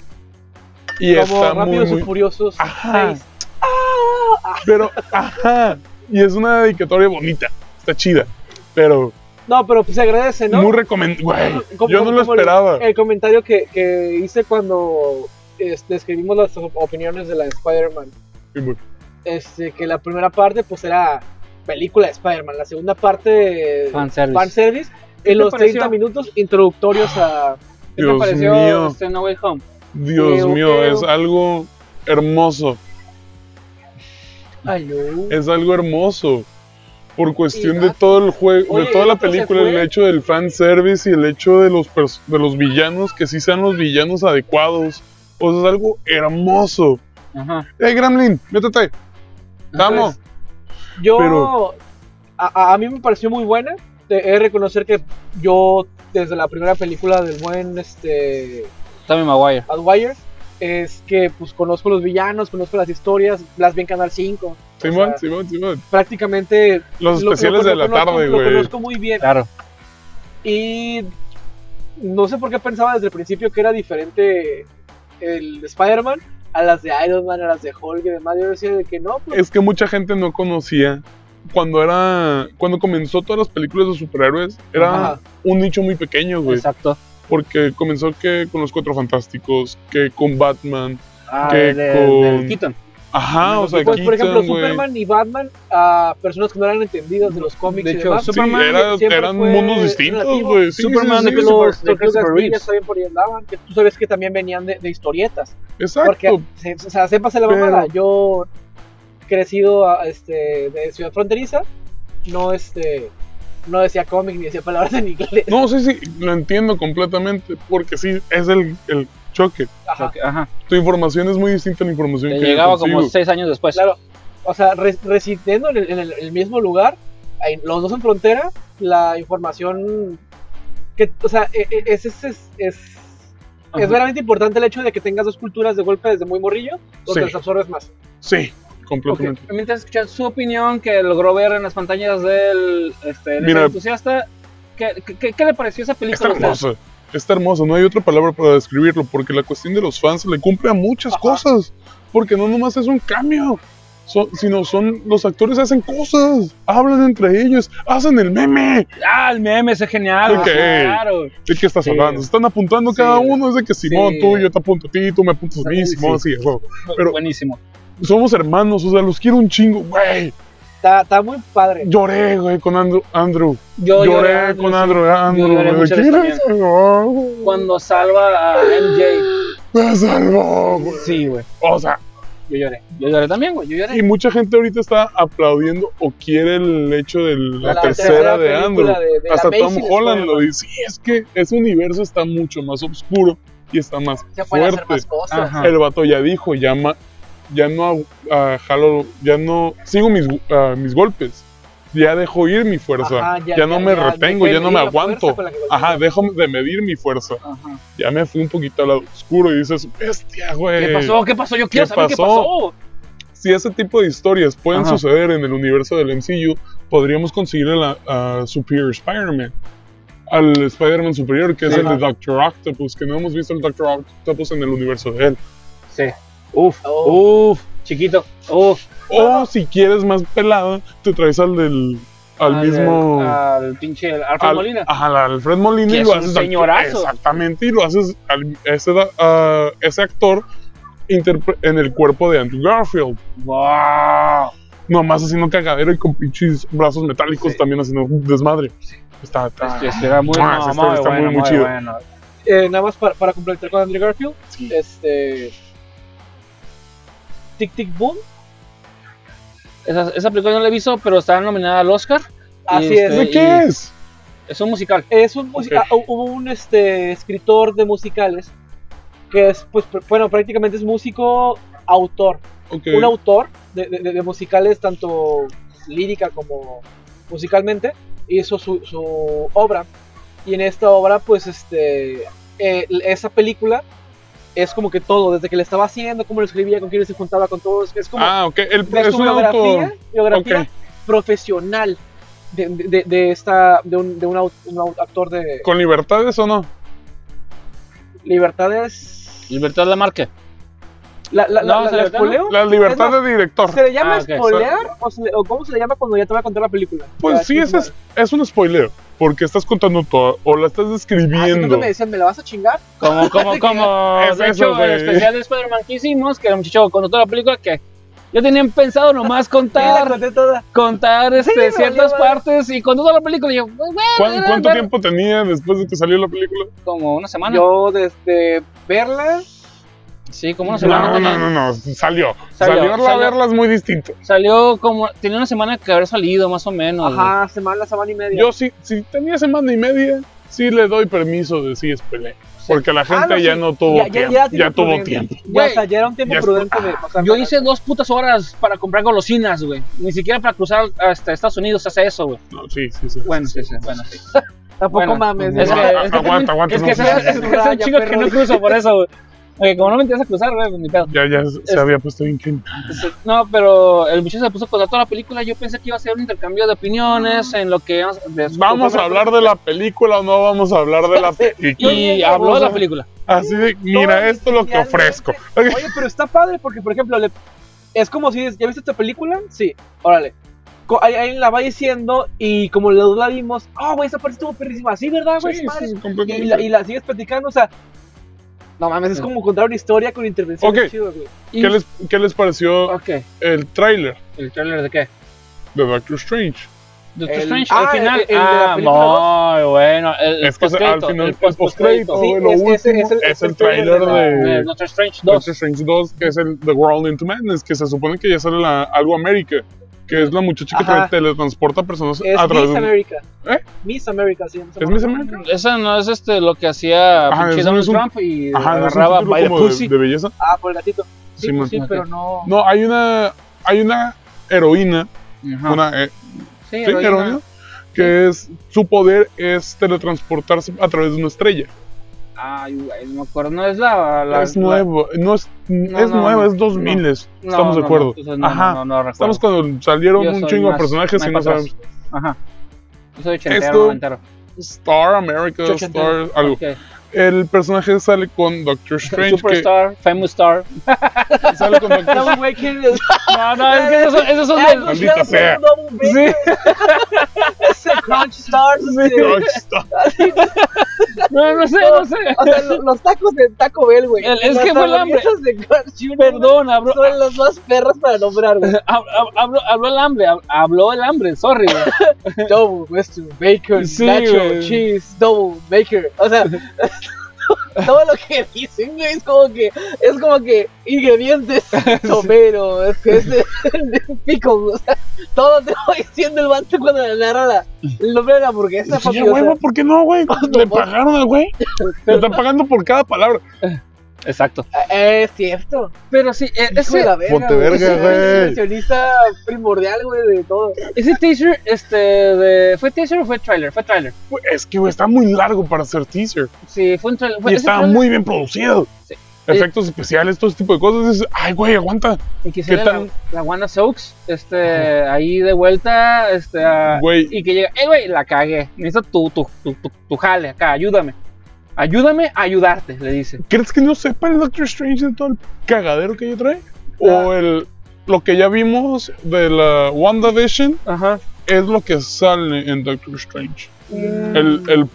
S3: Y
S2: Como
S3: está muy,
S2: rápidos y
S3: muy...
S2: furiosos.
S3: Ajá.
S2: seis. ¡Ah!
S3: Pero, ajá. Y es una dedicatoria bonita. Está chida. Pero
S2: No, pero pues se agradece, ¿no?
S3: muy recomendable.
S2: Como-
S3: Yo no lo
S2: como el-
S3: esperaba.
S2: El, comentario que, que hice cuando este, escribimos las op- opiniones de la de Spider-Man.
S3: Sí, güey.
S2: Este, que la primera parte pues era película de Spider-Man, la segunda parte
S1: Fanservice.
S2: fanservice,
S1: ¿Qué te
S2: en los
S1: pareció?
S2: 30 minutos introductorios a...
S1: ¿Qué
S3: Dios
S1: te pareció
S3: mío.
S1: este, No Way Home?
S3: Dios
S2: Creo,
S3: mío,
S2: creo.
S3: es algo hermoso.
S2: Ay, no.
S3: Es algo hermoso. Por cuestión de
S2: gato.
S3: todo el juego,
S2: Oye,
S3: de toda la
S2: ¿esto se
S3: película,
S2: fue?
S3: el hecho del fanservice y el hecho de los, pers- de los villanos, que sí sean los villanos adecuados. O sea, es algo hermoso.
S1: Ajá.
S3: ¡Ey, Gremlin! ¡Métete! ¡Vamos!
S2: Yo,
S3: Pero-
S2: a, a- a mí me pareció muy buena. Te- He de reconocer que yo, desde la primera película del buen este,
S1: Tommy Maguire.
S2: Adwire, es que pues conozco los villanos, conozco las historias, las vi en Canal 5.
S3: Simón,
S2: o sea,
S3: Simón, Simón.
S2: Prácticamente...
S3: Los
S2: lo-
S3: especiales
S2: lo-
S3: de
S2: lo
S3: la
S2: conozco-
S3: tarde,
S2: Lo
S3: güey.
S2: conozco muy bien.
S1: Claro.
S2: Y no sé por qué pensaba desde el principio que era diferente el Spider-Man a las de Iron Man, a las de Hulk y demás. Yo decía de que no, pues,
S3: Es que mucha gente no conocía. Cuando era. Cuando comenzó todas las películas de superhéroes, era
S2: ajá,
S3: un nicho muy pequeño, güey.
S1: Exacto.
S3: Porque comenzó que con los Cuatro Fantásticos, que con Batman.
S1: Ah,
S3: Que
S1: del- del- del
S3: con-
S1: Keaton.
S3: Ajá, ah, o sea,
S2: pues, por ejemplo,
S3: Keaton, güey.
S2: Superman y Batman a personas que no eran entendidas de los cómics
S1: De
S2: y
S1: hecho,
S2: demás.
S3: Sí,
S1: Superman
S3: era-
S2: siempre
S3: eran
S2: fue
S3: mundos distintos,
S2: relativo.
S3: güey. Sí,
S1: Superman
S3: sí,
S2: Que
S3: sí,
S1: de
S3: sí.
S2: los
S1: Christopher
S2: tortugas
S1: Reeves.
S2: ninjas también por ahí andaban, que tú sabes que también venían de, de historietas.
S3: Exacto.
S2: Porque, se- o sea, sépase la
S3: Pero-
S2: mamada, yo crecido a- este, de ciudad fronteriza, no este no decía cómic ni decía palabras en inglés. [laughs]
S3: No, sí, sí, lo entiendo completamente. Porque sí, es el, el choque.
S2: Ajá.
S1: Ok, Ajá.
S3: Tu información es muy distinta a la información
S1: Le
S3: que yo
S1: llegaba como
S3: consigo.
S1: seis años después.
S2: Claro, o sea, re- residiendo en el, en el- el mismo lugar, ahí, los dos en frontera, la información que, o sea, e- e- es, es, es, es,
S1: Ajá.
S2: es verdaderamente importante el hecho de que tengas dos culturas de golpe desde muy morrillo, donde
S3: Sí.
S2: las absorbes más.
S3: Sí, completamente.
S1: También te escuchar su opinión que logró ver en las pantallas del este, del
S3: Mira.
S1: entusiasta. ¿Qué, qué- qué, qué le pareció esa
S3: Está
S1: película? a usted?
S3: hermoso. Está hermoso. No hay otra palabra para describirlo. Porque la cuestión de los fans le cumple a muchas
S2: Ajá.
S3: cosas. Porque no nomás es un cambio. son- sino son los actores hacen cosas, hablan entre ellos, hacen el meme.
S1: Ah, el meme ese es genial.
S3: Ok.
S1: Claro.
S3: ¿De qué estás
S1: Sí.
S3: hablando? Se están apuntando
S1: Sí.
S3: cada uno. Es de que Simón,
S1: Sí.
S3: tú, yo te apunto a ti, tú me apuntas a mí,
S1: Sí.
S3: Simón, sí, a huevo. Pero-
S1: Buenísimo.
S3: Somos hermanos, o sea, los quiero un chingo, güey.
S2: Está, está muy padre.
S3: Lloré, güey, con Andrew. Andrew.
S1: Yo
S3: lloré,
S1: lloré,
S3: con
S1: sí.
S3: Andrew. Andrew,
S1: Yo lloré
S3: güey.
S1: mucho
S3: ¿Qué
S1: de
S3: eres? Oh,
S1: Cuando salva a MJ.
S3: Me salvó, güey.
S1: Sí, güey.
S3: O sea,
S1: Yo lloré. Yo lloré también, güey. Yo lloré.
S3: y mucha gente ahorita está aplaudiendo o quiere el hecho de la, tercera, de Andrew.
S2: película de- de
S3: Hasta Tom
S2: Amazing
S3: Holland lo
S2: Spider-Man.
S3: dice. Sí, es que ese universo está mucho más oscuro y está más
S2: Se pueden hacer
S3: fuerte.
S2: más cosas.
S1: Ajá.
S3: El vato ya dijo, ya, ma- ya no ah, jalo, ya no sigo mis, gu- ah, mis golpes. Ya dejo ir mi fuerza.
S2: Ajá,
S3: ya, no me retengo,
S2: dejé
S3: ya no me
S2: medir la fuerza
S3: aguanto.
S2: con la que golpeé.
S3: Ajá, dejo de medir mi fuerza.
S1: Ajá.
S3: Ya me fui un poquito al lado oscuro y dices, bestia, güey.
S1: ¿Qué pasó? ¿Qué pasó? Yo quiero
S3: ¿qué
S1: saber qué
S3: pasó?
S1: pasó.
S3: Si ese tipo de historias pueden
S1: Ajá.
S3: suceder en el universo del MCU, podríamos conseguir a a Superior Spider-Man. Al Spider-Man superior, que es
S1: Sí.
S3: el de Doctor Octopus, que no hemos visto el Doctor Octopus en el universo de él.
S1: Sí. Uf,
S2: Oh.
S1: uf, chiquito. Uf. Ah.
S3: O si quieres más pelada, te traes al del. al mismo.
S1: Al, al pinche Alfred
S3: al-
S1: Molina.
S3: Ajá, al Alfred Molina
S1: ah. Que
S3: y
S1: es
S3: lo
S1: un
S3: haces. al-
S1: señorazo.
S3: exactamente, y lo haces al- ese, da- a ese actor interpre- en el cuerpo de Andrew Garfield.
S1: Wow.
S3: Nomás haciendo cagadero y con pinches brazos metálicos
S1: Sí.
S3: también haciendo un desmadre. Está. está-
S1: Este, este era muy,
S3: Ah,
S1: no,
S3: ese está-
S1: muy
S3: está muy,
S1: bueno,
S3: muy
S1: muy
S3: chido.
S1: bueno.
S2: Eh, nada más para, para completar con Andrew Garfield,
S3: Sí.
S2: este Tic Tic Boom,
S1: Esa, esa película no la he visto, pero está nominada al Oscar.
S2: así
S1: este,
S2: es.
S3: ¿De qué
S1: y-
S3: es?
S1: Es un musical.
S2: Es un musi-
S3: Ok.
S2: ah, hu- hubo un este escritor de musicales que es pues pr- bueno, prácticamente es músico autor,
S3: Ok.
S2: un autor de, de- de musicales tanto lírica como musicalmente, hizo su, su obra. Y en esta obra, pues, este, eh, esa película es como que todo, desde que le estaba haciendo, cómo lo escribía, con quién se juntaba, con todos, es como
S3: Ah, ok. El,
S2: es
S3: es
S2: como
S3: un
S2: una biografía,
S3: autor.
S2: biografía
S3: Ok.
S2: profesional de, de- de- de esta, de, un, de un au- un au- actor de
S3: ¿Con libertades o no?
S2: Libertades.
S1: Libertad de la marca.
S2: La, la,
S1: No, se
S2: la, la, la
S1: le-
S2: espoleo.
S3: La libertad
S2: Es más,
S3: de director.
S2: ¿Se le llama
S1: Ah, ok,
S2: espolear o, se le- o cómo se le llama cuando ya te va a contar la película?
S3: Pues sí, ese es, es un spoiler. Porque estás contando todo o la estás
S2: Viendo.
S3: describiendo.
S2: Ah, me decían, ¿me la vas a chingar?
S3: [laughs]
S1: Como, como, como.
S3: Es
S1: de hecho,
S3: eso,
S1: el
S3: güey.
S1: especial de Spider-Man que hicimos, que el muchacho contó toda la película que yo tenía pensado
S3: [laughs]
S1: nomás
S2: Sí, la
S1: contar,
S2: conté toda.
S1: contar
S2: Sí,
S1: este,
S2: me
S1: ciertas
S2: valió madre.
S1: partes y contó toda la película. Y yo, bueno,
S3: ¿Cuán-
S1: era
S3: ¿Cuánto
S1: ver-
S3: tiempo tenía después de que salió la película?
S1: Como una semana.
S2: Yo desde verla,
S1: Sí, como una semana.
S3: No,
S1: tenía.
S3: no, no, no, salió.
S1: Salió,
S3: Salió, a
S1: salió.
S3: verlas muy distinto.
S1: Salió como. Tenía una semana que haber salido, más o menos. güey.
S2: ajá, semana, semana y media.
S3: Yo sí, si tenía semana y media, sí le doy permiso de sí spoiler. Porque la gente
S2: Ah, no,
S3: ya
S2: sí.
S3: no tuvo tiempo. Ya,
S2: tiene
S3: tuvo
S2: prudente.
S3: tiempo.
S2: Ya, o
S1: Güey,
S2: sea, ya era un tiempo
S3: ya es-
S2: prudente de pasar.
S1: Yo hice dos putas horas para comprar golosinas, güey. Ni siquiera para cruzar hasta Estados Unidos hace eso, güey.
S3: No, sí, sí, sí.
S1: Bueno, sí, sí, bueno, sí.
S2: Tampoco
S1: bueno,
S2: mames.
S1: Es
S2: ¿no?
S1: que, es que
S3: Aguanta, aguanta,
S1: Es
S3: no.
S1: que, son- es, que son
S2: Raya,
S1: chicos que
S2: perro.
S1: no cruzo por eso, güey. Porque como no me interesa cruzar, güey, pues ni pedo.
S3: Ya, ya se
S1: Es-
S3: había puesto bien cringe.
S1: No, pero el muchacho se puso con toda la película. Yo pensé que iba a ser un intercambio de opiniones
S2: Ah.
S1: en lo que. de su-
S3: ¿Vamos a hablar de la película o no vamos a hablar de la película?
S1: Y habló de la película.
S3: Así de,
S2: Todo
S3: mira, esto es lo que
S2: realmente-
S3: ofrezco.
S2: este- [laughs] Oye, pero está padre porque, por ejemplo, le- es como si, ¿ya viste esta película? Sí, órale. Co- ahí- Alguien la va diciendo y como los dos la vimos, ah, güey, esa parte estuvo perrísima. Sí, ¿verdad, güey?
S3: Sí,
S2: Es padre.
S3: sí,
S2: y, la, y
S3: completamente.
S2: la sigues platicando, o sea, no mames, es como contar una historia con intervención.
S3: Ok.
S2: chido, güey.
S1: Y-
S3: ¿Qué les, ¿Qué les pareció
S1: Ok.
S3: el tráiler
S1: ¿El trailer de qué?
S3: de Doctor Strange?
S1: Doctor
S2: El-
S1: Strange,
S2: ah,
S1: al final.
S2: el- el de la
S1: ah,
S2: película
S1: muy bueno. El,
S3: Es que se- al
S1: postcrédito,
S3: final
S1: el postcrédito.
S3: el postcrédito,
S2: Sí,
S3: güey, lo
S2: es- es-
S3: último
S2: es el-
S3: es el tráiler
S1: de
S3: de
S1: Doctor Strange 2.
S3: Doctor Strange 2, que es el The World into Madness, que se supone que ya sale la Algo América, que es la muchacha que
S2: Ajá.
S3: tra- teletransporta personas
S2: Es
S3: a través
S2: Miss
S3: de...
S2: America.
S3: Ah, ¿Eh?
S2: Miss America, sí.
S3: ¿Es Miss America?
S1: Esa no es este lo que hacía
S3: Ajá,
S1: pinche
S3: es un-
S1: Donald
S3: es un-
S1: Trump y
S3: Ajá, ¿no es un
S1: agarraba
S3: título
S1: by the
S3: como de-
S1: pussy.
S3: de, belleza.
S2: Ah, por el gatito. Sí,
S3: Sí,
S2: pues
S3: man.
S2: sí,
S1: Ok.
S2: pero no.
S3: No, hay una, hay una heroína,
S1: Ajá.
S3: una eh,
S1: Sí,
S3: sí,
S1: Ah. heroína.
S3: heroína, que es su poder es teletransportarse a través de una estrella.
S1: Ay, güey, no me acuerdo. No es la. la
S3: es
S1: la-
S3: nuevo, no es,
S1: No,
S3: es
S1: no,
S3: nueva,
S1: no.
S3: es 2000,
S1: No,
S3: estamos de
S1: no,
S3: acuerdo.
S1: no, no,
S3: Ajá.
S1: No, no, no, recuerdo.
S3: Estamos cuando salieron
S1: Yo
S3: un
S1: soy
S3: chingo de
S1: más-
S3: personajes
S1: más
S3: y no
S1: para
S3: sabemos.
S1: atrás. Ajá. Yo soy ochentero,
S3: Esto-
S1: noventero.
S3: Star America,
S2: Yo
S3: Star,
S2: ochentero.
S3: algo.
S1: Ok.
S3: El personaje sale
S1: [laughs]
S3: con Doctor Strange, que
S1: Superstar, Famous Star.
S3: sale con
S1: [laughs]
S3: Doctor
S2: No, güey, que- [laughs]
S1: No, no, es que esos,
S3: [laughs]
S1: esos son
S2: Ah,
S1: del.
S2: no,
S3: Maldita
S2: ya,
S3: sea.
S2: no, no, güey,
S1: Sí,
S2: [laughs] ese Crunch Stars. este,
S3: Strange. Star.
S1: [laughs] no, no sé, no sé.
S2: O sea, lo- los, tacos de Taco Bell, güey.
S1: El- es
S2: Las
S1: que fue el hambre.
S2: hamburguesas de Carl Jr.
S1: Perdona, bro.
S2: Son las más perras para nombrar, güey.
S1: Hab- hab- Habló, habló el hambre, hab- habló el hambre, sorry, güey.
S2: Double Western Bacon,
S1: Sí,
S2: Nacho,
S1: güey.
S2: Cheese, Double Baker. O sea, [laughs] todo lo que dicen, güey, es como que, es como que
S3: [laughs]
S2: ingredientes, tomero, este, [laughs] este, pico, o sea, todo te va diciendo el vato cuando le narra la- el nombre de la hamburguesa,
S3: Sí,
S2: papi.
S3: ya,
S2: o sea,
S3: huevo, ¿por qué no,
S1: [laughs]
S3: güey? Le pagaron al güey. Le están pagando por cada palabra.
S1: Exacto.
S2: eh, es cierto.
S1: Pero sí, eh,
S2: Hijo de
S1: ese,
S2: la verga,
S3: Ponte
S2: güey.
S3: verga,
S2: Es el
S3: güey.
S2: inversionista primordial, güey, de todo.
S1: ese teaser, este, de- ¿fue teaser o fue trailer? Fue trailer.
S3: Güey, Es que, güey, está muy largo para hacer teaser.
S1: Sí, fue un trailer. Fue
S3: Y
S1: ese
S3: está
S1: trailer
S3: muy bien producido.
S1: Sí.
S3: Efectos especiales, todo ese tipo de cosas. Dices, ay, güey, aguanta.
S1: Y que sale
S3: ¿Qué
S1: la,
S3: tan-
S1: la Wanda Soaks, este, ahí de vuelta, este, a-
S3: Güey.
S1: y que llega, eh, güey, la cagué, necesito tu, tu, tu, tu, tu jale acá, ayúdame, ayúdame a ayudarte, le dice.
S3: ¿Crees que no sepa el Doctor Strange de todo el cagadero que yo trae?
S1: Ah.
S3: O el, lo que ya vimos de la WandaVision
S1: Ajá.
S3: es lo que sale en Doctor Strange.
S1: Mm,
S3: El, el,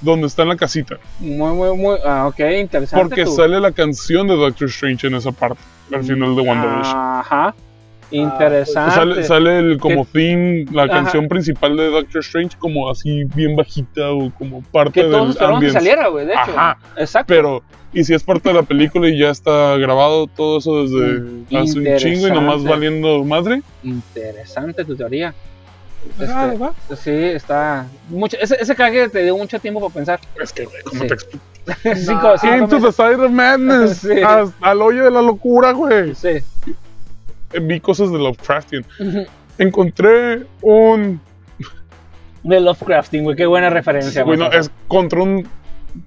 S3: donde está en la casita.
S1: Muy, muy, muy, ah, ok, interesante.
S3: Porque
S1: tu-
S3: sale la canción de Doctor Strange en esa parte,
S1: Mm.
S3: al final de WandaVision.
S2: Ah,
S1: Ajá, interesante.
S3: sale, sale el como theme, la
S1: Ah, Ajá.
S3: canción principal de Doctor Strange, como así bien bajita o como
S1: que
S3: parte
S1: todos
S3: del
S1: esperaban que
S3: ambiente.
S1: saliera, güey, de hecho.
S3: Ajá.
S1: Exacto.
S3: Pero, y si es parte de la película y ya está grabado todo eso desde eh, hace un chingo y nomás
S1: Mm. Interesante.
S3: valiendo madre.
S1: Interesante tu teoría.
S3: Ah,
S1: Este,
S3: ¿verdad?
S1: sí, está. Mucho, ese, ese cague te dio mucho tiempo para pensar. [laughs]
S3: Es que, güey, ¿cómo
S1: Sí.
S3: te explico?
S1: Sí,
S2: No.
S1: como- sí,
S3: Came to
S1: como-
S3: the side of
S1: [laughs]
S3: madness,
S1: Sí.
S3: as- al hoyo de la locura, güey.
S1: sí.
S3: Eh, Vi cosas de Lovecraftian. Encontré un
S1: De Lovecrafting, güey, qué buena referencia.
S3: Bueno,
S1: güey.
S3: es contra un,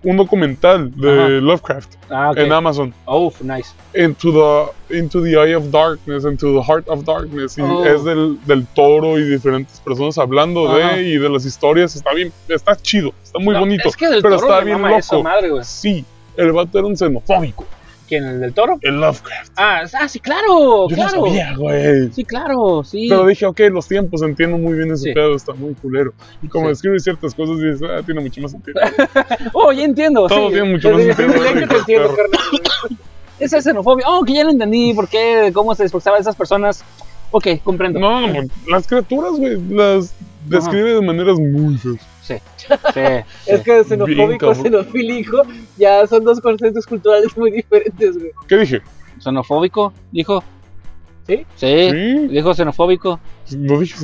S3: un documental de
S1: Ajá.
S3: Lovecraft
S1: Ah, ok.
S3: eh, en Amazon.
S1: Uf, nice.
S3: Into the, into the Eye of Darkness, Into the Heart of Darkness. Y
S1: Oh.
S3: es del, del toro y diferentes personas hablando
S1: Ajá.
S3: de y de las historias. Está bien, está chido, está muy
S1: No,
S3: bonito.
S1: Es que del
S3: pero
S1: toro
S3: está
S1: le
S3: bien
S1: mama
S3: loco.
S1: Eso, madre, güey.
S3: Sí, el vato era un xenofóbico.
S1: ¿Quién? ¿El del toro?
S3: El Lovecraft.
S1: Ah, ah, sí, claro,
S3: Yo
S1: claro.
S3: no sabía, güey.
S1: Sí, claro, sí.
S3: Pero dije, ok, los tiempos, entiendo muy bien ese
S1: Sí.
S3: pedo, está muy culero. Y como
S1: Sí.
S3: describe ciertas cosas, dices, ah, tiene mucho
S1: [laughs]
S3: más sentido.
S1: Oh, ya entiendo.
S3: Todo
S1: sí.
S3: tiene mucho más
S1: [laughs]
S2: Desde
S3: sentido.
S2: mi privilegio te
S3: güey,
S2: entiendo,
S3: perro.
S2: carnal.
S1: Esa es xenofobia. Oh, que ya lo entendí. ¿Por qué? ¿Cómo se dispersaba esas personas? Ok, comprendo.
S3: No, no, las criaturas, güey, las describe de maneras muy feas.
S1: Sí, sí.
S2: Es que
S3: Bien,
S2: xenofóbico,
S3: cabrón.
S2: xenofílico, ya son dos conceptos culturales muy diferentes, güey.
S3: ¿Qué dije?
S1: ¿Xenofóbico? Dijo.
S2: ¿Sí?
S1: Sí.
S3: Sí,
S1: Dijo xenofóbico.
S3: no dije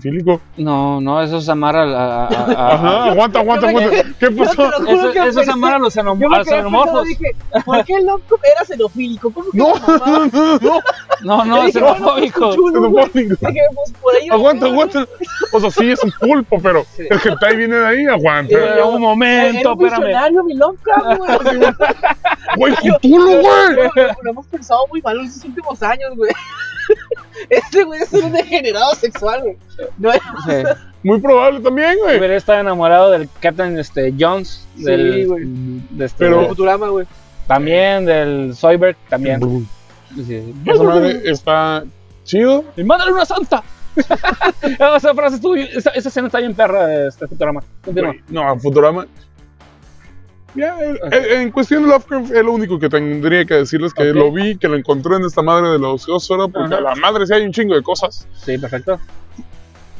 S3: fílico.
S1: No, no, eso es amar a. la- a- a- a-
S3: Ajá, aguanta, aguanta,
S2: Ah, yo me-
S3: aguanta. ¿Qué pasó?
S2: te lo
S1: Eso,
S2: juro que
S1: eso es
S2: pensé-
S1: amar a los xeno-
S2: Yo
S1: a
S2: me
S1: los
S2: quedé pensando,
S1: xenomorfos.
S2: dije, ¿por qué el loco era xenofílico? ¿Cómo que
S3: No,
S2: esa mamada?
S3: no, no, no,
S1: No, no,
S2: Yo dije, bueno, pues,
S1: xenofóbico.
S2: chulo, güey.
S3: xenofóbico.
S2: Dije, pues, por ahí va,
S3: Aguanta,
S2: güey.
S3: aguanta. O sea, sí es un pulpo, pero
S2: Sí.
S3: el hentai viene de ahí, aguanta.
S2: Eh,
S1: Pero un momento,
S2: Era un
S1: espérame.
S2: visionario, mi
S3: [laughs]
S2: Lovecraft, güey.
S3: Güey, Cthulhu, güey.
S2: Lo- Lo hemos pensado muy mal en los últimos años, güey. [laughs] Este güey es un degenerado sexual, güey. No es
S1: Sí.
S3: Muy probable también, güey.
S1: Hubiera estado enamorado del Captain este, Jones.
S2: Sí,
S1: del,
S2: güey.
S1: de este-
S3: Pero-
S2: un Futurama, güey.
S1: También del Soyberg, también. Sí, sí.
S3: Esa madre está chido.
S1: ¡Y mándale una santa! [laughs] esa frase estuvo bien- esa, esa escena está bien perra de este Futurama. Continúa.
S3: Güey, No, Futurama. Ya, el- el- en cuestión de Lovecraft, es lo único que tendría que decirles que
S1: Ok.
S3: lo vi, que lo encontré en esta madre de la ociosfera, porque
S1: Ajá.
S3: a la madre sí hay un chingo de cosas.
S1: Sí, perfecto.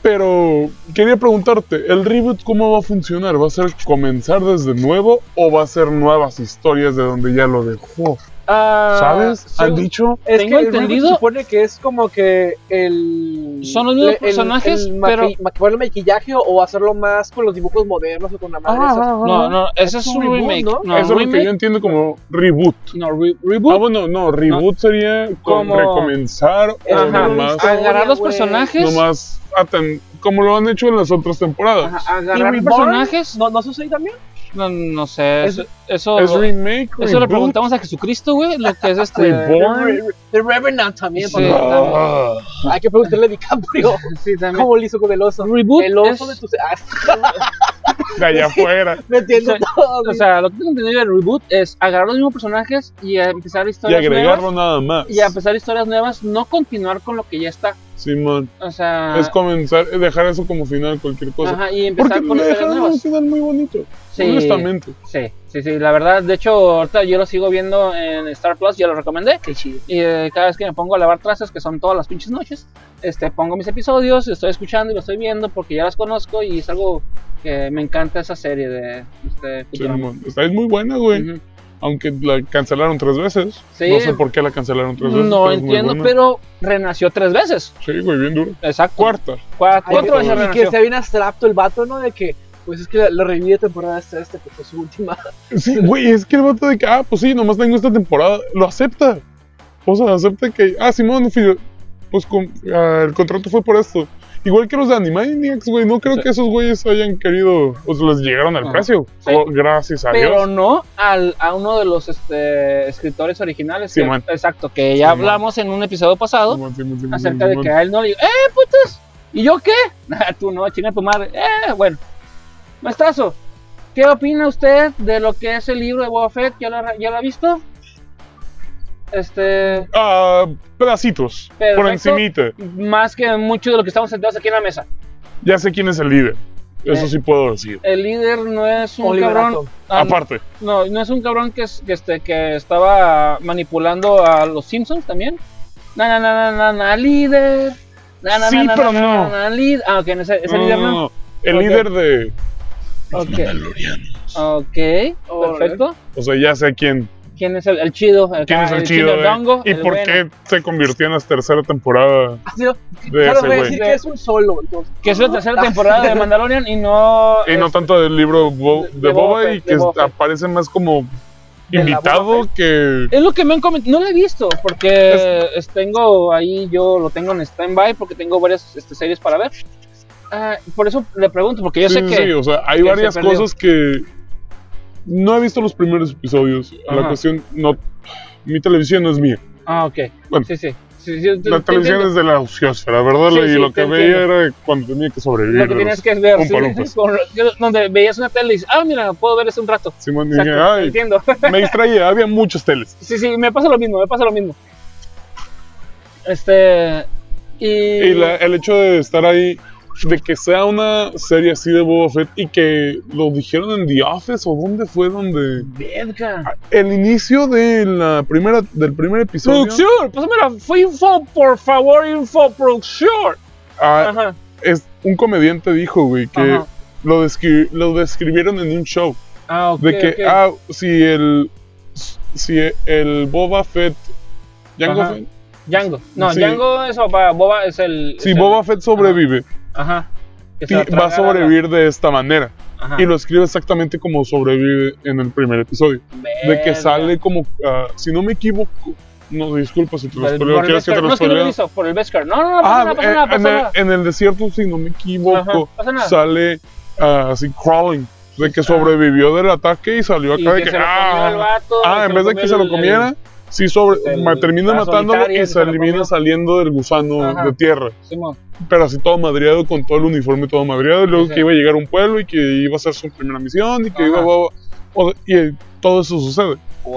S3: Pero quería preguntarte, ¿el reboot cómo va a funcionar? ¿Va a ser comenzar desde nuevo o va a ser nuevas historias de donde ya lo dejó?
S1: Ah,
S3: ¿Sabes? Han
S1: sí.
S3: dicho.
S2: Es
S1: Tengo
S2: que el reboot
S1: entendido-
S2: se supone que es como que el.
S1: Son los mismos personajes, pero-
S2: Ponerle maquillaje o hacerlo más con los dibujos modernos o con la
S1: Ah,
S2: madre. esa.
S1: No, no, ese es,
S2: un
S1: un
S2: reboot,
S1: remake.
S2: ¿no?
S1: No,
S3: Eso es lo que yo
S1: remake.
S3: entiendo como reboot.
S1: No, re-
S3: Ah,
S1: reboot.
S3: bueno, no, reboot sería con
S1: Como-
S3: recomenzar o
S2: Ajá.
S3: nomás,
S2: Ah,
S1: Agarrar los
S2: güey.
S1: personajes.
S3: nomás aten- como lo han hecho en las otras temporadas.
S2: Ajá,
S1: ¿Y
S2: agarrar
S1: Reborn?
S2: personajes. ¿No, ¿No sucede también?
S1: No, no sé.
S2: Es-
S1: Eso. Eso,
S3: Es remake,
S1: eso le
S3: reboot,
S1: preguntamos a Jesucristo, güey. Lo que es este.
S3: reborn.
S2: The Re- The Revenant también,
S1: Sí.
S2: por favor.
S3: Ah,
S2: Hay que preguntarle a
S1: [laughs]
S2: DiCaprio
S1: sí, también.
S2: cómo lo hizo con el oso.
S1: Reboot.
S2: El oso
S1: es-
S2: de tus. Ah, [laughs]
S3: de
S1: [laughs]
S3: allá afuera.
S2: no entiendo
S1: O sea,
S2: todo.
S1: O
S2: güey.
S1: sea, lo que tengo entendido del reboot es agarrar los mismos personajes y a empezar
S3: Y
S1: historias
S3: agregarlo
S1: nuevas.
S3: nada más.
S1: Y a empezar historias nuevas, no continuar con lo que ya está.
S3: Simón.
S1: O sea,
S3: Es comenzar, dejar eso como final, cualquier cosa.
S1: Ah. ajá, y
S3: Porque pues,
S1: empezar con
S3: le
S1: historias
S3: dejaron un
S1: nuevas.
S3: final muy bonito.
S1: Sí,
S3: Honestamente.
S1: sí, sí, sí, la verdad, de hecho, ahorita yo lo sigo viendo en Star Plus, ya lo recomendé.
S2: Qué chido.
S1: Y eh, cada vez que me pongo a lavar trastes, que son todas las pinches noches, este, pongo mis episodios, estoy escuchando y lo estoy viendo porque ya las conozco y es algo que me encanta esa serie de este Futurama.
S3: Simón. Está es muy buena, güey.
S1: Ujú.
S3: Aunque la cancelaron tres veces.
S1: Sí.
S3: No sé por qué la cancelaron tres veces.
S1: No
S3: pero es pues, muy
S1: entiendo,
S3: buena.
S1: pero renació tres veces.
S3: Sí, güey, bien duro.
S1: Exacto.
S3: Cuarta.
S1: Cua-
S2: Ay,
S1: cuatro
S2: y
S1: veces
S2: que
S1: renació.
S2: sea bien abstracto el vato, ¿no? De que, pues es que la- lo reviví de temporada hasta esta, que fue su última.
S3: Sí, güey, es que el vato de que, ah, pues sí, nomás tengo esta temporada, lo acepta. O sea, acepta que, ah, Simón, fi- pues con- ah, el contrato fue por esto. Igual que los de Animaniacs, güey, no creo
S1: Sí.
S3: que esos güeyes hayan querido, o sea, les llegaron al
S1: Ajá.
S3: precio.
S1: Sí.
S3: O- gracias a
S1: Pero
S3: Dios.
S1: no al, a uno de los este, escritores originales.
S3: Sí,
S1: que-
S3: man.
S1: exacto, que
S3: Sí,
S1: ya
S3: man.
S1: hablamos en un episodio pasado
S3: Simón, Simón, Simón,
S1: acerca de
S3: Simón.
S1: que a él no le digo, ¡eh, putos! ¿Y yo qué? [laughs] Tú no, chinga tu madre. Eh, bueno. Maestrazo, ¿qué opina usted de lo que es el libro de Boba Fett? ¿Ya lo, ha- ya lo ha visto? Este,
S3: Ah, pedacitos, por
S1: Perfecto.
S3: encimita.
S1: más que mucho de lo que estamos sentados aquí en la mesa.
S3: Ya sé quién es el líder. Eso
S1: Eh.
S3: sí puedo decir.
S1: El líder no es un cabrón.
S2: Oliverato.
S1: ah, no,
S3: Aparte,
S1: No, no es un cabrón que, es- que, este, que estaba manipulando a los Simpsons también. Na, na, na, na, na, na, líder. Na, na,
S3: Sí,
S1: na, na,
S3: pero
S1: na,
S3: no.
S1: na, na, líder. Ah, ok, no, ese, ese
S3: no,
S1: líder
S3: no,
S1: no.
S3: no. El
S1: Ok.
S3: líder de.
S1: Ok. Ok,
S2: Órale.
S1: perfecto.
S3: O sea, ya sé quién.
S1: ¿Quién es el, Ah, el chido?
S3: ¿Quién es el, chido? eh?
S1: chindondongo,
S3: ¿Y
S1: el
S3: por
S1: bueno.
S3: qué se convirtió en la tercera temporada
S2: Así Ah, no,
S3: de
S2: claro,
S3: ese
S2: voy a
S3: güey?
S2: decir que es un solo. entonces. Ah,
S1: Que es la tercera temporada de Mandalorian y no.
S3: Y no
S1: es-
S3: tanto del libro Bo-
S1: de-
S3: de,
S1: de
S3: Boba
S1: Boba
S3: y
S1: Fett,
S3: que
S1: de Boba Fett.
S3: aparece más como
S2: De la Boba
S3: invitado que...
S1: Es lo que me han comentado. No lo he visto porque es- tengo ahí, yo lo tengo en stand-by porque tengo varias este, series para ver. Ah, por eso le pregunto, porque yo
S3: sí,
S1: sé
S3: sí,
S1: que.
S3: sí, o sea, hay
S1: que se
S3: varias
S1: perdió.
S3: cosas que no he visto los primeros episodios. La
S1: Ajá.
S3: cuestión, no, mi televisión no es mía.
S1: Ah, ok.
S3: Bueno.
S1: Sí, sí. Sí, sí, te-
S3: La
S1: te
S3: televisión
S1: entiendo.
S3: es de la ociosfera, ¿verdad?
S1: Sí,
S3: y
S1: sí,
S3: lo
S1: te
S3: que veía
S1: entiendo.
S3: era cuando tenía que sobrevivir.
S1: Lo que
S3: de
S1: tenías
S3: los
S1: que ver, sí,
S3: Oompa-Loompas.
S1: con- yo- donde veías una tele y dices, ah, mira, puedo ver esto un rato.
S3: Simón dije,
S1: Exacto,
S3: ay,
S1: entiendo. [laughs]
S3: me distraía, había muchos teles.
S1: Sí, sí, me pasa lo mismo, me pasa lo mismo. Este. Y.
S3: Y la- el hecho de estar ahí, de que sea una serie así de Boba Fett y que lo dijeron en The Office o dónde fue donde...
S1: Verga.
S3: El inicio de la primera, del primer episodio...
S1: Producción, pásame la fue info, por favor, info, producción.
S3: ah,
S1: Ajá.
S3: es, un comediante dijo, güey, que
S1: Ajá.
S3: lo, descri- lo describieron en un show.
S1: Ah, ok.
S3: De que,
S1: ok.
S3: ah, si el. Si el Boba Fett. Jango
S1: Ajá.
S3: Fett-
S1: Django. No,
S3: sí.
S1: Django es Boba, Boba es el.
S3: Si
S1: es el-
S3: Boba Fett sobrevive,
S1: Ajá. Que se
S3: ti-
S1: la
S3: va a
S1: tragara.
S3: sobrevivir de esta manera.
S1: Ajá.
S3: Y lo escribe exactamente como sobrevive en el primer episodio. De que
S1: Verga.
S3: sale como. ah, si no me equivoco. No, disculpa si te lo
S1: Por el-
S3: spoileo.
S1: por el
S3: ¿Quieres que te
S1: Beskar.
S3: lo
S1: No es que no lo
S3: spoileo?
S1: hizo, por el Beskar. No, no, no, pasa
S3: Ah,
S1: nada, pasa
S3: en-
S1: nada, pasa
S3: en,
S1: nada.
S3: el, en el desierto, si no me equivoco,
S1: Ajá, pasa nada. Ah.
S3: sale ah, así crawling. De que sobrevivió del ataque y salió acá
S1: Y
S3: de
S1: que
S3: que.
S1: se lo comió
S3: ah,
S1: el vato.
S3: Ah, en vez de que se lo comiera, sí sobre,
S1: el-
S3: ma- termina
S1: la
S3: matándolo
S1: solitaria
S3: y
S1: que
S3: se
S1: se lo
S3: elimina
S1: comió.
S3: saliendo del gusano
S1: Ajá.
S3: de tierra.
S1: Simón.
S3: Pero así todo madreado, con todo el uniforme todo madreado. Y luego
S1: Sí.
S3: que iba a llegar a un pueblo y que iba a hacer su primera misión y que
S1: Ajá.
S3: iba a... o sea, y eh, todo eso sucede.
S1: Wow.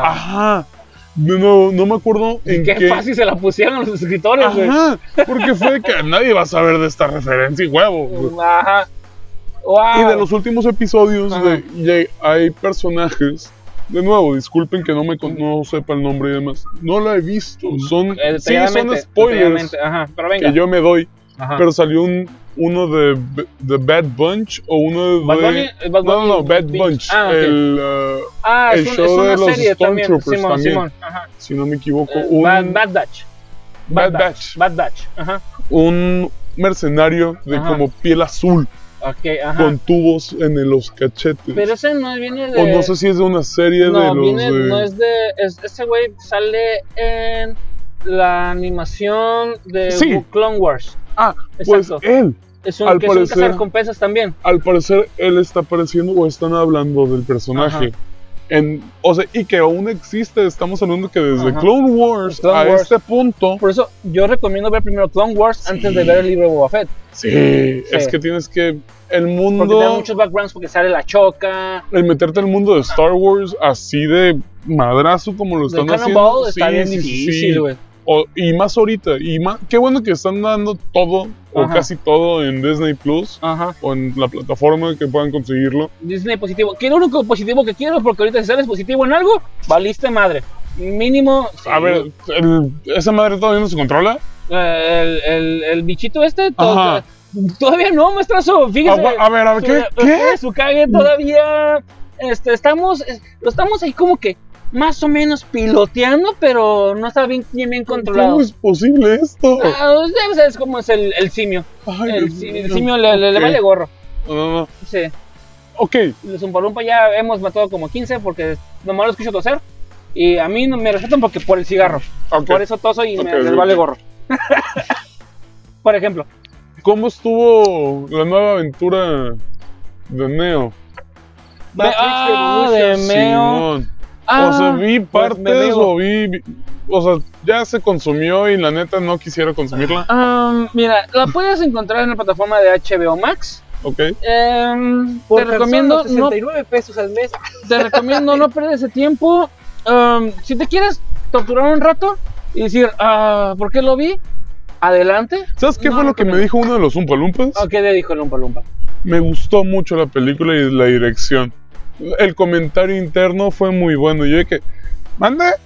S3: Ajá. No, no, no me acuerdo Ah, en
S1: qué,
S3: qué...
S1: fácil se la pusieron los escritores, güey.
S3: Ajá, porque fue de que nadie va a saber de esta referencia y huevo. güey.
S1: Ajá. Eh, Wow.
S3: Y de los últimos episodios
S1: Ajá.
S3: de- y hay- hay personajes. De nuevo, disculpen que no me con- no sepa el nombre y demás. No la he visto. Son,
S1: Eh,
S3: sí, son
S1: detalladamente,
S3: spoilers
S1: detalladamente, Ajá, pero venga. Ah.
S3: que yo me doy.
S1: Ajá.
S3: Pero salió un, uno de, B- de Bad Bunch o uno de.
S1: Bad Bunny- eh, Bad
S3: no, no, no,
S1: Bunny-
S3: Bad Bunch.
S1: Ah, ok.
S3: El, eh,
S1: Ah,
S3: el
S1: es, un-
S3: show de
S1: es
S3: los
S1: una serie también.
S3: Stormtroopers
S1: Simón,
S3: también.
S1: Simón. Ajá.
S3: si no me equivoco,
S1: Eh,
S3: un,
S1: Bad, Bad Batch.
S3: Bad
S1: Bad
S3: Batch.
S1: Bad Batch. Ajá.
S3: Un mercenario de
S1: Ajá.
S3: como piel azul
S1: Ok, ajá.
S3: con tubos en el- los cachetes.
S1: Pero ese no viene de.
S3: o no sé si es de una serie de
S1: No,
S3: los.
S1: viene,
S3: de-
S1: no es de. es- ese güey sale en la animación de
S3: Sí.
S1: Clone Wars.
S3: Ah, pues
S1: Exacto.
S3: él.
S1: es un,
S3: al
S1: que es un
S3: parecer-
S1: cazarrecompensas también.
S3: al parecer él está apareciendo o están hablando del personaje. En, o sea, y que aún existe, estamos hablando que desde
S1: Ajá.
S3: Clone Wars
S1: Clone
S3: a
S1: Wars.
S3: este punto,
S1: Por eso yo recomiendo ver primero Clone Wars antes de ver el libro de Boba Fett.
S3: sí, es que tienes que el
S1: Porque tiene
S3: mundo,
S1: muchos backgrounds porque sale la choca.
S3: el meterte al mundo de Star Wars así de madrazo como lo
S1: El
S3: están haciendo,
S1: Cannonball está
S3: sí,
S1: bien
S3: sí, sí, sí.
S1: difícil, güey.
S3: O- y más ahorita, y más, qué bueno que están dando todo o
S1: Ajá.
S3: casi todo en Disney Plus
S1: Ajá.
S3: o en la plataforma que puedan conseguirlo.
S1: Disney positivo. Que lo único positivo que quiero porque ahorita si sales positivo en algo, valiste madre. Mínimo. sí,
S3: A ver,
S1: güey.
S3: el- esa madre todavía no se controla.
S1: Eh, El, el, el bichito este. to-
S3: Ajá.
S1: Todavía no, maestrazo. Fíjese.
S3: Agua- a ver, a ver, ¿qué?
S1: Su- eh,
S3: ¿Qué? Mm.
S1: Su cague todavía. Este, estamos, es- lo estamos ahí como que más o menos piloteando, pero no está bien, bien, bien controlado.
S3: ¿Cómo es posible esto?
S1: Ah, ya sabes cómo es el, el simio.
S3: Ay,
S1: Ah, El,
S3: Dios
S1: si-
S3: mío.
S1: el simio le, le- le
S3: Ok.
S1: vale gorro.
S3: No, no, no.
S1: Sí.
S3: Ok,
S1: Los Umpalumpa ya hemos matado como 15 porque nomás lo escucho toser. Y a mí no me respetan porque por el cigarro.
S3: ok.
S1: Por eso toso y me
S3: Ok,
S1: les
S3: ok.
S1: vale gorro. [laughs] por ejemplo.
S3: ¿Cómo estuvo la nueva aventura de Neo?
S2: Matrix
S1: Ah,
S2: Revolutions.
S1: de Neo.
S3: Simón. o sea,
S1: Ah,
S3: vi partes
S2: me veo.
S3: o vi, vi- O sea, ya se consumió y la neta no
S1: [laughs]
S3: quisiera consumirla.
S1: ah, mira, la puedes encontrar en la plataforma de HBO Max.
S3: Ok.
S1: Em,
S2: Por
S1: te
S2: persona,
S1: recomiendo, no,
S2: 69 pesos al mes. Ah,
S1: te recomiendo no perder ese tiempo. Em, si te quieres torturar un rato y decir, ah, ¿por qué lo vi? Adelante.
S3: ¿Sabes qué
S1: No,
S3: fue
S1: no Ah.
S3: lo que me
S1: creo.
S3: dijo uno de los Umpalumpas?
S1: ¿O qué le dijo el Lumpa Lumpa?
S3: Me gustó mucho la película y la dirección. El comentario interno fue muy bueno. Yo dije, manda.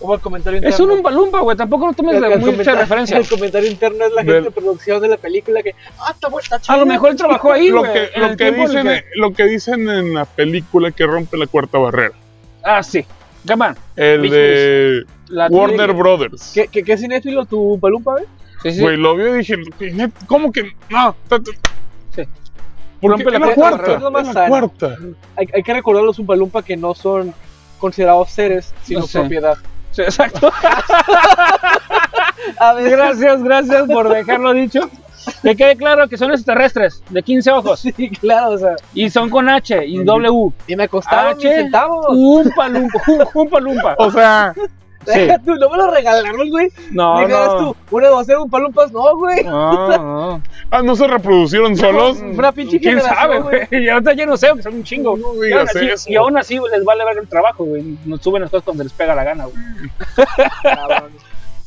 S2: Como el comentario interno.
S1: Es un Lumpa Lumpa, güey. Tampoco no tomes de
S2: comentario-
S1: mucha [laughs] referencia.
S2: [laughs] El comentario interno es la
S3: Del-
S2: gente de producción de la película que. Ah, está bueno, está
S1: A
S2: chido".
S1: lo mejor él trabajó ahí,
S3: lo
S1: güey,
S3: que,
S1: en
S3: lo
S1: el
S3: que
S1: tiempo en el
S3: dicen,
S1: que-
S3: lo que dicen en la película que rompe la cuarta barrera.
S1: Ah, sí. Come on.
S3: El
S1: Beach
S3: de
S1: La
S3: Warner
S1: Sí,
S3: Brothers.
S2: ¿Qué, qué, qué cinéfilo tu palumpa, ves?
S1: sí, sí.
S3: Güey, lo vio y dije, "Net- ¿cómo que no? Ta- ta-
S1: Sí.
S3: ¿Por
S1: Rompe
S3: qué?
S1: la
S3: Es
S1: cuarta
S3: la cuarta.
S2: barrera, es lo más
S3: es la
S2: sano.
S3: cuarta.
S2: Hay, hay que recordar a los palumpa que no son considerados seres, sino
S1: No sé.
S2: propiedad.
S1: Sí, exacto. [laughs]
S2: A ver,
S1: Gracias, gracias por dejarlo dicho. Que quede claro que son extraterrestres de 15 [laughs] ojos
S2: sí, claro, o sea,
S1: y son con H y W.
S2: y me costaba
S1: Ah,
S2: mis
S1: che.
S2: centavos.
S1: [laughs] Un palumpa, un palumpa.
S3: O sea,
S1: Sí.
S2: [laughs] Deja tú, no me lo regalaron, güey.
S1: No,
S2: Dijeras
S1: no.
S2: tú, una docena, un palo, un pas. No, güey.
S1: No, no.
S3: Ah, ¿no se reproducieron solos?
S2: Fue una pinche
S1: ¿Quién
S2: generación,
S1: sabe,
S2: güey.
S1: güey? Y ahorita ya no sé, que son un chingo.
S3: No
S1: y, aún
S3: digas
S1: así,
S3: eso.
S1: y aún así les vale ver el trabajo, güey. Nos suben las cosas cuando les pega la gana, güey.
S2: Cabrón.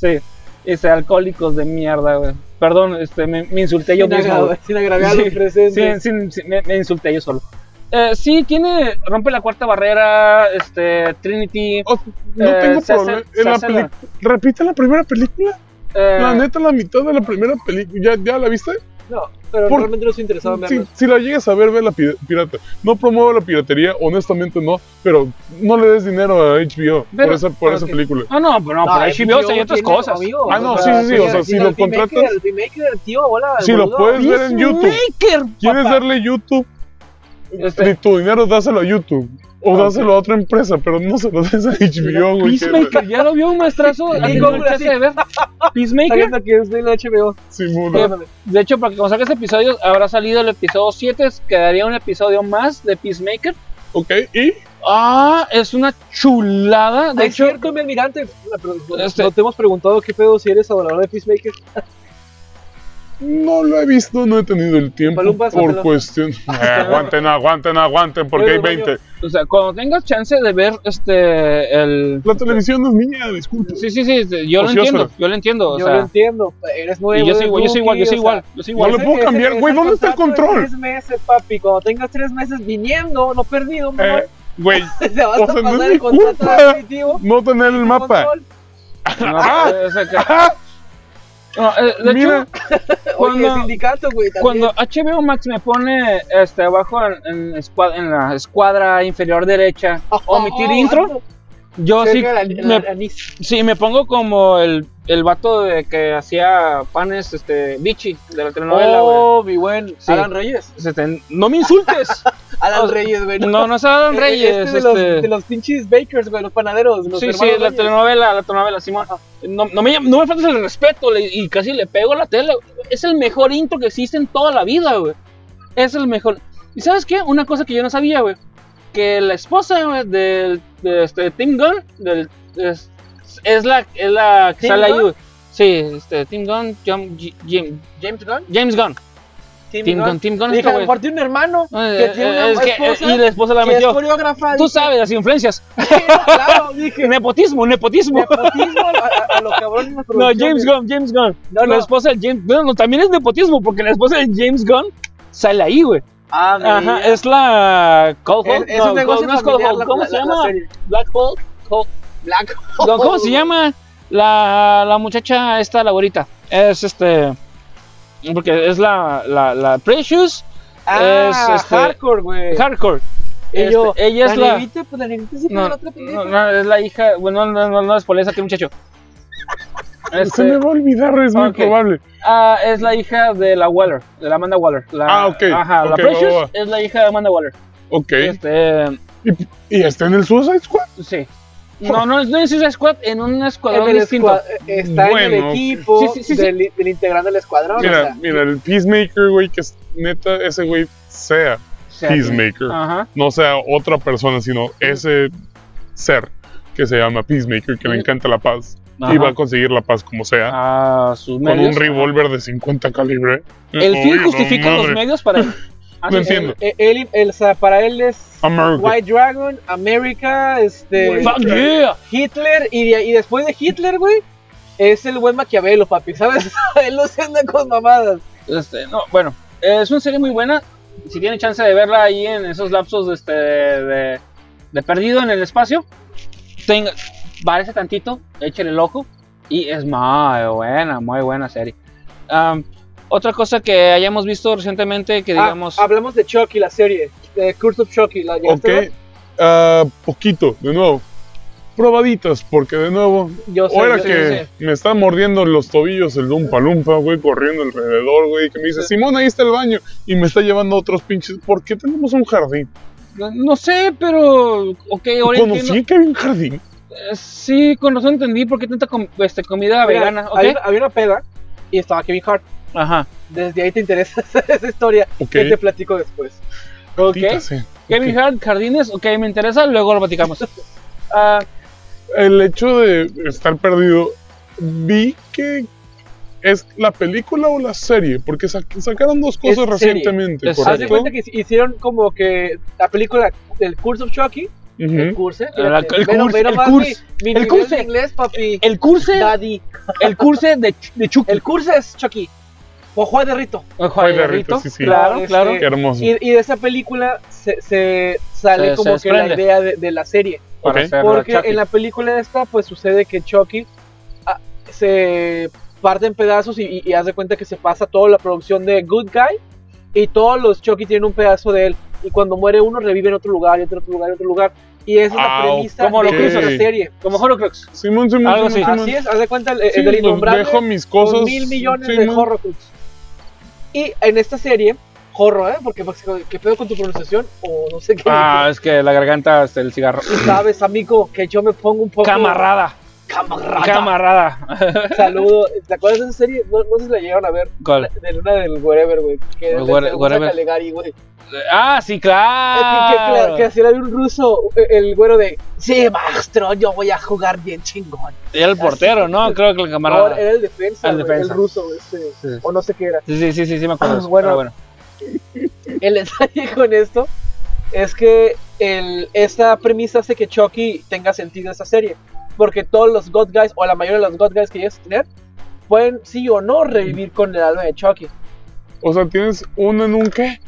S1: Sí. Este, alcohólicos de mierda, güey. Perdón, este, me, me insulté yo
S2: Sin
S1: mismo. güey.
S2: agra- Sin agraviar a los
S1: Sí,
S2: presentes.
S1: Sí, sí, sí, me, me insulté yo solo. Eh, sí, tiene. Rompe la cuarta barrera, este, Trinity.
S3: O- no
S1: Eh,
S3: tengo
S1: se hace-
S3: problema.
S1: se
S3: En la
S1: hace la-
S3: peli- ¿Repite la primera película?
S1: eh,
S3: Oh, La neta, la mitad de la primera película. ¿Ya, ¿Ya la viste?
S2: No, pero
S3: Por-
S2: realmente no estoy interesado en
S3: Si,
S2: verlos.
S3: si la llegas a ver, ve la pi- pirata. No promuevo la piratería, honestamente no, pero no le des dinero a HBO
S1: Pero-
S3: por esa, por esa
S1: ok.
S3: película.
S1: No, ah, no, pero no,
S2: No,
S1: pero ahí sí veo, o sea, hay
S2: HBO
S1: otras
S2: tiene
S1: cosas.
S2: amigos,
S3: Ah, no, sí, sí, sí, o sea,
S2: el-
S3: si
S2: el
S3: lo
S2: remake del-
S3: contratas-
S2: El remake del tío, bola.
S3: Si lo
S2: boludo.
S3: puedes ver en YouTube.
S1: Peacemaker,
S3: ¿Quieres
S1: papá.
S3: darle YouTube?
S1: Este-
S3: Ni tu dinero dáselo a YouTube. O
S1: Ah,
S3: dáselo a otra empresa, pero no se lo des a HBO, güey. que-
S1: Peacemaker, ya lo vio un maestrazo.
S2: Y
S1: ¿a quién no
S2: como
S1: lo echaste
S2: así. [laughs]
S1: de ver?
S2: Está
S1: Peacemaker.
S2: viendo que es del HBO.
S3: Simón.
S1: Sí, De hecho, para que cuando saque este episodio, habrá salido el episodio 7. Quedaría un episodio más de Peacemaker.
S3: Ok, y
S1: Ah, es una chulada. De
S2: De
S1: hecho,
S2: cierto, mi almirante. Ah, pero No
S1: Este-
S2: no te hemos preguntado qué pedo si eres adorador de Peacemaker.
S3: no lo he visto, no he tenido el tiempo
S2: Palumpas,
S3: por
S2: hazlo.
S3: cuestión. Eh, aguanten, aguanten, aguanten, porque
S2: Voy
S3: hay
S2: al baño.
S3: 20.
S1: o sea, cuando tengas chance de ver este. El...
S3: La televisión es niña, disculpe. Eh,
S1: Sí, sí, sí, yo lo
S3: Ociosa.
S1: entiendo, yo lo entiendo. O
S2: Yo
S1: sea,
S2: lo entiendo. Eres nuevo.
S1: y yo soy
S2: eres
S1: igual, yo soy igual, yo
S2: rookie,
S1: soy
S2: o
S1: igual,
S2: sea,
S1: yo soy igual.
S3: No le puedo
S2: ese-
S3: cambiar,
S2: ese-
S3: güey,
S2: ese
S3: ¿dónde está el
S2: contrato de
S3: control?
S2: Tres meses, papi. Cuando tengas tres meses viniendo, no perdido, mi amor,
S3: Eh, Güey,
S2: [laughs] te vas
S3: o
S2: a
S3: sea, no es
S2: pasar
S3: mi
S2: el contrato
S3: culpa.
S2: definitivo.
S3: no tener el mapa.
S2: Control.
S1: No,
S3: ¡Ah!
S1: o sea que-
S3: ¡Ah!
S1: no, eh, de
S3: Mira.
S1: hecho,
S2: Oye,
S1: Cuando-
S2: sindicato, güey. también.
S1: cuando HBO Max me pone este, abajo en, en escua- en la escuadra inferior derecha, omitir intro, yo sí
S2: Cerca del an-
S1: me,
S2: del anís.
S1: sí me pongo como el, el vato de que hacía panes, este, bichi, de la telenovela, güey.
S2: Oh, mi buen.
S1: Sí.
S2: Alan Reyes.
S1: Este, no me
S2: [laughs]
S1: insultes.
S2: Alan
S1: O sea,
S2: Reyes, güey.
S1: No, no se Adam
S2: Eh,
S1: Reyes.
S2: este de, los,
S1: este.
S2: de los pinches bakers, güey, los panaderos. Los
S1: sí, sí,
S2: hermanos
S1: la
S2: Reyes.
S1: telenovela, la telenovela, Simón. No, no, me, llam- no me faltes el respeto le- y casi le pego a la tele. Es el mejor intro que existe en toda la vida, güey. Es el mejor. ¿Y sabes qué? Una cosa que yo no sabía, güey. Que la esposa güey, del, de este, Tim Gunn del, es, es la, es la que
S2: ¿Tim
S1: sale ahí,
S2: Gunn?
S1: güey. Sí, este, Tim Gunn, Jam- Ji- Jim-
S2: James Gunn.
S1: James Gunn.
S2: Tim,
S1: Tim Gunn, Tim Gunn, este
S2: Le dijeron,
S1: güey.
S2: aparte tiene un hermano
S1: Eh,
S2: que tiene una
S1: eh, es que- eh,
S2: esposa
S1: y la esposa la
S2: que es
S1: metió.
S2: coreógrafa.
S1: Tú
S2: dije,
S1: sabes las influencias.
S2: Claro, dije.
S1: Nepotismo, nepotismo.
S2: Nepotismo a, a- a los cabrones. de
S1: No,
S2: producción,
S1: James
S2: güey.
S1: Gunn, James Gunn.
S2: No,
S1: La
S2: no.
S1: esposa del James Gunn, no, también es nepotismo, porque la esposa del James Gunn sale ahí, güey.
S2: Ah, mira.
S1: Ajá, es la Cold
S2: Es,
S1: Hulk.
S2: es
S1: no,
S2: un negocio
S1: Cold- no es Cold
S2: familiar,
S1: Hulk,
S2: la-
S1: ¿Cómo
S2: la-
S1: se
S2: la- la
S1: llama?
S2: serie.
S1: Black Hulk. Hulk.
S2: Black
S1: No, ¿Cómo se llama? La, la muchacha esta, la güerita. Es este... Porque es la, la, la Precious
S2: Ah,
S1: Es, este,
S2: hardcore, güey.
S1: Hardcore.
S2: Y yo,
S1: Este, ella es
S2: la
S1: la...
S2: negrita, pues la negrita sí, pero
S1: No,
S2: la otra
S1: no,
S2: pendeja.
S1: no, es la hija... Bueno, no, no, no, es por esa, tiene
S2: [laughs]
S1: muchacho.
S3: Se me
S1: Este,
S3: va a olvidar, es muy
S1: Ok.
S3: probable.
S1: ah, es la hija de la Waller, de la Amanda Waller. La,
S3: Ah, ok,
S1: Ajá, la
S3: ok, va,
S1: Precious
S3: va, va.
S1: es la hija de Amanda Waller.
S3: Ok.
S1: Este,
S3: ¿Y, y está en el Suicide Squad?
S1: sí. No, no, no es Suicide Squad, en un escuadrón
S2: En el
S1: distinto.
S2: escua- está en
S3: Bueno.
S2: el equipo
S1: Sí, sí, sí, sí.
S2: Del, del integrante del escuadrón. o
S3: Mira,
S2: sea,
S3: mira, el Peacemaker, güey, que es neta, ese güey sea
S1: O sea,
S3: Peacemaker.
S1: Ajá.
S3: No sea otra persona, sino ese ser que se llama Peacemaker, que le encanta la paz. Y
S1: Ajá.
S3: va a conseguir la paz como sea.
S1: A sus
S3: Ah. Con
S1: medios.
S3: un revólver de 50 calibre.
S1: El
S3: Oye,
S1: fin
S3: la
S1: justifica los
S3: madre.
S1: medios
S3: [laughs]
S1: para. Ah, sí,
S3: No entiendo. Ah,
S2: eh, él- él, o sea, para él es
S3: America.
S2: White Dragon, America, este,
S1: eh, Fuck yeah.
S2: Hitler, y, de- y después de Hitler, güey, es el buen Maquiavelo, papi, ¿sabes? [laughs] él no se anda con mamadas.
S1: Este, no, bueno, es una serie muy buena. Si tienen chance de verla ahí en esos lapsos de, este, de, de perdido en el espacio, tenga, parece tantito, échale el ojo. Y es muy buena, muy buena serie. Am, otra cosa que hayamos visto recientemente que
S2: Ah,
S1: digamos.
S2: hablamos de Chucky, la serie, de Curse of Chucky, la
S3: Ok.
S1: este
S2: llegaste a ver?
S3: ah, poquito, de nuevo. Probaditas, porque de nuevo,
S2: Yo sé,
S3: O era
S2: yo sé, yo
S3: que
S2: sé.
S3: me está mordiendo los tobillos el Lumpa Lumpa, güey, corriendo alrededor, güey, que me dice, Simón, ahí está el baño, y me está llevando a otros pinches. ¿Por qué tenemos un jardín?
S1: No, no sé, pero. Ok, ahora
S3: Conocí
S1: entiendo.
S3: que había un jardín.
S1: Eh, Sí, con razón entendí por qué tanta com- este, comida
S2: Mira,
S1: vegana. ¿ok?
S2: había, una- había una peda y estaba Kevin Hart.
S1: Ajá.
S2: Desde ahí te interesa [laughs] esa historia
S3: Ok.
S2: que te platico después.
S1: Ok.
S3: Tita, sí.
S1: Kevin
S3: Ok.
S1: Hart, Jardines, ok, me interesa, luego lo platicamos. [laughs] Ah,
S3: el hecho de estar perdido, vi que es la película o la serie, porque sa- sacaron dos
S2: Es
S3: cosas
S2: serie. Pues,
S3: recientemente,
S1: Es-
S2: Haz de
S3: ¿correcto?
S2: cuenta que hicieron como que la película del Curse of Chucky,
S3: Ujú.
S2: el curse,
S1: El- el curse, el curse,
S2: mi
S1: el
S2: nivel
S1: curse. Este-
S2: de inglés, papi,
S1: El curse,
S2: daddy,
S1: el curse de, de Chucky.
S2: el curse es Chucky, o Juan de Rito,
S1: El
S3: Ay, de Rito, sí, sí.
S1: Claro,
S2: Este,
S1: claro.
S3: Qué hermoso.
S2: y, y de esa película se, se sale
S1: Se-
S2: como
S1: se
S2: que la
S1: desprende.
S2: idea de, de la serie,
S1: Para
S3: Ok.
S1: hacerlo a
S2: porque
S1: Chucky.
S2: en la película esta pues sucede que Chucky ah, se parte en pedazos y, y, y haz de cuenta que se pasa toda la producción de Good Guy y todos los Chucky tienen un pedazo de él y cuando muere uno revive en otro lugar y otro otro lugar y otro lugar y esa es la
S3: Ah,
S2: premisa
S1: como
S2: de
S1: lo
S2: que
S1: que
S2: hizo
S3: hizo-
S2: la serie
S1: Como Horrocrux.
S3: Simón, Simón,
S1: Algo
S3: Simón,
S2: así
S3: Simón.
S2: es haz de cuenta el, el
S3: Sí,
S2: del
S3: pues,
S2: innombrable
S3: dejo mis
S2: con
S3: cosas.
S2: mil millones de
S3: Simón.
S2: Horrocrux y en esta serie Horror, ¿eh? Porque, pues, ¿qué pedo con tu pronunciación? O no sé qué.
S1: Ah, es que la garganta hasta el cigarro.
S2: Sabes, amigo, que yo me pongo un poco.
S1: Camarada,
S2: Camarada.
S1: camarada.
S2: Saludo. ¿Te acuerdas de esa serie? No, no sé si la llegaron a ver.
S1: Gol.
S2: De luna del Wherever, güey. Que
S1: El
S2: le
S1: Where-
S2: pregunta
S1: Wherever.
S2: a Calegari, güey.
S1: Ah, sí,
S2: Es que- Que,
S1: claro.
S2: que así era un ruso, eh, el güero de. Sí, maestro, yo voy a jugar bien chingón.
S1: Era el portero, ¿no? Creo que el
S2: No,
S1: camarada.
S2: era el defensa,
S1: El
S2: güey,
S1: defensa.
S2: el ruso, este.
S1: Sí.
S2: O no sé qué era.
S1: Sí, sí, sí, sí, sí me acuerdo.
S2: Bueno.
S1: Pero bueno.
S2: El detalle [laughs] con esto es que el, esta premisa hace que Chucky tenga sentido esta serie. Porque todos los God Guys, o la mayoría de los God Guys que llegas a tener, pueden sí o no revivir con el alma de Chucky.
S3: O sea, tienes uno en un qué.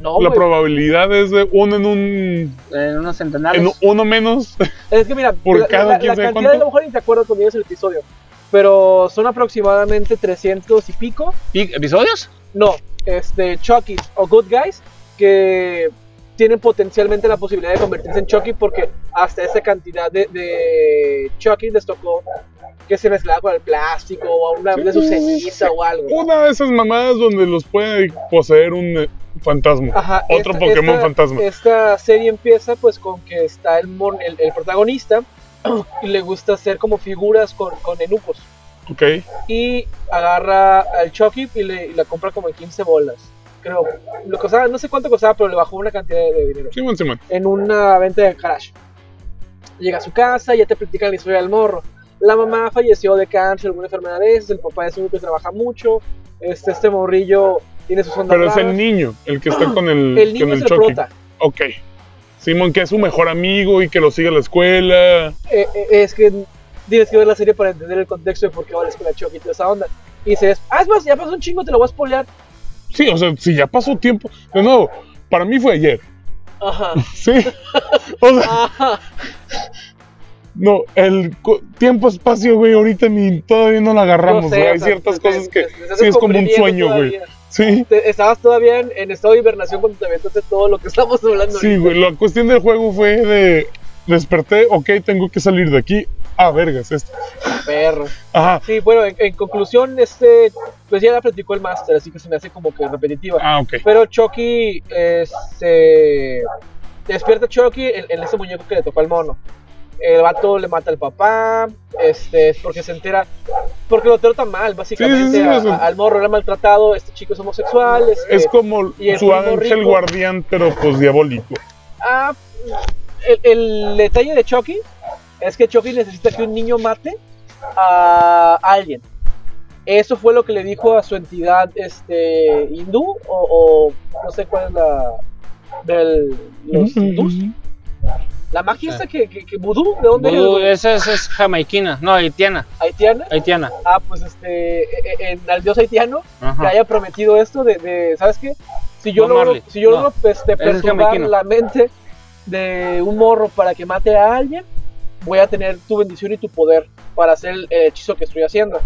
S2: No,
S3: la
S2: güey.
S3: probabilidad es de uno en un.
S1: En unos centenares.
S3: En uno menos. [laughs]
S2: Es que mira,
S3: Por
S2: la,
S3: cada
S2: la- la
S3: quién sabe
S2: cantidad
S3: cuánto.
S2: a lo mejor ni te acuerdas cuando llegas el episodio. Pero son aproximadamente 300 y pico.
S1: ¿Y ¿Episodios?
S2: No, este, Chucky's o Good Guys que tienen potencialmente la posibilidad de convertirse en Chucky porque hasta esa cantidad de, de Chucky les tocó que se mezclaba con el plástico o a una de sus
S3: Sí.
S2: ceniza o algo.
S3: Una de esas mamadas donde los puede poseer un eh, fantasma.
S2: Ajá,
S3: Otro Pokémon fantasma.
S2: Esta serie empieza pues con que está el, mon- el, el protagonista [clears throat] y le gusta hacer como figuras con, con enucos.
S3: Ok.
S2: y agarra al Chucky y le y la compra como en 15 bolas. Creo, lo costaba, no sé cuánto costaba, pero le bajó una cantidad de dinero.
S3: Simón, Simón.
S2: En una venta de garage. Llega a su casa, ya te platican la historia del morro. La mamá falleció de cáncer, alguna enfermedad de esas, el papá es uno que trabaja mucho, este, este morrillo tiene sus ondas
S3: Pero es el
S2: raras.
S3: niño el que
S2: [clears throat]
S3: está con el,
S2: El niño
S3: con
S2: es
S3: el
S2: el
S3: Chucky.
S2: prota.
S3: Ok. Simón, que es su mejor amigo y que lo sigue a la escuela.
S2: Eh, eh, es que tienes que ver la serie para entender el contexto de por qué va a la escuela Chucky y toda esa onda. Y dices, ah, es más, ya pasó un chingo, te lo voy a spoilear.
S3: Sí, o sea, si ya pasó tiempo. De nuevo, para mí fue ayer.
S2: Ajá.
S3: Sí. [laughs] O sea,
S2: Ajá.
S3: no, el co- tiempo-espacio, güey, ahorita ni todavía no lo agarramos.
S2: No sé,
S3: güey.
S2: o
S3: Hay
S2: sea,
S3: ciertas
S2: te-
S3: cosas que
S2: te- te estás
S3: sí es como un
S2: descubriendo
S3: sueño, güey.
S2: todavía.
S3: Sí.
S2: Te- estabas todavía en, en estado de hibernación cuando te aventaste todo lo que [laughs] estamos hablando.
S3: Sí, güey, la cuestión del juego fue de desperté, ok, tengo que salir de aquí. Ah, vergas, esto.
S2: ahorita, Perro.
S3: Ajá.
S2: Sí, bueno, en, en conclusión, este, pues ya la platicó el máster, así que se me hace como que repetitiva.
S3: Ah, ok.
S2: Pero Chucky eh, se despierta Chucky en, en ese muñeco que le tocó al mono. El vato le mata al papá, este, porque se entera, porque lo trata mal, básicamente,
S3: sí,
S2: a-
S3: o sea-
S2: a- al morro, lo ha maltratado, este chico es homosexual, este,
S3: Es como
S2: y el
S3: su
S2: primo
S3: ángel
S2: rico.
S3: guardián, pero pues diabólico.
S2: Ah, el, el detalle de Chucky es que Chucky necesita que un niño mate a alguien. Eso fue lo que le dijo a su entidad este, hindú o, o no sé cuál es la del los hindús. La magia esa que, que, que vudú, ¿de dónde es?
S1: Vudú, eh.
S2: güey?
S1: esa es, es jamaiquina. No, haitiana.
S2: ¿Haitiana?
S1: Haitiana.
S2: Ah, pues este, e- e- en, al dios haitiano que
S1: Ajá.
S2: haya prometido esto de, de- ¿sabes qué? Si yo
S1: No,
S2: logro,
S1: Marley,
S2: si yo
S1: no.
S2: logro, este,
S1: Ese es
S2: perturbar
S1: jamaiquino.
S2: la mente de un morro para que mate a alguien, voy a tener tu bendición y tu poder para hacer el, el hechizo que estoy haciendo.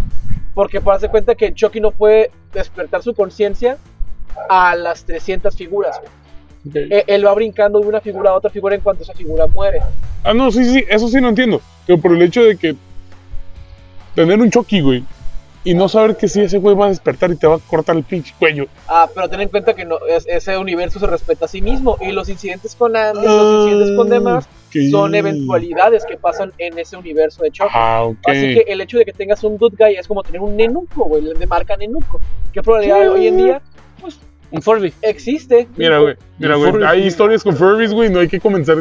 S2: Porque para darse cuenta que Chucky no puede despertar su conciencia a las 300 figuras.
S3: Ok.
S2: E- Él va brincando de una figura a otra figura en cuanto esa figura muere.
S3: Ah, no, sí, sí, eso sí no entiendo. Pero por el hecho de que tener un choque, güey, y no saber que si ese güey va a despertar y te va a cortar el pinche cuello.
S2: Ah, pero ten en cuenta que no, es- ese universo se respeta a sí mismo y los incidentes con Andy,
S3: Ah,
S2: los incidentes con demás,
S3: ok.
S2: son eventualidades que pasan en ese universo de Chucky.
S3: Ah, ok.
S2: Así que el hecho de que tengas un good guy es como tener un nenuco, güey, le marca nenuco. ¿Qué probabilidad
S3: Sí.
S2: hoy en día
S1: Un Furby.
S2: existe?
S3: Mira, güey, mira, güey.
S1: Furries.
S3: Hay historias con Furbies, güey, no hay que comenzar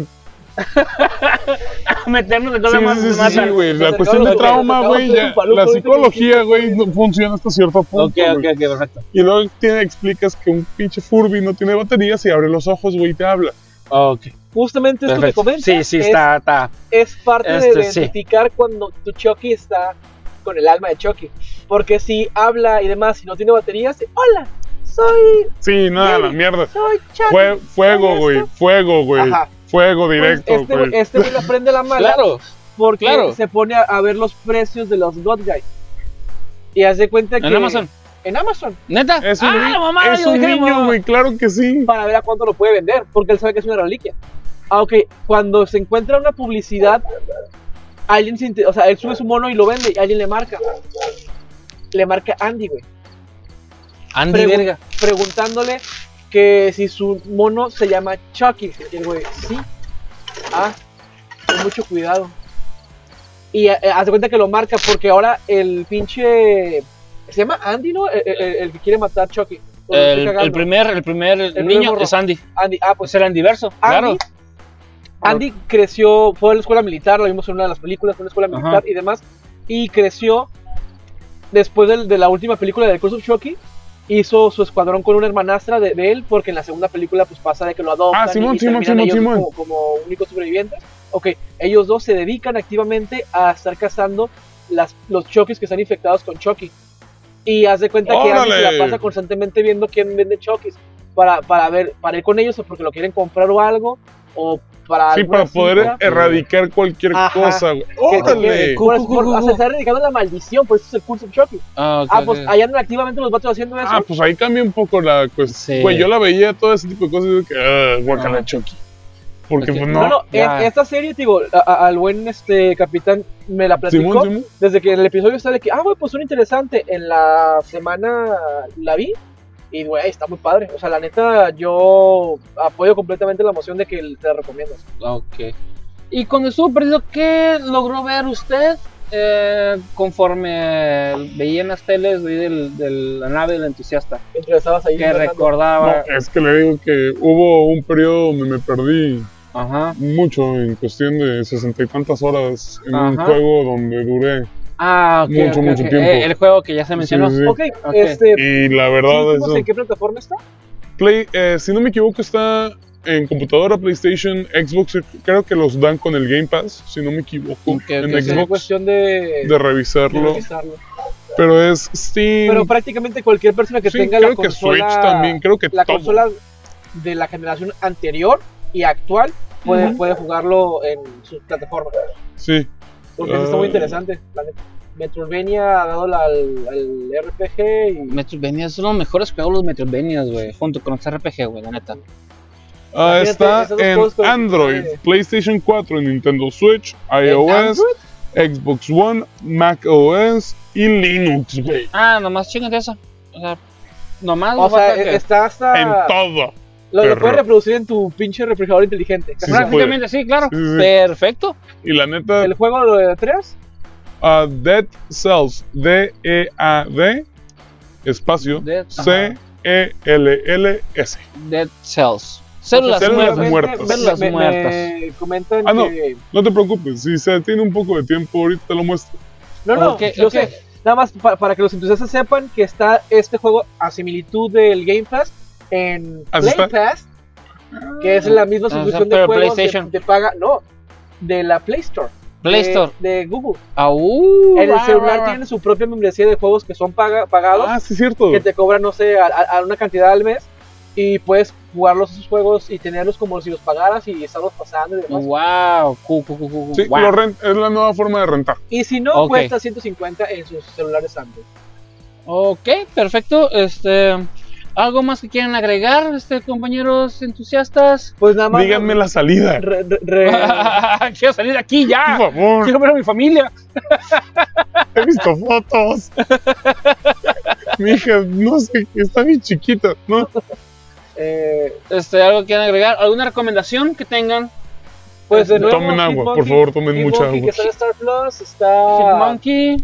S1: meternos de
S3: Sí,
S1: cosas más
S3: sí, sí,
S1: más
S3: sí,
S1: al-
S3: güey.
S2: nos
S3: La cuestión
S2: acabamos
S3: de
S2: de-
S3: trauma,
S2: nos
S3: güey,
S2: acabamos de
S3: ya.
S2: un paluco
S3: La
S2: ahorita que
S3: psicología, güey, no funciona hasta cierto punto.
S1: Ok, ok,
S3: güey.
S1: ok, perfecto.
S3: Y luego tiene, explicas que un pinche Furby no tiene baterías y abre los ojos, güey, y te habla.
S1: Ok,
S2: Justamente esto que
S1: perfecto.
S2: comentas
S1: Sí, sí,
S2: es,
S1: está, está.
S2: es parte de
S1: este, sí.
S2: identificar cuando tu Chucky está con el alma de Chucky. Porque si habla y demás y no tiene baterías, hola, soy,
S3: Sí, nada, la mierda.
S2: soy Chucky.
S3: Fue, fuego, güey, fuego, güey.
S2: Ajá.
S3: Fuego
S2: Pues
S3: directo,
S2: este güey
S3: güey.
S2: este güey le aprende la mala
S1: Claro.
S2: porque
S1: claro.
S2: se pone a, a ver los precios de los God Guys. Y hace cuenta que.
S1: En Amazon.
S2: En Amazon.
S1: ¿Neta?
S3: Es un,
S1: ah,
S3: ni-
S1: la mamá,
S3: es
S1: yo
S3: un
S1: dije,
S3: niño,
S1: mamá.
S3: güey, claro que sí.
S2: para ver a cuánto lo puede vender, porque él sabe que es una reliquia. Aunque cuando se encuentra una publicidad, alguien se inte- o sea, él sube su mono y lo vende y alguien le marca. Le marca Andy, güey.
S1: Andy,
S2: Pregun-
S1: verga.
S2: Preguntándole que si su mono se llama Chucky. Y el güey, sí. Ah, con mucho cuidado. Y eh, hace cuenta que lo marca porque ahora el pinche. Se llama Andy, ¿no? El, el- el que quiere matar Chucky. O lo estoy
S1: El, el
S2: cagando.
S1: primer, el primer
S2: primer
S1: niño
S2: morro.
S1: es Andy.
S2: Andy, ah, pues
S1: Pues el Andyverso, claro.
S2: Andy, Andy creció, fue a la escuela militar, lo vimos en una de las películas, fue a la escuela militar
S1: Ajá.
S2: y demás, y creció después del- de, la última película del Curse of Chucky, hizo su escuadrón con una hermanastra de, de él, porque en la segunda película pues pasa de que lo adoptan
S3: Ah, Simón,
S2: y
S3: Simón,
S2: terminan
S3: Simón,
S2: ellos
S3: Simón.
S2: Como, como únicos sobrevivientes. Ok, ellos dos se dedican activamente a estar cazando las, los Chuckys que están infectados con Chucky. Y haz de cuenta que Andy se
S3: ¡Órale!
S2: la pasa constantemente viendo quién vende Chuckys para, para ver, para ir con ellos o porque lo quieren comprar o algo, o para
S3: Sí,
S2: alguna
S3: para poder
S2: cifra
S3: erradicar cualquier
S2: Ajá.
S3: cosa, güey.
S2: que- que-
S3: ¡Órale!
S2: que- por- por- o sea, está erradicando la maldición, por eso es el curso de Chucky.
S1: Ah, ok,
S2: Ah,
S1: ok.
S2: pues allá andan activamente los vatos haciendo eso.
S3: Ah, pues ahí cambia un poco la cuestión.
S1: Sí.
S3: Güey, yo la veía todo ese tipo de cosas y digo que, ah, guacala
S1: Ah.
S3: Chucky. Porque
S1: Ok.
S3: pues
S2: no,
S3: no.
S2: no,
S1: ya.
S2: en esta serie, te digo, a- a- al buen este capitán me la platicó.
S3: Simón, Simón.
S2: desde que el episodio está de que, ah, güey, pues suena interesante. En la semana la vi y, güey, está muy padre. O sea, la neta, yo apoyo completamente la moción de que te la recomiendas.
S1: Ok. Y cuando estuvo perdido, ¿qué logró ver usted eh, conforme veía en las teles de, la nave del entusiasta?
S2: Interesabas ahí.
S1: Que
S2: Fernando. Ah.
S1: recordaba.
S3: No, es que le digo que hubo un periodo donde me perdí
S1: Ajá.
S3: mucho en cuestión de sesenta y tantas horas en un
S1: Ajá.
S3: juego donde duré.
S1: Ah, ok.
S3: Mucho,
S1: ok,
S3: mucho
S1: ok.
S3: tiempo.
S1: Eh, el juego que ya se mencionó.
S3: Sí, sí.
S2: Ok,
S1: Ok.
S2: este.
S3: Y la
S2: ¿sí
S3: verdad
S2: dijimos
S3: es
S2: en qué plataforma está?
S3: Play, eh, si no me equivoco está en computadora, PlayStation, Xbox, creo que los dan con el Game Pass, si no me equivoco,
S1: Ok, ok,
S3: en
S1: ok.
S2: Es una
S3: Xbox,
S2: cuestión de.
S3: de revisarlo.
S2: revisarlo.
S3: Pero es Steam.
S2: Pero prácticamente cualquier persona que
S3: sí,
S2: tenga
S3: creo
S2: la consola.
S3: que Switch también, creo que
S2: la
S3: todo.
S2: consola de la generación anterior y actual puede, puede jugarlo en sus plataformas.
S3: Sí.
S2: Porque eso está muy
S3: Ah.
S2: interesante. la neta. Metroidvania ha dado la- al, al RPG y
S1: Metroidvania es uno de los mejores juegos, los Metroidvanias, güey. Junto con los RPG, güey, la neta.
S3: Ah,
S2: Imagínate,
S3: está
S2: esos
S3: en
S2: juegos con-
S3: Android,
S2: eh.
S3: PlayStation 4, Nintendo Switch, iOS, Xbox One, Mac OS y Linux, güey.
S1: Ah, nomás chingate eso. O sea, nomás.
S2: O sea,
S1: falta que-
S2: e- está
S3: En
S2: hasta.
S3: todo.
S2: Lo, lo
S3: perro.
S2: puedes reproducir en tu pinche refrigerador inteligente.
S3: Sí, se puede.
S1: Prácticamente, sí, claro.
S3: Sí, sí, sí.
S1: Perfecto.
S3: Y la neta,
S2: El juego lo de tres
S3: ah, Dead Cells, D-E-A-D, espacio, E
S1: Dead, ajá.
S3: C-E-L-L-S.
S1: Dead Cells. Células,
S3: Células
S1: muertas.
S3: muertas.
S1: Verlas
S2: me- me
S1: muertas.
S2: comentan
S3: Ah, no.
S2: que.
S3: No te preocupes, si se tiene un poco de tiempo, ahorita te lo muestro.
S2: No, no,
S1: Ok,
S2: yo
S1: ok.
S2: sé. Nada más pa- para que los entusiastas sepan que está este juego a similitud del Game Pass en
S3: Así
S2: Play
S3: ¿Ah, está.
S2: Pass, que es la misma
S1: Ah,
S2: suscripción de
S1: pero
S2: juegos de,
S1: PlayStation.
S2: de paga, no, de la Play Store.
S1: Play
S2: de-
S1: Store. Ah, uh,
S2: De, Google.
S1: Aú,
S2: en el
S1: va,
S2: celular
S1: va, va.
S2: tienen su propia membresía de juegos que son paga- pagados,
S3: Ah, sí, es cierto.
S2: que te cobran, no sé, a, a- a una cantidad al mes. Y puedes jugarlos esos juegos y tenerlos como si los pagaras y estarlos pasando y demás.
S1: Wow, cu, cu, cu, cu,
S3: Sí,
S1: wow.
S3: lo rent- es la nueva forma de rentar.
S2: Y si no,
S1: Ok.
S2: cuesta 150 en sus celulares Android.
S1: Ok, perfecto. Este, algo más que quieran agregar, este, compañeros
S3: [laughs]
S1: entusiastas. [laughs]
S2: Pues nada más.
S3: Díganme la salida.
S2: re- re-
S3: [laughs]
S2: re-
S1: Quiero salir de aquí
S2: Ah,
S1: ya.
S3: Por favor,
S1: Quiero ver a mi familia.
S3: he visto fotos.
S2: [laughs]
S3: Mi hija, no sé, está bien chiquita, ¿no?
S2: Eh,
S1: Este, algo que quieran agregar, alguna recomendación que tengan.
S2: pues de nuevo,
S3: Tomen agua,
S2: Hitmonkey-
S3: por favor, tomen mucha
S2: Hitmonkey, Que
S3: agua.
S2: está en Star Plus, está.
S1: Monkey,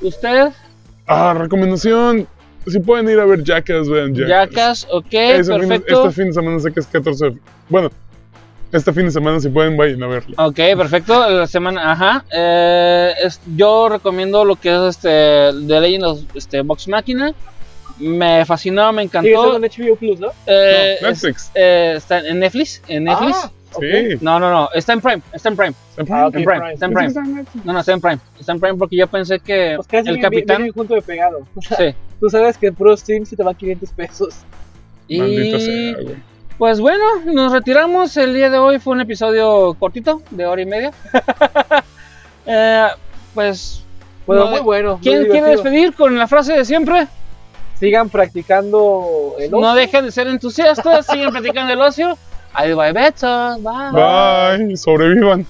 S1: usted,
S3: Ah, recomendación. Si pueden ir a ver Jackass, vean Jackass.
S1: Jackass, ok,
S3: Ese fin-
S1: Eh, perfecto.
S3: este fin de semana sé que es 14 de- Bueno, Este fin de semana, si pueden, vayan a verla.
S1: Ok, perfecto. La semana, ajá. Eh, es- yo recomiendo lo que es este The Legend of este, Box Máquina. Me fascinó, me
S2: Sigue
S1: encantó.
S2: estando en HBO Plus, ¿no?
S1: Eh,
S3: No,
S1: es-
S3: Netflix.
S1: eh, está en Netflix, en Netflix.
S2: Ah, ok.
S3: Sí.
S1: No, no, no, está en Prime, está en Prime.
S3: está en
S2: Ah, ok,
S1: En
S3: Prime.
S1: Prime,
S2: Prime.
S1: está en
S2: [laughs]
S1: Prime. No, no, está en Prime. Está en Prime porque yo pensé que
S2: Pues casi
S1: el
S2: vienen-
S1: capitán.
S2: vienen junto de pegado.
S1: Sí.
S2: [laughs] Tú sabes que en Pro Stream se te va 500 pesos.
S3: Maldito
S1: Y
S3: sea, güey.
S1: pues bueno, nos retiramos. El día de hoy fue un episodio cortito, de hora y
S2: [laughs]
S1: media. Eh, pues,
S2: Bueno,
S1: no-
S2: muy bueno. muy
S1: ¿quién quiere
S2: divertido.
S1: despedir con la frase de siempre?
S2: Sigan practicando el
S1: No
S2: ocio.
S1: dejen de ser [laughs] entusiastas, sigan platicando el ocio. Ahí va Beto, bye.
S3: Bye. Sobrevivan.